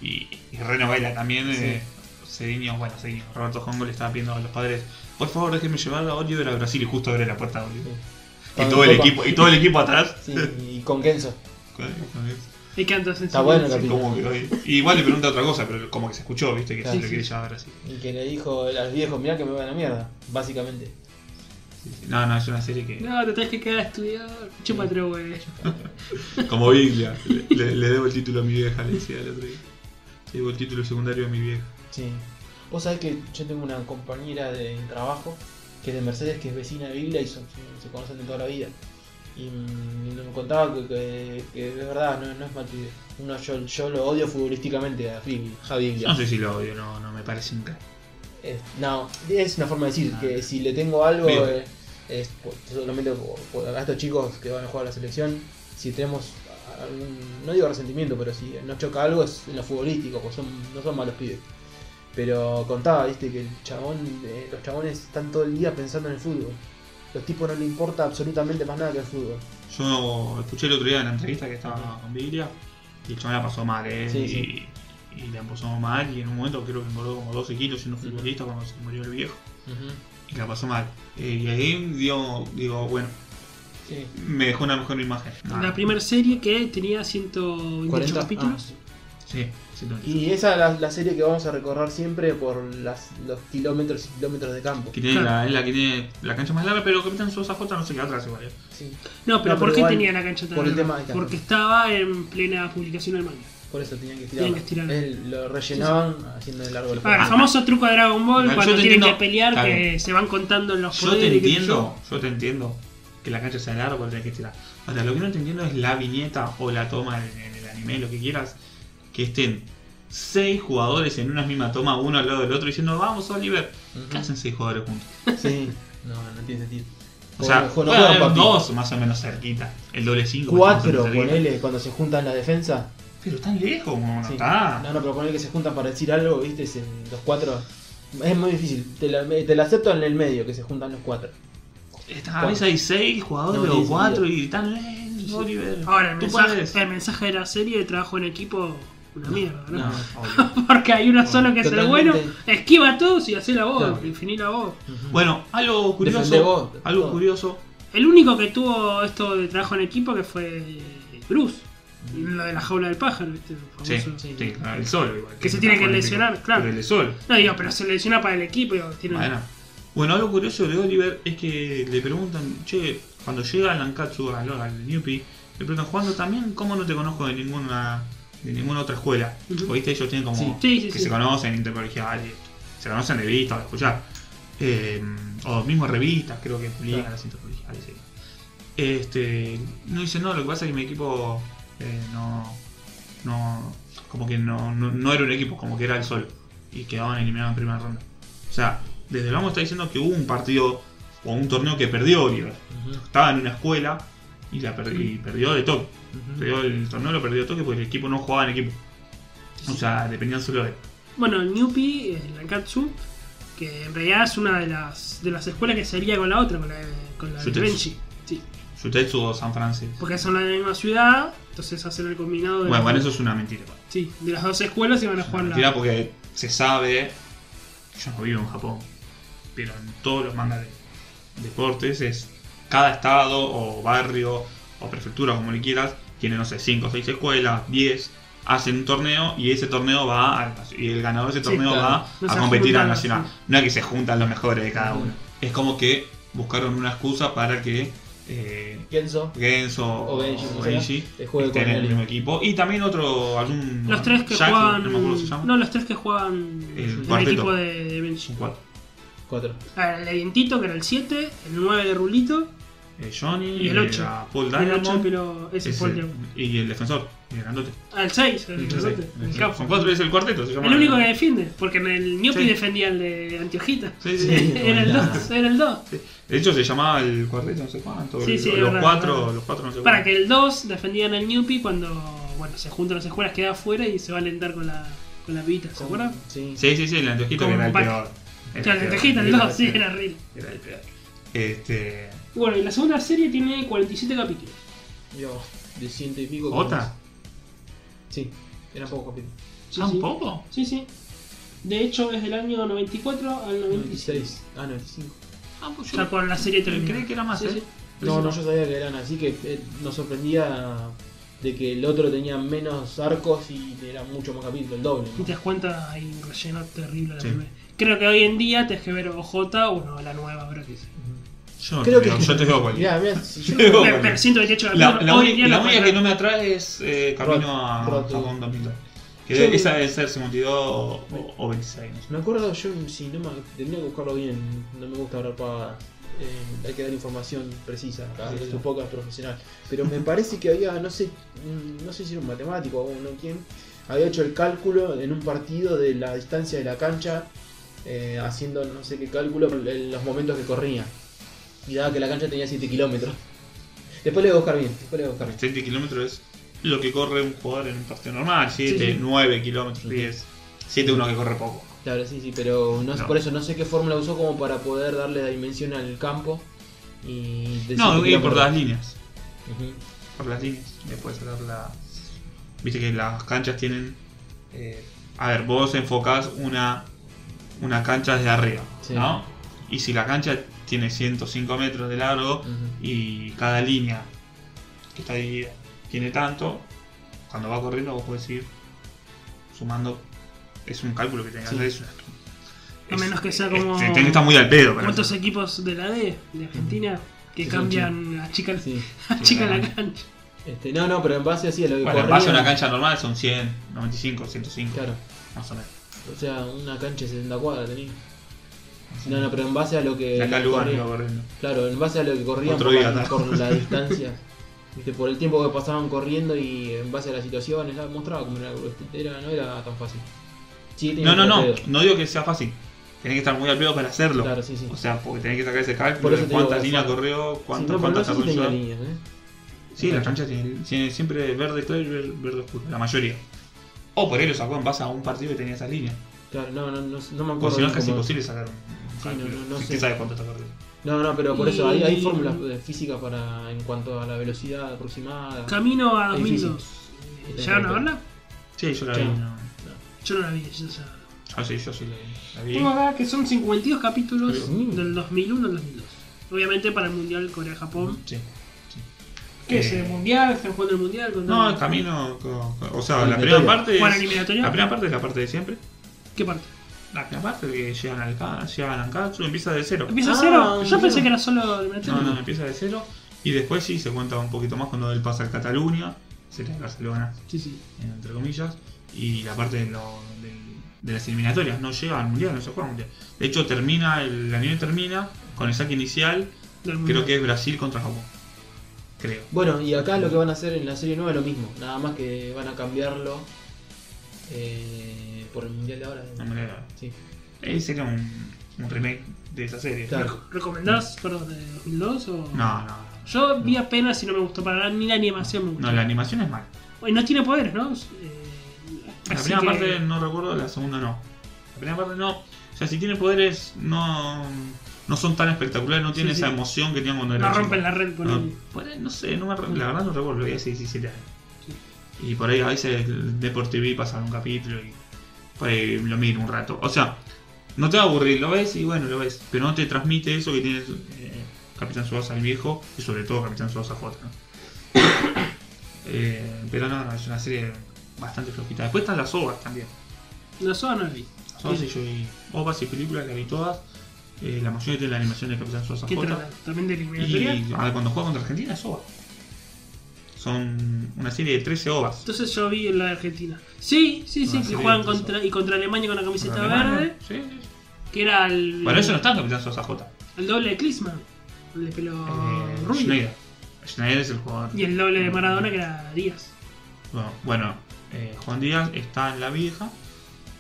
A: Y, y Reno baila también.
C: Sí.
A: eh, Cediño, bueno, Cediño, Roberto Hongo le estaba pidiendo a los padres: Por favor, déjenme llevar a Oliver a Brasil. Y justo abre la puerta de Oliver. Y
C: Con
A: todo, el
C: Copa.
A: equipo, y todo el equipo atrás.
C: Sí, y con Kenzo.
A: Con- con eso.
B: Y que andas en
C: Está bueno,
B: silencio.
A: Sí, como que- y igual le pregunta otra cosa, pero como que se escuchó, viste, que
C: Claro.
A: se lo quiere llevar a Brasil.
C: Y que le dijo al viejo, mirá que me voy a la mierda, básicamente.
A: Sí, sí. No, no, es una serie que.
B: No, te tenés que quedar a estudiar. Chúpate, güey.
A: Como Biblia. Le, le- le debo el título a mi vieja, le decía el otro día. Le debo el título secundario a mi vieja.
C: Sí. Vos sabés que yo tengo una compañera de trabajo que es de Mercedes, que es vecina de Villa y son- se conocen de toda la vida. Y mm, me contaba que, que- que es verdad, no, no es Matilde. Uno, yo, yo lo odio futbolísticamente a Viglia, Javi
A: Yo
C: Viglia.
A: no sé si lo odio, no, no me parece un crack.
C: Es- no, es una forma de decir que si le tengo algo,
A: Bien.
C: eh, es por- solamente por- por- a estos chicos que van a jugar a la selección, si tenemos algún, no digo resentimiento, pero si nos choca algo es en lo futbolístico, porque son, no son malos pibes. Pero contaba, viste, que el chabón, eh, los chabones están todo el día pensando en el fútbol. Los tipos no les importa absolutamente más nada que el fútbol.
A: Yo escuché el otro día en la entrevista que estaba con Biblia y el chaval la pasó mal, ¿eh?
C: Sí,
A: y,
C: sí.
A: y la pasó mal y en un momento creo que engordó como 12 kilos siendo futbolista cuando se murió el viejo y la pasó mal. Eh, y ahí dio, digo, bueno,
C: Sí.
A: me dejó una mejor imagen. Ah,
B: La primera serie que tenía 128
C: 40,
B: capítulos.
C: Ah.
A: sí, sí, lo entiendo.
C: Y esa es la, la serie que vamos a recorrer siempre por las, los kilómetros y kilómetros de campo.
A: Que tiene la, es la que tiene la cancha más larga, pero Capitán Sosa J no se queda atrás igual. ¿eh?
C: Sí.
B: No, pero ¿por
C: No, pero
B: qué
C: igual,
B: tenía la cancha tan
C: por el
B: larga?
C: tema de cancha.
B: Porque estaba en plena publicación del manga.
C: Por eso tenían que
B: Tenían
C: estirarlo.
B: que estirarlo.
C: Él lo rellenaban haciendo de largo el
B: Ah, el
C: juego.
B: famoso truco de Dragon Ball
A: Claro,
B: cuando
A: yo te
B: tienen
A: entiendo.
B: que pelear
A: Está
B: que
A: bien.
B: se van contando los
A: Yo
B: poderes.
A: te
B: y qué sé
A: entiendo, yo te entiendo que la cancha sea larga porque tenés que estirar. Ahora, lo que no te entiendo es la viñeta o la toma en, en el anime, lo que quieras, que estén seis jugadores en una misma toma, uno al lado del otro, diciendo, vamos Oliver. ¿Qué hacen seis jugadores juntos?
C: Ujú. Sí, no, no tiene sentido.
A: O sea,
C: Porque
A: puede
C: juegan
A: haber
C: papi.
A: dos más o menos cerquita. El doble cinco.
C: Cuatro,
A: más o menos cerquita.
C: ponele, cuando se juntan la defensa.
A: Pero tan lejos, como no
C: Sí.
B: Ah.
A: está.
C: No, no, pero ponele que se juntan para decir algo, viste, se- los cuatro. Es muy difícil, te la, te la acepto en el medio, que se juntan los cuatro.
A: Está- a veces hay seis jugadores
C: No
A: o
C: tiene
A: cuatro y tan lejos, Oliver.
B: yo. Ahora, el
A: Tú
B: mensaje,
A: puedes.
B: el mensaje de la serie de trabajo en equipo, una mierda, Ah, ¿no?
A: No, obvio.
B: Porque hay uno solo que es el
C: Totalmente.
B: bueno, esquiva a todos y hace la voz,
A: Claro.
B: infiní la voz.
A: Bueno, algo
C: Defendé vos,
A: curioso. Algo
C: todo.
A: curioso.
B: El único que tuvo esto de trabajo en equipo que fue eh, Bruce, lo de la jaula del pájaro, ¿viste?
A: Sí,
B: Famoso.
A: sí, claro, el sol. Igual,
B: Que se
A: es
B: tiene
A: una
B: que
A: política.
B: lesionar, claro.
A: Pero el sol.
B: No digo, pero se lesiona para el equipo, digo, tiene
A: Bueno. Bueno, algo curioso de Oliver es que le preguntan, che, cuando llega al Ankatsu, al, al Newpi, le preguntan, jugando también, ¿cómo no te conozco de ninguna de ninguna otra escuela?
B: Ujú.
A: Oíste, ellos tienen como
C: Sí.
B: Sí, sí,
A: que
B: sí.
A: se conocen intercolegiales, se conocen de vista o de escuchar. Eh, o mismo revistas, creo que publican
C: Claro.
A: las intercolegiales. sí. Este, no dice, no, lo que pasa es que mi equipo eh, no, no, como que no, no, no era un equipo, como que era el solo. Y quedaban eliminados en primera ronda. O sea, desde luego está diciendo que hubo un partido o un torneo que perdió Oliver. Estaba en una escuela y, la per- y perdió de toque. Perdió el torneo lo perdió de toque porque el equipo no jugaba en equipo. O sea, dependían solo de él.
B: Bueno, el Newpi, el Ankatsu, que en realidad es una de las, de las escuelas que se alía con la otra, con la, con la de
A: Shutetsu.
B: Benji. Sí,
A: Yutetsu o San Francisco.
B: porque son la misma ciudad, entonces hacen el combinado de,
A: Bueno, bueno, eso es una mentira.
B: sí, de las dos escuelas y van a
A: Es una
B: jugar
A: mentira
B: la.
A: porque se sabe. Yo no vivo en Japón, pero en todos los mangas de deportes es cada estado o barrio o prefectura, como le quieras, tiene, no sé, 5 o 6 escuelas, 10, hacen un torneo y ese torneo va al- y el ganador de ese
B: Sí,
A: torneo
C: claro.
A: va
B: No
A: a
B: se
A: competir al
B: juntan,
A: nacional.
B: sí.
A: No es que se juntan los mejores de cada
C: Ujú.
A: uno. Es como que buscaron una excusa para que. eh,
C: Kenzo,
A: Genso
C: O
A: o
C: Benji,
A: o
C: o sea,
A: Benji
C: que juegue
A: estén
C: con
A: en el
C: él.
A: mismo equipo. Y también otro, algún.
B: Los tres que
A: Jack,
B: juegan.
A: No me acuerdo cómo se llama. Eh,
B: No, los tres que juegan
A: El
B: en el
A: cuarteto.
B: equipo de, de Benji.
A: Son cuatro.
C: cuatro.
B: A ver, el de Vientito, que era el 7, el 9 de Rulito,
A: Eh, Johnny,
B: Y el
A: eh,
B: ocho.
A: a Paul
B: el 8
A: Diamond.
B: pero ese
A: ese,
B: fue el de-
A: y el defensor, el grandote.
B: Ah, el 6, el,
A: El
B: grandote,
A: seis.
B: el
A: Sí,
B: capo.
A: Son cuatro, es el cuarteto. Se llama
B: El único que defiende, porque en el Newpi
A: Sí.
B: defendía el de Antiojita.
A: Sí, sí, sí.
B: era el 2, era el 2.
A: De hecho, se llamaba el cuarteto, no sé cuánto.
B: Sí, sí,
A: los,
B: es verdad,
A: cuatro,
B: es verdad.
A: los cuatro, no sé
B: Para
A: cuánto.
B: que el 2 defendían al Newpi cuando bueno, se juntan las escuelas, queda afuera y se va a alentar con la, con la pibita, ¿se acuerdan?
C: Sí.
A: Sí, sí, sí, el antojito que
B: Como
A: era el
B: Pac.
A: peor. Era
B: O sea,
A: el
B: la
A: peor,
B: antiojita, el
A: era
B: 2, sí,
A: peor,
B: era horrible.
A: Era el peor. Este.
B: Y Bueno, y la segunda serie tiene 47 capítulos.
C: Yo, de ciento y pico.
A: ¿Ota?
C: Sí, eran pocos capítulos.
B: Sí,
A: ¿Ah,
B: sí.
A: ¿Tampoco?
B: Sí, sí. De hecho, es del año 94 al 96.
C: 96. Ah, 95.
A: Ah, pues
B: O sea, con la serie terminó.
A: creí que era más,
B: Sí,
A: ¿eh?
B: sí.
C: No, no, yo sabía que eran así, que eh, nos sorprendía de que el otro tenía menos arcos y era mucho más capítulo, el doble.
B: Y
C: ¿no?
B: te das cuenta, hay un relleno terrible. La
A: Sí.
B: primera. Creo que hoy en día te que ver OJ o no, la nueva, ahora que sí.
A: Yo, no
C: Creo
A: te
C: que.
A: veo, yo te veo cualquiera.
C: Mirá, mirá, si yo-
A: Creo-
B: Pero, pero 128
A: La,
B: capítulos,
A: la
B: hoy
A: uni-
B: en día
A: la
B: no
A: única
B: puedes
A: que
B: ver.
A: no me atrae es eh, Camino
C: Rot-
A: a
C: Rotu.
A: Japón 2002. Que
C: Sí.
A: debe- esa debe ser 52 o, o- o 26. no sé.
C: Me acuerdo yo, si no me tendría que buscarlo bien, no me gusta hablar pavadas. Eh, hay que dar información precisa, acá,
A: Sí,
C: soy
A: sí.
C: un poco profesional. Pero me parece que había, no sé, mm, no sé si era un matemático o no quién, había hecho el cálculo en un partido de la distancia de la cancha, eh, haciendo no sé qué cálculo, en los momentos que corría. Y daba que la cancha tenía 7 kilómetros. Después le voy a buscar bien, después le voy a buscar bien.
A: 70 kilómetros es lo que corre un jugador en un partido normal: 7,
B: sí.
A: 9 kilómetros,
C: Ujú.
A: 10. 7 uno que corre poco.
C: Claro, sí, sí, pero no, sé-
A: No.
C: por eso no sé qué fórmula usó como para poder darle la dimensión al campo. Y decir
A: No,
C: que
A: y
C: iba
A: por
C: la-
A: las líneas.
C: Ujú.
A: Por las líneas. Le puedes sacar la. Viste que las canchas tienen. eh, a ver, vos enfocás una, una cancha desde arriba,
C: Sí.
A: ¿no? Y si la cancha tiene 105 metros de largo
C: Ujú.
A: y cada línea que está dividida tiene tanto, cuando va corriendo vos podés ir sumando. Es un cálculo que tenés que
C: Sí.
A: hacer. es una-
B: A
A: es-
B: menos que sea
A: es- este,
B: como-
A: tenés que estar muy al pedo. para
B: ¿Cuántos
A: hacer.
B: equipos de la D, de Argentina, que
C: Sí, son
B: cambian a chica,
C: Sí.
B: a chica en la cancha?
C: Este, no, no, pero en base así a lo que
A: Bueno, en
C: corría,
A: base a una cancha normal son 100, 95, 105,
C: Claro,
A: más o menos.
C: o sea, una cancha de 70 cuadras tenía. No, no, pero en base a lo que.
A: Y acá
C: lo que
A: Lugano
C: corría-
A: iba Eh, corriendo.
C: Claro, en base a lo que corrían
A: Otro
C: por,
A: día,
C: la,
A: ¿no?
C: por la distancia. Viste, por el tiempo que pasaban corriendo y en base a las situaciones, la mostraba como era, era- no era tan fácil. Sí, tenía
A: No, no,
C: que
A: no,
C: hacer-
A: no digo que sea fácil. Tenés que estar muy al pedo para hacerlo.
C: Claro, sí, sí.
A: O sea, porque tenés que sacar ese
C: Por
A: cálculo
C: eso
A: de
C: te digo,
A: cuántas
C: fue-
A: líneas corrió,
C: Sí,
A: cuántas
C: no, pero no
A: cuántas
C: sé
A: tardaron
C: si
A: en
C: tenía
A: llegar.
C: líneas, ¿eh?
A: Sí, la cancha tiene, tiene siempre verde claro y ver- verde oscuro, la mayoría. O por ahí lo sacó en base a un partido que tenía esas líneas.
C: Claro, no, no, no, no me acuerdo.
A: Porque si no
C: bien
A: es casi
C: cómo-
A: imposible sacar un un
C: Sí,
A: cálculo.
C: no, no, no
A: ¿Quién
C: sé.
A: sabe cuánto está corriendo?
C: No, no, pero por eso hay,
B: Y-
C: hay fórmulas eh, físicas para en cuanto a la velocidad aproximada.
B: Camino a
C: Es difícil.
B: 2002. ¿Llegaron a verla?
A: Sí, yo la
C: Sí.
A: vi. No.
B: Yo no la vi. Yo, o sea,
A: Ah, sí, yo sí la vi. La vi.
B: tengo acá que son 52 capítulos
C: Sí.
B: del 2001 al 2002. Obviamente para el Mundial Corea-Japón.
A: Sí, sí.
B: ¿Qué
A: Eh,
B: es? ¿El Mundial? ¿Están jugando el Mundial?
A: No, el camino. co- co- O sea,
C: Con
A: la
C: la
A: primera
C: victoria.
A: parte.
B: ¿Juegan
A: es-
B: eliminatoria?
A: La primera parte es la parte de siempre.
B: ¿Qué parte?
A: La primera parte que llegan al Ka- llegan a Ankatsu, empieza de cero.
B: ¿Empieza
C: Ah,
B: cero? Yo
C: no.
B: pensé que era solo eliminatoria.
A: No, no, empieza de cero. Y después sí se cuenta un poquito más cuando él pasa al Cataluña, sería el Barcelona,
B: Sí, sí.
A: entre comillas, y la parte de, lo- de- de las eliminatorias, no llega al mundial, no se juega al mundial. De hecho termina, el anime termina con el saque inicial,
B: Del Mundial.
A: creo que es Brasil contra Japón. Creo.
C: Bueno, y acá lo que van a hacer en la serie nueva es lo mismo, nada más que van a cambiarlo eh, por el mundial de ahora.
A: Ah, No me acuerdo.
C: Sí.
A: Eh, sería un, un remake de esa serie.
C: Claro.
B: ¿Recomendás, perdón, de 2002? O...
A: No, no, no.
B: Yo vi apenas y no me gustó para nada, ni la animación me gustó.
A: No, la animación es mala.
B: Oye, no tiene poderes, ¿no? Eh,
A: La
B: así
A: primera
B: que-
A: parte no recuerdo, la segunda no. La primera parte no. O sea, si tiene poderes, no, no son tan espectaculares, no tiene
B: Sí, sí.
A: esa emoción que tenían cuando era
B: No
A: chico.
B: rompen la red con
A: No,
B: él.
A: por ahí, no sé, no me re- la verdad no recuerdo, lo vi hace 17 años.
B: Sí.
A: Y por ahí a veces Deport TV pasan un capítulo y por ahí lo miro un rato. O sea, no te va a aburrir, lo ves y bueno, lo ves. Pero no te transmite eso que tiene eh, Capitán Suárez el viejo y sobre todo Capitán Suárez J. ¿no? Eh, pero no, no, es una serie bastante flojita. Después están las obras también.
B: La soda no la vi.
A: Las obras y yo vi obras y películas, las vi todas. Eh, la mayoría tiene la animación de Capitán Suárez
B: ¿Qué
A: J.
B: trata? ¿También de eliminatoria?
A: Y a ver, cuando juega contra Argentina es OVA. Son una serie de 13 OVAs.
B: Entonces yo vi la de Argentina. Sí, sí,
A: No,
B: sí,
A: en
B: que
A: serio,
B: juegan
A: Ah, entonces.
B: contra, y contra Alemania con la camiseta
A: Contra Alemania.
B: verde,
A: Sí, sí, sí.
B: que era el,
A: Bueno, eso no está en Capitán Sosa J.
B: el doble de Klinsmann, el de pelo
A: Eh,
B: rubio.
A: Schneider. Schneider es el jugador.
B: Y el doble de Maradona, que era Díaz.
A: Bueno, bueno, eh, Juan Díaz está en la vieja,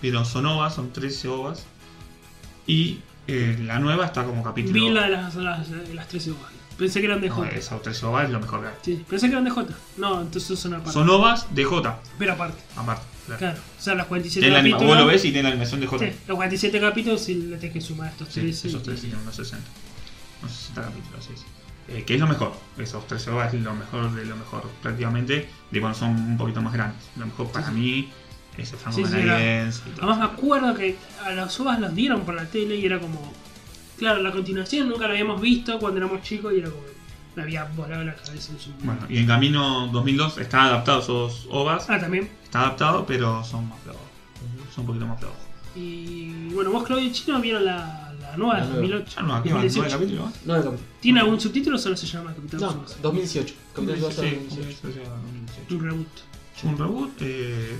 A: pero son OVAs, son 13 OVAs. Y eh, la nueva está como capítulo.
B: Vi la de las, las, de las 13 hojas. Pensé que eran de
A: no,
B: J.
A: esa 13 OVAs es lo mejor que hay.
B: Sí, pensé que eran de J. No, entonces son aparte.
A: Son OVAs de J,
B: Pero aparte,
A: aparte. claro.
B: claro. O sea, los 47
A: Tiene la anima-
B: capítulos.
A: vos lo ves y tiene la animación de J.
B: Sí, los 47 capítulos sí le tenés que sumar a estos
A: Sí,
B: 13.
A: esos
B: y-
A: 13 tienen unos 60. Unos 60 capítulos, así es. Eh, que es lo mejor. Esos 13 OVAs es lo mejor de lo mejor, prácticamente, de cuando son un poquito más grandes. Lo mejor para mí es el franco
B: Sí, sí,
A: canadiense. y todo.
B: Además me acuerdo que a los OVAs los dieron por la tele y era como... Claro, la continuación nunca la habíamos visto cuando éramos chicos y era como... Me había volado la cabeza en su momento.
A: Bueno, y en Camino 2002 están adaptados esos OVAs.
B: Ah, también.
A: Está adaptado, pero son más flojos. Son un poquito más flojos.
B: Y bueno, vos, Claudio y Chino, vieron la, la nueva
C: La
B: de
C: nueva.
B: 2008.
A: Ya Ah, no, aquí van 9
B: 2018.
A: capítulos. ¿eh?
C: No, no,
B: ¿Tiene algún subtítulo o solo se llama Capitán
C: no,
B: Tsubasa?
C: 2018. Capitán Tsubasa
A: Sí,
C: 2018.
A: sí, sí, sí, 2018.
B: Un reboot.
A: un reboot. eh,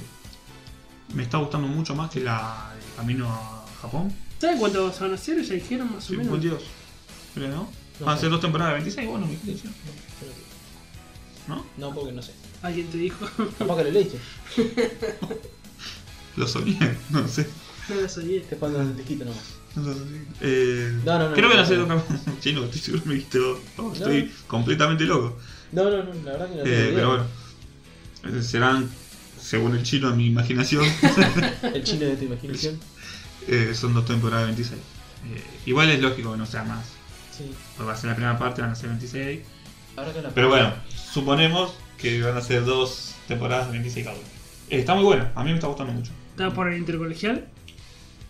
A: me está gustando mucho más que la de Camino a Japón.
B: ¿Saben cuántos van a hacer? Ya dijeron más o menos.
A: 52. Creo, ¿no?
C: No
A: Van a
C: sé.
A: ser dos temporadas de 26, bueno, ¿qué sé yo?
C: Yo no sé.
A: ¿No?
C: No, porque no sé.
B: Alguien te dijo.
C: Capaz que lo leíste.
A: Lo soñé, no sé.
B: no lo sabía.
C: Te pongo el disquito nomás.
A: No lo sé. Eh,
C: No, no,
A: creo
C: no, no,
A: que
C: no,
A: van a ser
C: no.
A: dos caminos. Chino, estoy seguro que me dijiste dos. Oh, estoy completamente loco.
C: No, no, no, la verdad que no tengo
A: Eh,
C: idea.
A: pero bueno, Eh, serán, según el chino, en mi imaginación,
C: El chino de tu imaginación.
A: eh, son dos temporadas de 26. Eh, igual es lógico que no sea más.
C: Sí.
A: Porque va a ser la primera parte, van a ser 26.
C: La verdad que no.
A: Pero bueno, suponemos que van a ser dos temporadas de 26 cada una. Eh, está muy buena, a mí me está gustando mucho.
B: Estaba por el intercolegial.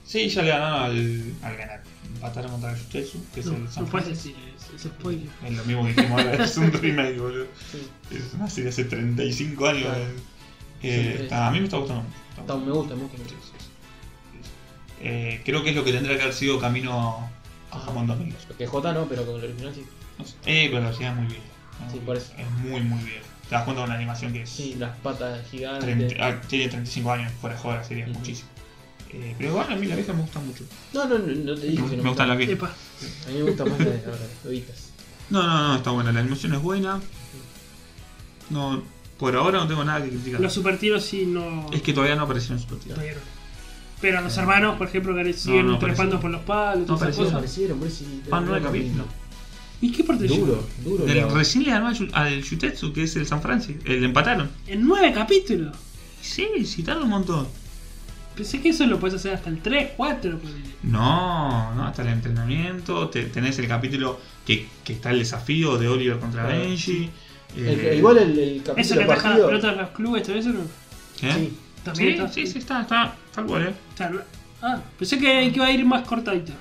A: Sí, ya le ganaron al, al ganar. Empataron contra el Jutsu, que es
B: No,
A: el
B: no
A: San
B: puedes
A: Francisco.
B: decir, es, es spoiler.
A: Es lo mismo que dijimos ahora, es un remake, boludo.
C: Sí.
A: Es una serie hace 35 años.
C: Claro.
A: Eh,
C: Sí,
A: está- a mí me está gustando mucho. Está
C: Está-
A: bueno.
C: me gusta, me gusta mucho.
A: Eh, creo que es lo que tendría que haber sido camino a
C: Ah.
A: Japón 2000.
C: Que J no, pero con el original sí.
A: No sé. Eh, pero la ciudad es muy bien.
C: Sí, por eso.
A: Es muy, muy bien. Te das cuenta con la animación que es.
C: Sí, las patas gigantes.
A: 30 ah, tiene 35 años, fuera de joda, la serie es
C: Ujú.
A: muchísimo. Eh, pero igual a mí la vieja me gusta mucho.
C: No, no, no, no te dije que no
A: me gustan las viejas.
B: Epa,
C: A mí me gusta más la de ahora, las bebitas.
A: No, no, no, está buena. La animación es buena. No, por ahora no tengo nada que criticar.
B: los supertiros sí no.
A: Es que todavía no aparecieron sus partidos.
B: Pero, pero los hermanos, por ejemplo, carecían
A: No, no
B: trepando
A: aparecieron.
B: por los palos,
A: No
B: todas esas
A: aparecieron,
B: cosas.
C: Aparecieron, por eso. sí,
A: Van nueve
C: era
A: capítulos.
B: ¿Y qué parte
C: Duro,
B: llegó?
C: duro.
A: Del-
C: claro.
A: Recién le ganó al, Yu- al Yutetsu, que es el San Francisco. El empataron.
B: En nueve capítulos.
A: Sí, citaron un montón.
B: Pensé que eso lo puedes hacer hasta el 3, 4. ponele.
A: No, no, hasta el entrenamiento. te- tenés el capítulo que, que está el desafío de Oliver contra
C: Claro.
A: Benji.
C: El-
A: eh,
C: igual el, el
B: Eso
C: capítulo
B: que ataja las
C: partido.
B: pelotas de los clubes, todo eso no.
A: ¿eh?
C: Sí,
B: También
A: Sí,
B: está.
A: sí, sí, está, está, tal cual, eh.
B: O sea, no- ah, pensé que, que iba a ir más cortadito.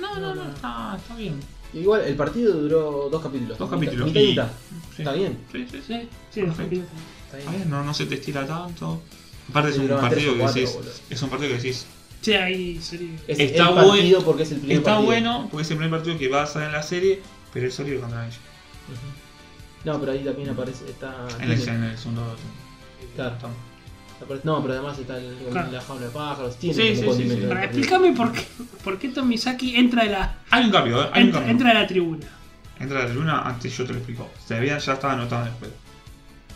A: No, no, no, está, está bien.
C: igual el partido duró dos capítulos.
A: Dos
C: mitad-
A: capítulos.
C: mitad y mitad.
A: Sí.
C: Está bien.
A: Sí, sí, sí.
B: Sí, sí,
A: Perfecto.
B: los
C: Está
A: Está
C: bien.
A: bien, Eh, no, no se te estira tanto. Aparte es
C: Sí,
A: un
C: duraban tres
A: partido
C: o
A: que
C: cuatro,
A: decís.
C: boludo.
A: Es un partido que decís.
B: Sí, ahí sería.
C: Es
A: Está
C: el
A: bueno-
C: partido porque es el primer
A: Está
C: partido.
A: bueno porque es el primer partido que va a salir en la serie, pero es Oliver contra Benji.
C: Ujú. No, pero ahí también aparece. Está.
A: En el,
C: tiene-
A: en el segundo.
C: Claro.
A: Estamos.
C: aparece- No, pero además está el,
B: Claro.
C: la jaula de pájaros. Tiene
A: Sí,
C: como
A: sí, sí,
C: condimento
A: sí.
C: del
B: Para,
C: partido.
B: explícame por qué, por qué Tomisaki entra de la,
A: Hay un cambio, ¿eh? Hay un
B: entra,
A: cambio.
B: entra de la tribuna.
A: Entra a la luna, antes yo te lo explico. Se había, ya estaba anotado en la escuela.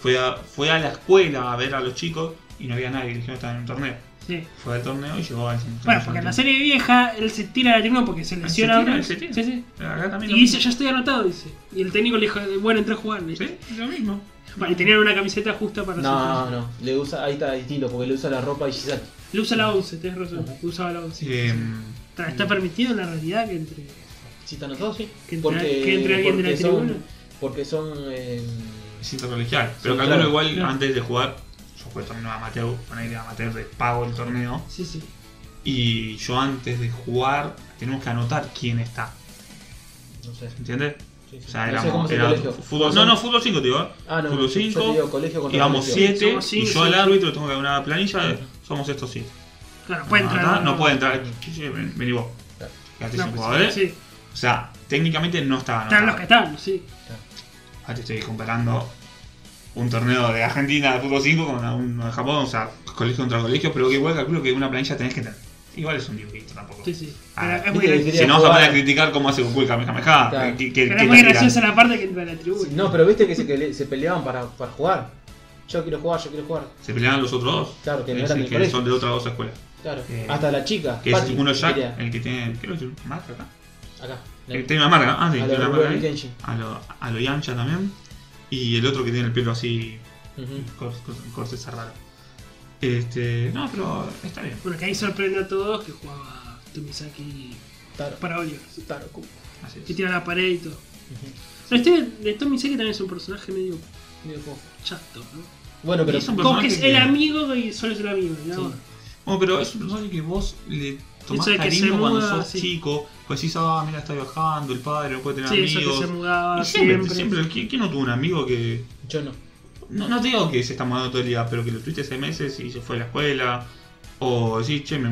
A: Fue a, fue a la escuela a ver a los chicos y no había nadie, dijeron que estaba en un torneo.
B: Sí.
A: Fue al torneo y llegó al
B: Bueno, porque en la serie vieja él se tira de la tribuna porque se lesiona.
A: tira,
B: ¿no?
A: él se tira.
B: Sí, sí.
A: Acá también.
B: Y dice, ya estoy anotado, dice. Y el técnico le dijo, bueno, entra a jugar.
A: lo
B: dice.
A: mismo. Sí, lo mismo.
B: Bueno, y tenían una camiseta justa para
C: No, no, le usa, ahí está distinto porque le usa la ropa y Giselle.
B: su... Le usa la 11, tenés razón. Le usaba la 11.
A: Em,
B: Está, está permitido en la realidad que entre...
C: Si están los dos, sí.
B: Que entre- que entre alguien de la
C: porque
B: tribuna.
C: son, porque son eh,
A: es intercolegial. Pero
C: Sí,
A: calculo
C: claro,
A: igual
B: claro.
A: antes de jugar. Yo jugué torneo amateur, ponerle amateur de pago el torneo.
B: Sí, sí.
A: Y yo antes de jugar tenemos que anotar quién está.
C: no sé.
A: ¿Entiendes?
C: Sí, sí.
A: O sea,
C: no sé
A: éramos,
C: cómo se
A: era
C: colegio.
A: fútbol, no, no, fútbol 5, tío.
C: Ah, no,
A: fútbol
C: yo- yo te
A: 5,
C: digo colegio contra
A: íbamos
C: colegio.
A: 7,
B: Somos
A: y
B: cinco,
A: yo al
B: sí.
A: árbitro tengo que dar una planilla, somos estos 7.
B: Claro, puede entrar.
A: no, no puede entrar, Sí, sí, ven- vení vos.
C: Claro.
A: Quedate
B: No,
A: sin
B: pues,
A: jugadores.
B: sí.
A: O sea, técnicamente no estaba
B: Están los
A: anotado.
B: que están, sí.
A: Ah, te estoy comparando un torneo de Argentina de fútbol 5 con uno de Japón, o sea, colegio contra colegio, pero que igual calculo que una planilla tenés que tener. Igual es un dibujito tampoco.
B: Sí, sí.
A: Ah,
B: Pero es muy
C: viste,
B: gracioso.
A: Si no, vamos a
C: jugar-
A: poner a criticar cómo hace Goku el Kamehameha.
C: Claro.
A: que- que- que
B: Pero es
A: la
B: muy
A: tiran.
B: graciosa la parte que entra de la
C: Sí,
B: tribuna.
C: No, pero viste que se, que se peleaban para, para jugar. Yo quiero jugar, yo quiero jugar.
A: Se peleaban los otros dos.
C: Claro, que no
A: Es
C: eran
A: el
C: del colegio.
A: son de otras dos escuelas.
C: Claro.
A: Eh,
C: Hasta la chica.
A: Que es
C: Patty,
A: uno Eh,
C: se
A: Jack,
C: pelea.
A: el que tiene. ¿Qué lo tiene? ¿Marca acá?
C: Acá.
A: Que tiene una marca. Ah, sí, tiene
C: A lo
A: una marca
C: Rurouni
A: ahí.
C: Kenshin.
A: A lo, a lo Yamcha también. Y el otro que tiene el pelo así.
C: Ujú.
A: cor- cor- corte cerrado. Este. No, pero está bien.
B: Bueno, que ahí sorprende a todos que jugaba Tomisaki
C: Taro.
B: para Oliver.
C: Taro, Ku.
A: Así
B: Que
A: es.
B: tira la pared y todo.
C: Ujú.
B: La historia de Tomisaki también es un personaje medio
C: Medio fofo.
B: chato, ¿no?
C: Bueno, pero.
A: Y es un
B: Como que
A: personaje
B: es el
A: que-
B: amigo y solo es el amigo, ¿no?
C: Sí.
A: Bueno, pero es un personaje que vos le tomás
B: Eso de que se
A: cariño
B: muda,
A: cuando sos
B: sí.
A: chico. Pues decís, ah, mira, está viajando, el padre no puede tener
B: Sí, eso que se
A: amigos.
B: mudaba
A: Y siempre,
B: siempre.
A: siempre. ¿quién- ¿Quién no tuvo un amigo que.?
C: Yo no.
A: No, no te digo que se está mudando todo el día, pero que lo tuviste hace meses y se fue a la escuela. O decís, che, me-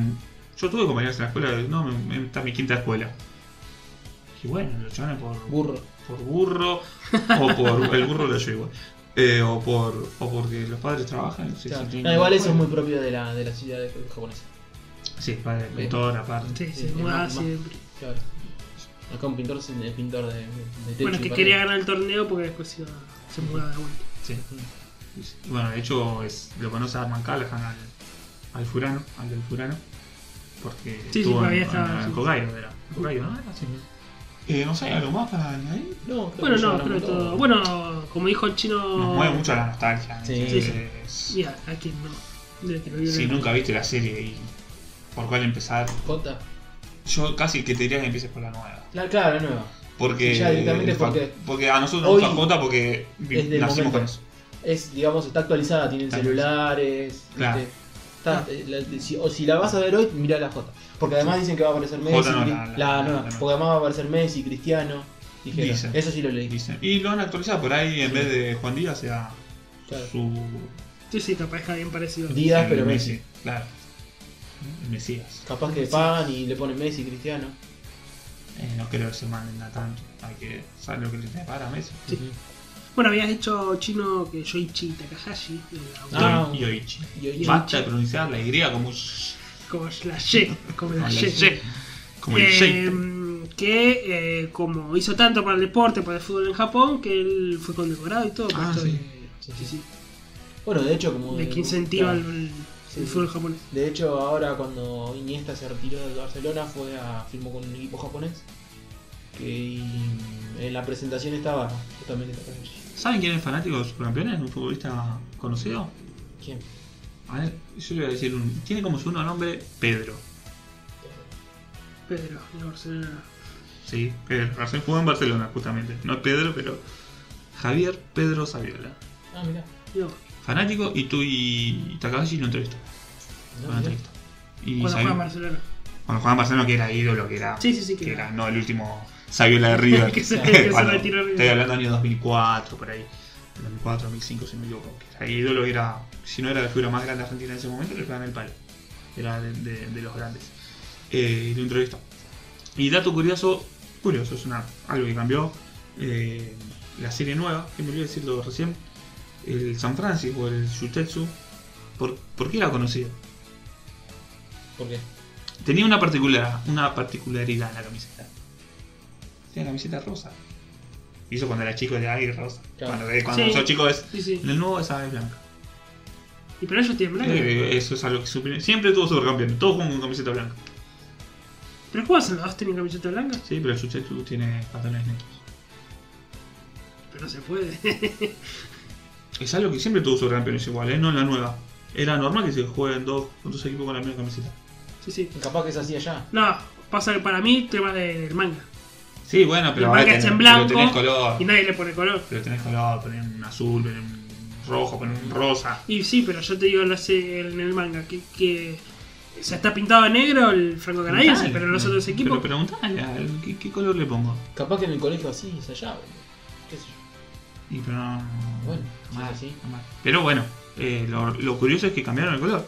A: yo tuve compañeros en la escuela, no, me, me- está mi quinta escuela. Y bueno, lo chavales por,
C: Burro.
A: por burro, o por el burro lo yo igual. Eh, o, por, o porque los padres trabajan. Sí,
C: Claro.
A: sí, tienen
C: No,
A: que-
C: igual eso es muy propio de la, de la ciudad japonesa.
A: Sí, padre, pintor, aparte.
B: Sí, se
C: Sí,
B: mudaba
C: más- más-
B: siempre.
C: Claro. Acá un pintor es el pintor de, de techo
B: Bueno,
C: y
B: que
C: paredes.
B: quería ganar el torneo porque después iba, se mudaba de vuelta.
A: Sí. Y Bueno, de hecho es, lo conoce Arman Callahan al, al Furano, al del Furano, porque
B: sí,
A: estuvo en,
B: había
A: en-
B: estado,
A: en
B: sí.
A: Hokkaido, era. Hokkaido, ¿no? Era así. Eh, ¿No hay algo más para añadir?
C: No, creo
B: Bueno,
C: que ya
B: no,
C: hablamos
B: creo que
C: todo.
B: todo. Bueno, como dijo el chino.
A: Nos mueve mucho la nostalgia.
C: Sí.
A: entonces,
B: Mira, a quien no. Mira, que lo vio
A: Si
B: en-
A: nunca viste la serie y por cuál empezar,
C: Jota.
A: yo casi que te diría que empieces por la nueva.
C: La, claro, la nueva.
A: Porque,
C: Sí, ya directamente
A: fa-
C: porque
A: a nosotros nos gusta
C: hoy
A: Jota porque vi-
C: es del
A: nacimos
C: momento.
A: con eso.
C: Es, digamos, está actualizada, tienen
A: Está
C: celulares.
A: Claro.
C: viste. Está- eh, la- si, o si la vas a ver hoy, mirá la Jota. Porque además dicen que va a aparecer Messi.
A: Jota no,
C: Cri-
A: la- la- la
C: nueva.
A: nueva.
C: Porque además va a aparecer Messi, Cristiano. Dijeron.
A: Dicen.
C: Eso sí lo leí.
A: Dicen. Y lo han actualizado por ahí en vez de Juan Díaz, sea
C: Claro.
A: su
B: Sí, sí, capaz que bien parecido.
C: Díaz,
A: El
C: pero Messi.
A: Claro. El Mesías.
C: Capaz que pagan y le ponen Messi, Cristiano.
A: Eh, no creo que se manden a tanto. Hay que saber lo que le prepara a Messi.
B: Sí. Bueno, habías dicho chino que Yoichi Takahashi, eh, el autor,
C: Ah.
A: Y Yoichi.
C: Y hoy-
A: Basta de pronunciar la Y como,
B: como es la Y, como
A: Como
B: la
A: la
B: Y.
A: Y. como el
B: Eh,
A: Sheik.
B: que eh, como hizo tanto para el deporte, para el fútbol en Japón, que él fue condecorado y todo. por
A: Ah,
B: esto
A: sí.
B: de-
C: Sí,
B: sí, sí,
C: Bueno, de hecho, como.
B: de que incentiva
C: claro.
B: el, el
C: Sí, sí.
B: fútbol japonés.
C: De hecho, ahora cuando Iniesta se retiró del Barcelona, fue a firmó con un equipo japonés. Que y en la presentación estaba justamente Takahashi.
A: ¿Saben quién es fanático de los supercampeones? ¿Un futbolista conocido?
C: ¿Quién?
A: A ver, yo le voy a decir un. Tiene como segundo nombre Pedro.
B: Pedro, de Barcelona.
A: Sí, Pedro. Recién jugó en Barcelona, justamente. No es Pedro, pero. Javier Pedro Saviola.
C: Ah, mirá.
B: No,
A: Fanático y tú y Takahashi lo entrevistó.
C: No,
A: Lo
C: mirá.
A: entrevistó. Y
B: cuando
A: Saviola-
B: juega en Barcelona.
A: Cuando Juan Barcelona, que era ídolo, que era.
B: Sí, sí, sí, que
A: Que
B: era.
A: era, no, el último Saviola de River.
B: Que se- que se
A: Cuando-
B: retiró de River.
A: Estoy hablando del año 2004, por ahí. 2004, 2005, si no me equivoco. Que era ídolo, era. Si no era la figura más grande de Argentina en ese momento, le pegan el palo. Era de, de- de los grandes. Eh, y lo entrevistó. Y dato curioso, curioso, es una, algo que cambió. eh, la serie nueva, que me olvidé decirlo recién. El San Francisco, el Shutetsu. ¿Por, ¿Por qué era conocido?
C: ¿Por qué?
A: Tenía una particular, una particularidad en la camiseta. Tenía camiseta rosa. Hizo cuando era chico de ahí rosa.
C: Claro.
A: Cuando, eh, cuando
B: Sí.
A: sos chico es.
B: Sí, sí.
A: En el nuevo es ave blanca.
B: Y pero ellos tienen blanco.
A: Eh, eso es algo que supe- siempre tuvo supercampeón. Todos juegan con camiseta blanca.
B: ¿Pero cuáles son los dos tienen camiseta blanca?
A: Sí, pero el Suchetsu tiene pantalones negros.
B: Pero no se puede.
A: Es algo que siempre tuvo supercampeones igual, eh, no en la nueva. Era normal que se jueguen dos, dos equipos con la misma camiseta.
B: sí, sí.
C: Capaz que es así allá.
B: No, pasa que para mí tema de- del manga.
A: Sí, bueno, Ah, pero
B: El
A: ahora
B: manga está en
A: tenés- pero
B: blanco.
A: tenés color.
B: Y nadie le pone color.
A: Pero tenés color, ponen un azul, ponen un rojo, ponen un rosa.
B: Y sí, pero yo te digo en, la se- en el manga que, que o sea, está pintado de negro el franco canadiense,
A: Preguntale.
B: pero los otros equipos.
A: Pero preguntale, a él, ¿qué, qué color le pongo?
C: Capaz que en el colegio así es allá, boludo. ¿Qué sé yo?
A: Y pero no.
C: Bueno,
A: está mal,
C: sí, sí.
A: está mal. Pero bueno, eh, lo, lo curioso es que cambiaron el color.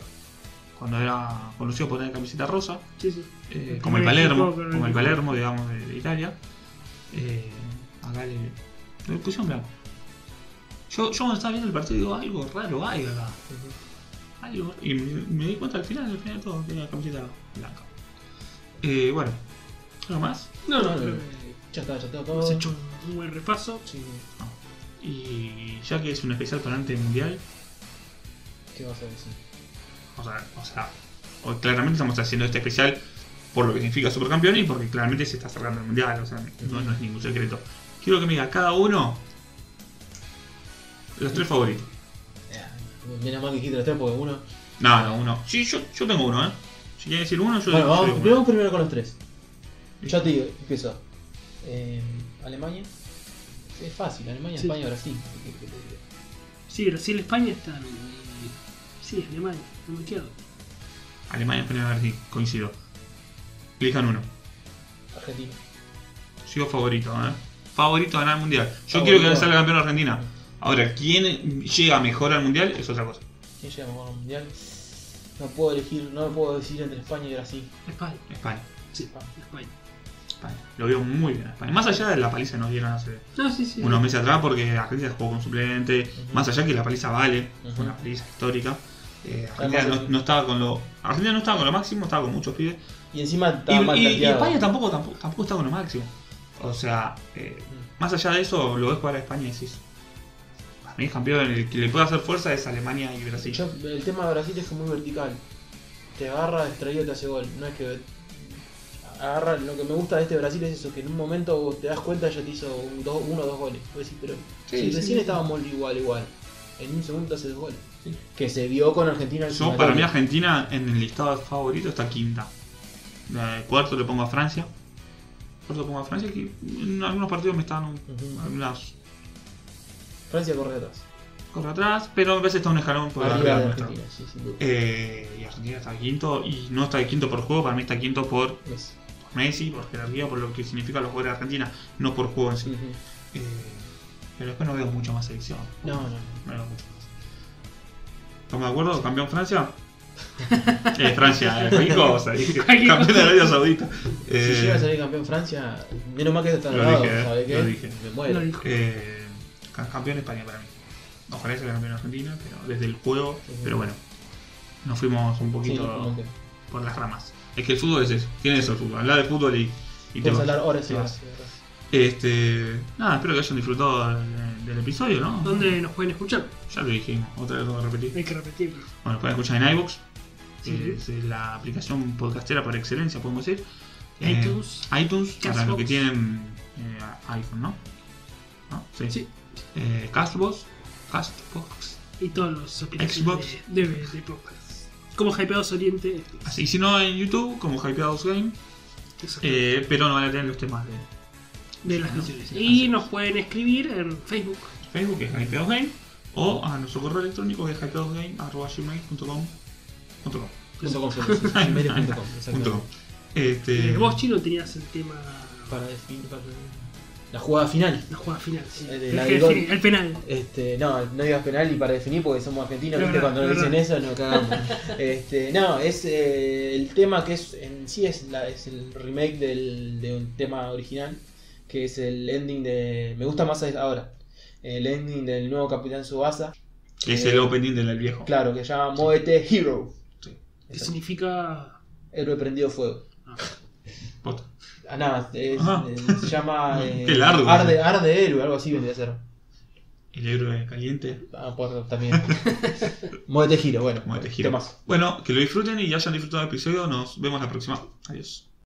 A: Cuando era conocido por tener camiseta rosa,
B: Sí, sí.
A: eh,
B: Con
A: como el
B: el
A: Palermo,
B: equipo, con el
A: como el
B: equipo.
A: Palermo, digamos, de, de Italia, eh, acá le, le pusieron blanco. Yo, yo cuando estaba viendo el partido digo, algo raro hay acá. Algo, y me, me di cuenta al final, al final todo tenía camiseta blanca. Eh, bueno, nada más.
B: No, no,
C: No, no,
B: pero
C: Ya está, ya está
B: has
C: todo.
B: hecho un buen repaso.
C: Sí,
A: Y ya que es un especial para antes del mundial,
C: ¿Qué vas a decir?
A: o sea, o sea, o- claramente estamos haciendo este especial por lo que significa Supercampeón y porque claramente se está acercando el mundial, o sea, no, no es ningún secreto. Quiero que me diga cada uno los tres favoritos.
C: Eh, Menos mal que dijiste los tres porque uno.
A: No, no, uno. Sí, yo, yo tengo uno, ¿eh? Si quieren decir uno, yo,
C: Bueno,
A: yo
C: vamos,
A: digo uno.
C: vamos primero con los tres.
A: Sí.
C: Ya te digo, empiezo. Eh, Alemania. Es fácil, Alemania,
B: Sí.
C: España, Brasil. ¿Qué- qué- qué te digo?
B: Sí, Brasil, España están. Sí, Alemania, no me quedo.
A: Alemania, España, Brasil, coincido. Elijan uno.
C: Argentina.
A: Sigo favorito, ¿eh? Favorito a ganar el mundial. Yo
C: Favorito.
A: quiero que salga campeón Argentina. Ahora, ¿quién llega mejor al mundial? Es otra cosa.
C: ¿Quién llega mejor al mundial? No puedo elegir, no puedo decir entre España y Brasil.
B: España,
A: España.
B: sí, España.
A: España. lo veo muy bien a España. Más allá de la paliza que nos dieron hace
B: No, sí, sí.
A: unos meses atrás, porque Argentina jugó con suplente, más allá que la paliza vale,
C: Ujú.
A: fue una paliza histórica. eh,
C: Además,
A: Argentina no,
C: el-
A: no estaba con lo. Argentina no estaba con lo máximo, estaba con muchos pibes.
C: Y encima está
A: Y,
C: mal
A: y- y
C: tanteado.
A: España tampoco, tampoco, tampoco está con lo máximo. O sea, eh,
C: Mm.
A: más allá de eso, lo ves jugar a España y decís. Para mí es campeón, el que le puede hacer fuerza es Alemania y Brasil.
C: Yo- el tema de Brasil es que es muy vertical. Te agarra, distraído, te hace gol. No es que agarra. Lo que me gusta de este Brasil es eso, que en un momento vos te das cuenta ya te hizo un dos- uno o dos goles. Vos decís, pero
A: Sí,
C: si
A: sí,
C: recién
A: sí.
C: estábamos igual, igual. En un segundo te hace dos goles. Que se vio con Argentina en el
A: Yo, para mí, Argentina en el listado de favorito está quinta. Eh, cuarto le pongo a Francia. Cuarto le pongo a Francia, que en algunos partidos me están un-
C: Ujú.
A: algunas
C: Francia corre atrás.
A: corre atrás, pero a veces está un escalón por
C: Arriba
A: arriba
C: de
A: nuestro.
C: Argentina, sí, sin duda.
A: Eh, y Argentina está quinto, y no está quinto por juego, para mí está quinto por
C: Messi.
A: Messi, por jerarquía, por lo que significa los jugadores de Argentina, no por juego en sí.
C: Ujú.
A: Eh, pero después no veo mucho más selección.
C: No, no, no.
A: No veo mucho más. ¿Estamos de acuerdo? ¿Campeón Francia? eh, Francia, eh, cualquier cosa, dije.
B: Cualquier
A: Campeón de
B: cosa.
A: Arabia Saudita.
C: Si
A: Eh,
C: llega a salir campeón Francia, menos mal que está
A: Lo
C: grabado,
A: dije, eh,
C: ¿sabés
A: lo
C: qué?
A: dije.
C: Me
B: Lo
C: muero.
B: dijo.
A: eh, ca- campeón España para mí. Ojalá sea campeón Argentina, pero desde el juego.
C: Ujú.
A: Pero bueno, nos fuimos un
C: Sí,
A: poquito
C: como que-
A: por las ramas. Es que el fútbol es eso, tiene eso el fútbol. Habla de fútbol y, y te
C: Podemos
A: vas. Ah.
C: hablar horas y
A: Te vas.
C: horas. y horas.
A: Este, nada, espero que hayan disfrutado del, del episodio, ¿no?
B: ¿Dónde nos pueden escuchar?
A: Ya lo dijimos, otra vez lo voy a repetir.
B: Hay que repetirlo.
A: Bueno, pueden escuchar en iVoox,
B: Sí.
A: que es eh, la aplicación podcastera por excelencia, podemos decir.
B: iTunes.
A: Eh, iTunes, para los
B: Castbox.
A: que tienen eh, iPhone, ¿no? ¿No? Sí.
B: Sí.
A: Eh, Castbox, Castbox.
B: Y todos los aplicaciones
A: Xbox.
B: de, de, de podcast. Como Hypeados Oriente.
A: Así, y si no en YouTube, como Hypeados Game,
B: Eso.
A: eh, pero no van a tener los temas de
B: de las canciones.
A: Así
B: Y
A: es.
B: nos pueden escribir en Facebook.
A: Facebook, que es Hypeados Game, o a nuestro correo electrónico, que es hypeadosgame.com. punto com.
C: Punto com, punto com, gmail punto com,
A: Punto
C: exactamente.
A: com. Este,
B: Eh, Vos, Chino, tenías el tema.
C: Para definir para- la jugada final.
B: La jugada final, sí.
C: El de
B: Tenés
C: la
B: que
C: del gol.
B: definir, el penal.
C: Este, no, no digas penal y para definir porque somos argentinos,
B: No,
C: ¿viste?
B: no,
C: cuando nos
B: no,
C: dicen
B: no.
C: eso nos cagamos. Este, no, es eh, el tema que es en sí es, la, es el remake del, de un tema original, que es el ending de... Me gusta más ahora. El ending del nuevo Capitán Subasa.
A: que es el opening del del viejo.
C: Claro, que se llama Moete Hero.
A: Sí.
B: Que
C: Eso,
B: significa.
C: Héroe prendido fuego.
A: Posta.
C: Ah, nada, es-
A: Ajá.
C: eh, se llama... eh,
A: Qué largo.
C: Arde, Arde Héroe, algo así vendría a ser.
A: El héroe caliente.
C: Ah, por, también. Moete Hero, bueno.
A: Como de tejido.
C: temazo.
A: Bueno, que lo disfruten y hayan disfrutado el episodio. Nos vemos la próxima. Adiós.